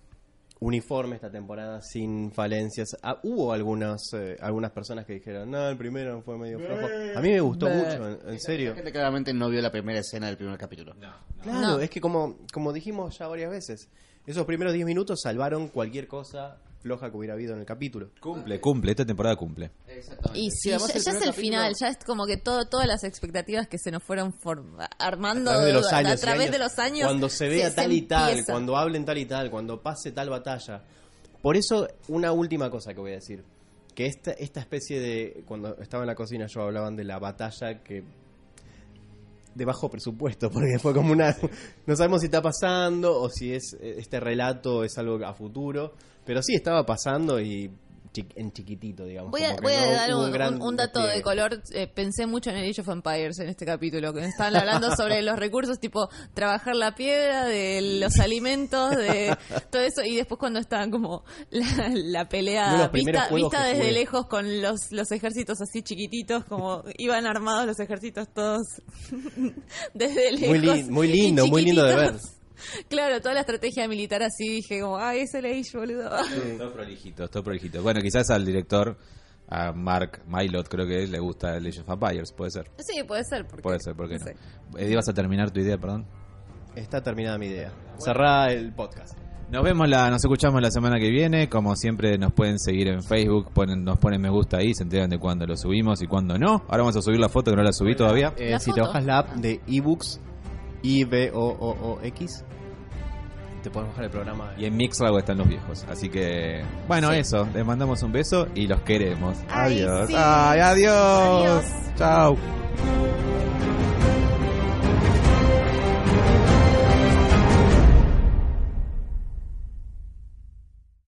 Speaker 2: uniforme esta temporada sin falencias. Ah, hubo algunas eh, algunas personas que dijeron, no, el primero fue medio flojo. A mí me gustó mucho, en, en serio.
Speaker 5: La gente claramente no vio la primera escena del primer capítulo.
Speaker 2: Claro, es que como, como dijimos ya varias veces, esos primeros 10 minutos salvaron cualquier cosa floja que hubiera habido en el capítulo.
Speaker 1: Cumple, cumple, esta temporada cumple.
Speaker 5: Exactamente.
Speaker 3: Y sí,
Speaker 5: además
Speaker 3: ya, ya es
Speaker 5: primer
Speaker 3: el
Speaker 5: capítulo-
Speaker 3: final, ya es como que todo, todas las expectativas que se nos fueron form- armando
Speaker 2: a través de los
Speaker 3: a
Speaker 2: años. y
Speaker 3: través de los años,
Speaker 2: Cuando se vea tal y tal,
Speaker 3: empieza.
Speaker 2: cuando hablen tal y tal, cuando pase tal batalla. Por eso, una última cosa que voy a decir. Que esta, esta especie de... Cuando estaba en la cocina yo hablaban de la batalla que... De bajo presupuesto, porque fue como una... No sabemos si está pasando o si es este relato es algo a futuro. Pero sí, estaba pasando y chi- en chiquitito, digamos.
Speaker 3: Voy a,
Speaker 2: como que
Speaker 3: voy a
Speaker 2: no
Speaker 3: dar
Speaker 2: hubo
Speaker 3: un,
Speaker 2: gran
Speaker 3: un- un dato de
Speaker 2: despliegue.
Speaker 3: color. Eh, pensé mucho en el Age of Empires en este capítulo, que estaban hablando sobre los recursos, tipo trabajar la piedra, de los alimentos, de todo eso. Y después cuando estaban como la, la
Speaker 2: Uno de
Speaker 3: pelea
Speaker 2: los primeros
Speaker 3: vista,
Speaker 2: juegos
Speaker 3: vista
Speaker 2: que
Speaker 3: desde
Speaker 2: jugué.
Speaker 3: lejos con los, los ejércitos así chiquititos, como iban armados los ejércitos todos desde lejos.
Speaker 2: Muy, lin- muy
Speaker 3: y
Speaker 2: lindo, muy lindo de ver.
Speaker 3: chiquititos. Claro, toda la estrategia militar así, dije como, ay, eso el Age, boludo.
Speaker 1: Todo prolijito, todo prolijito. Bueno, quizás al director, a Mark Mylot, creo que le gusta Legend of Vampires, puede ser.
Speaker 3: Sí, puede ser. Porque,
Speaker 1: Puede ser, ¿por qué
Speaker 3: no
Speaker 1: no?
Speaker 3: sé.
Speaker 1: Eh, ibas a terminar tu idea, perdón.
Speaker 2: Está terminada mi idea. Cerrá el podcast.
Speaker 1: Nos vemos, la, nos escuchamos la semana que viene. Como siempre, nos pueden seguir en Facebook, ponen, nos ponen me gusta ahí, se enteran de cuándo lo subimos y cuándo no. Ahora vamos a subir la foto que no la subí todavía.
Speaker 2: Eh,
Speaker 3: La
Speaker 2: si te
Speaker 3: foto.
Speaker 2: bajas la app de ebooks, I-B-O-O-O-X, te puedes bajar el programa.
Speaker 1: Y en Mixlago están los viejos. Así que, bueno,
Speaker 3: Sí.
Speaker 1: eso. Les mandamos un beso y los queremos.
Speaker 3: Ay,
Speaker 1: adiós.
Speaker 3: sí.
Speaker 1: Ay, adiós.
Speaker 3: Adiós.
Speaker 1: Chao.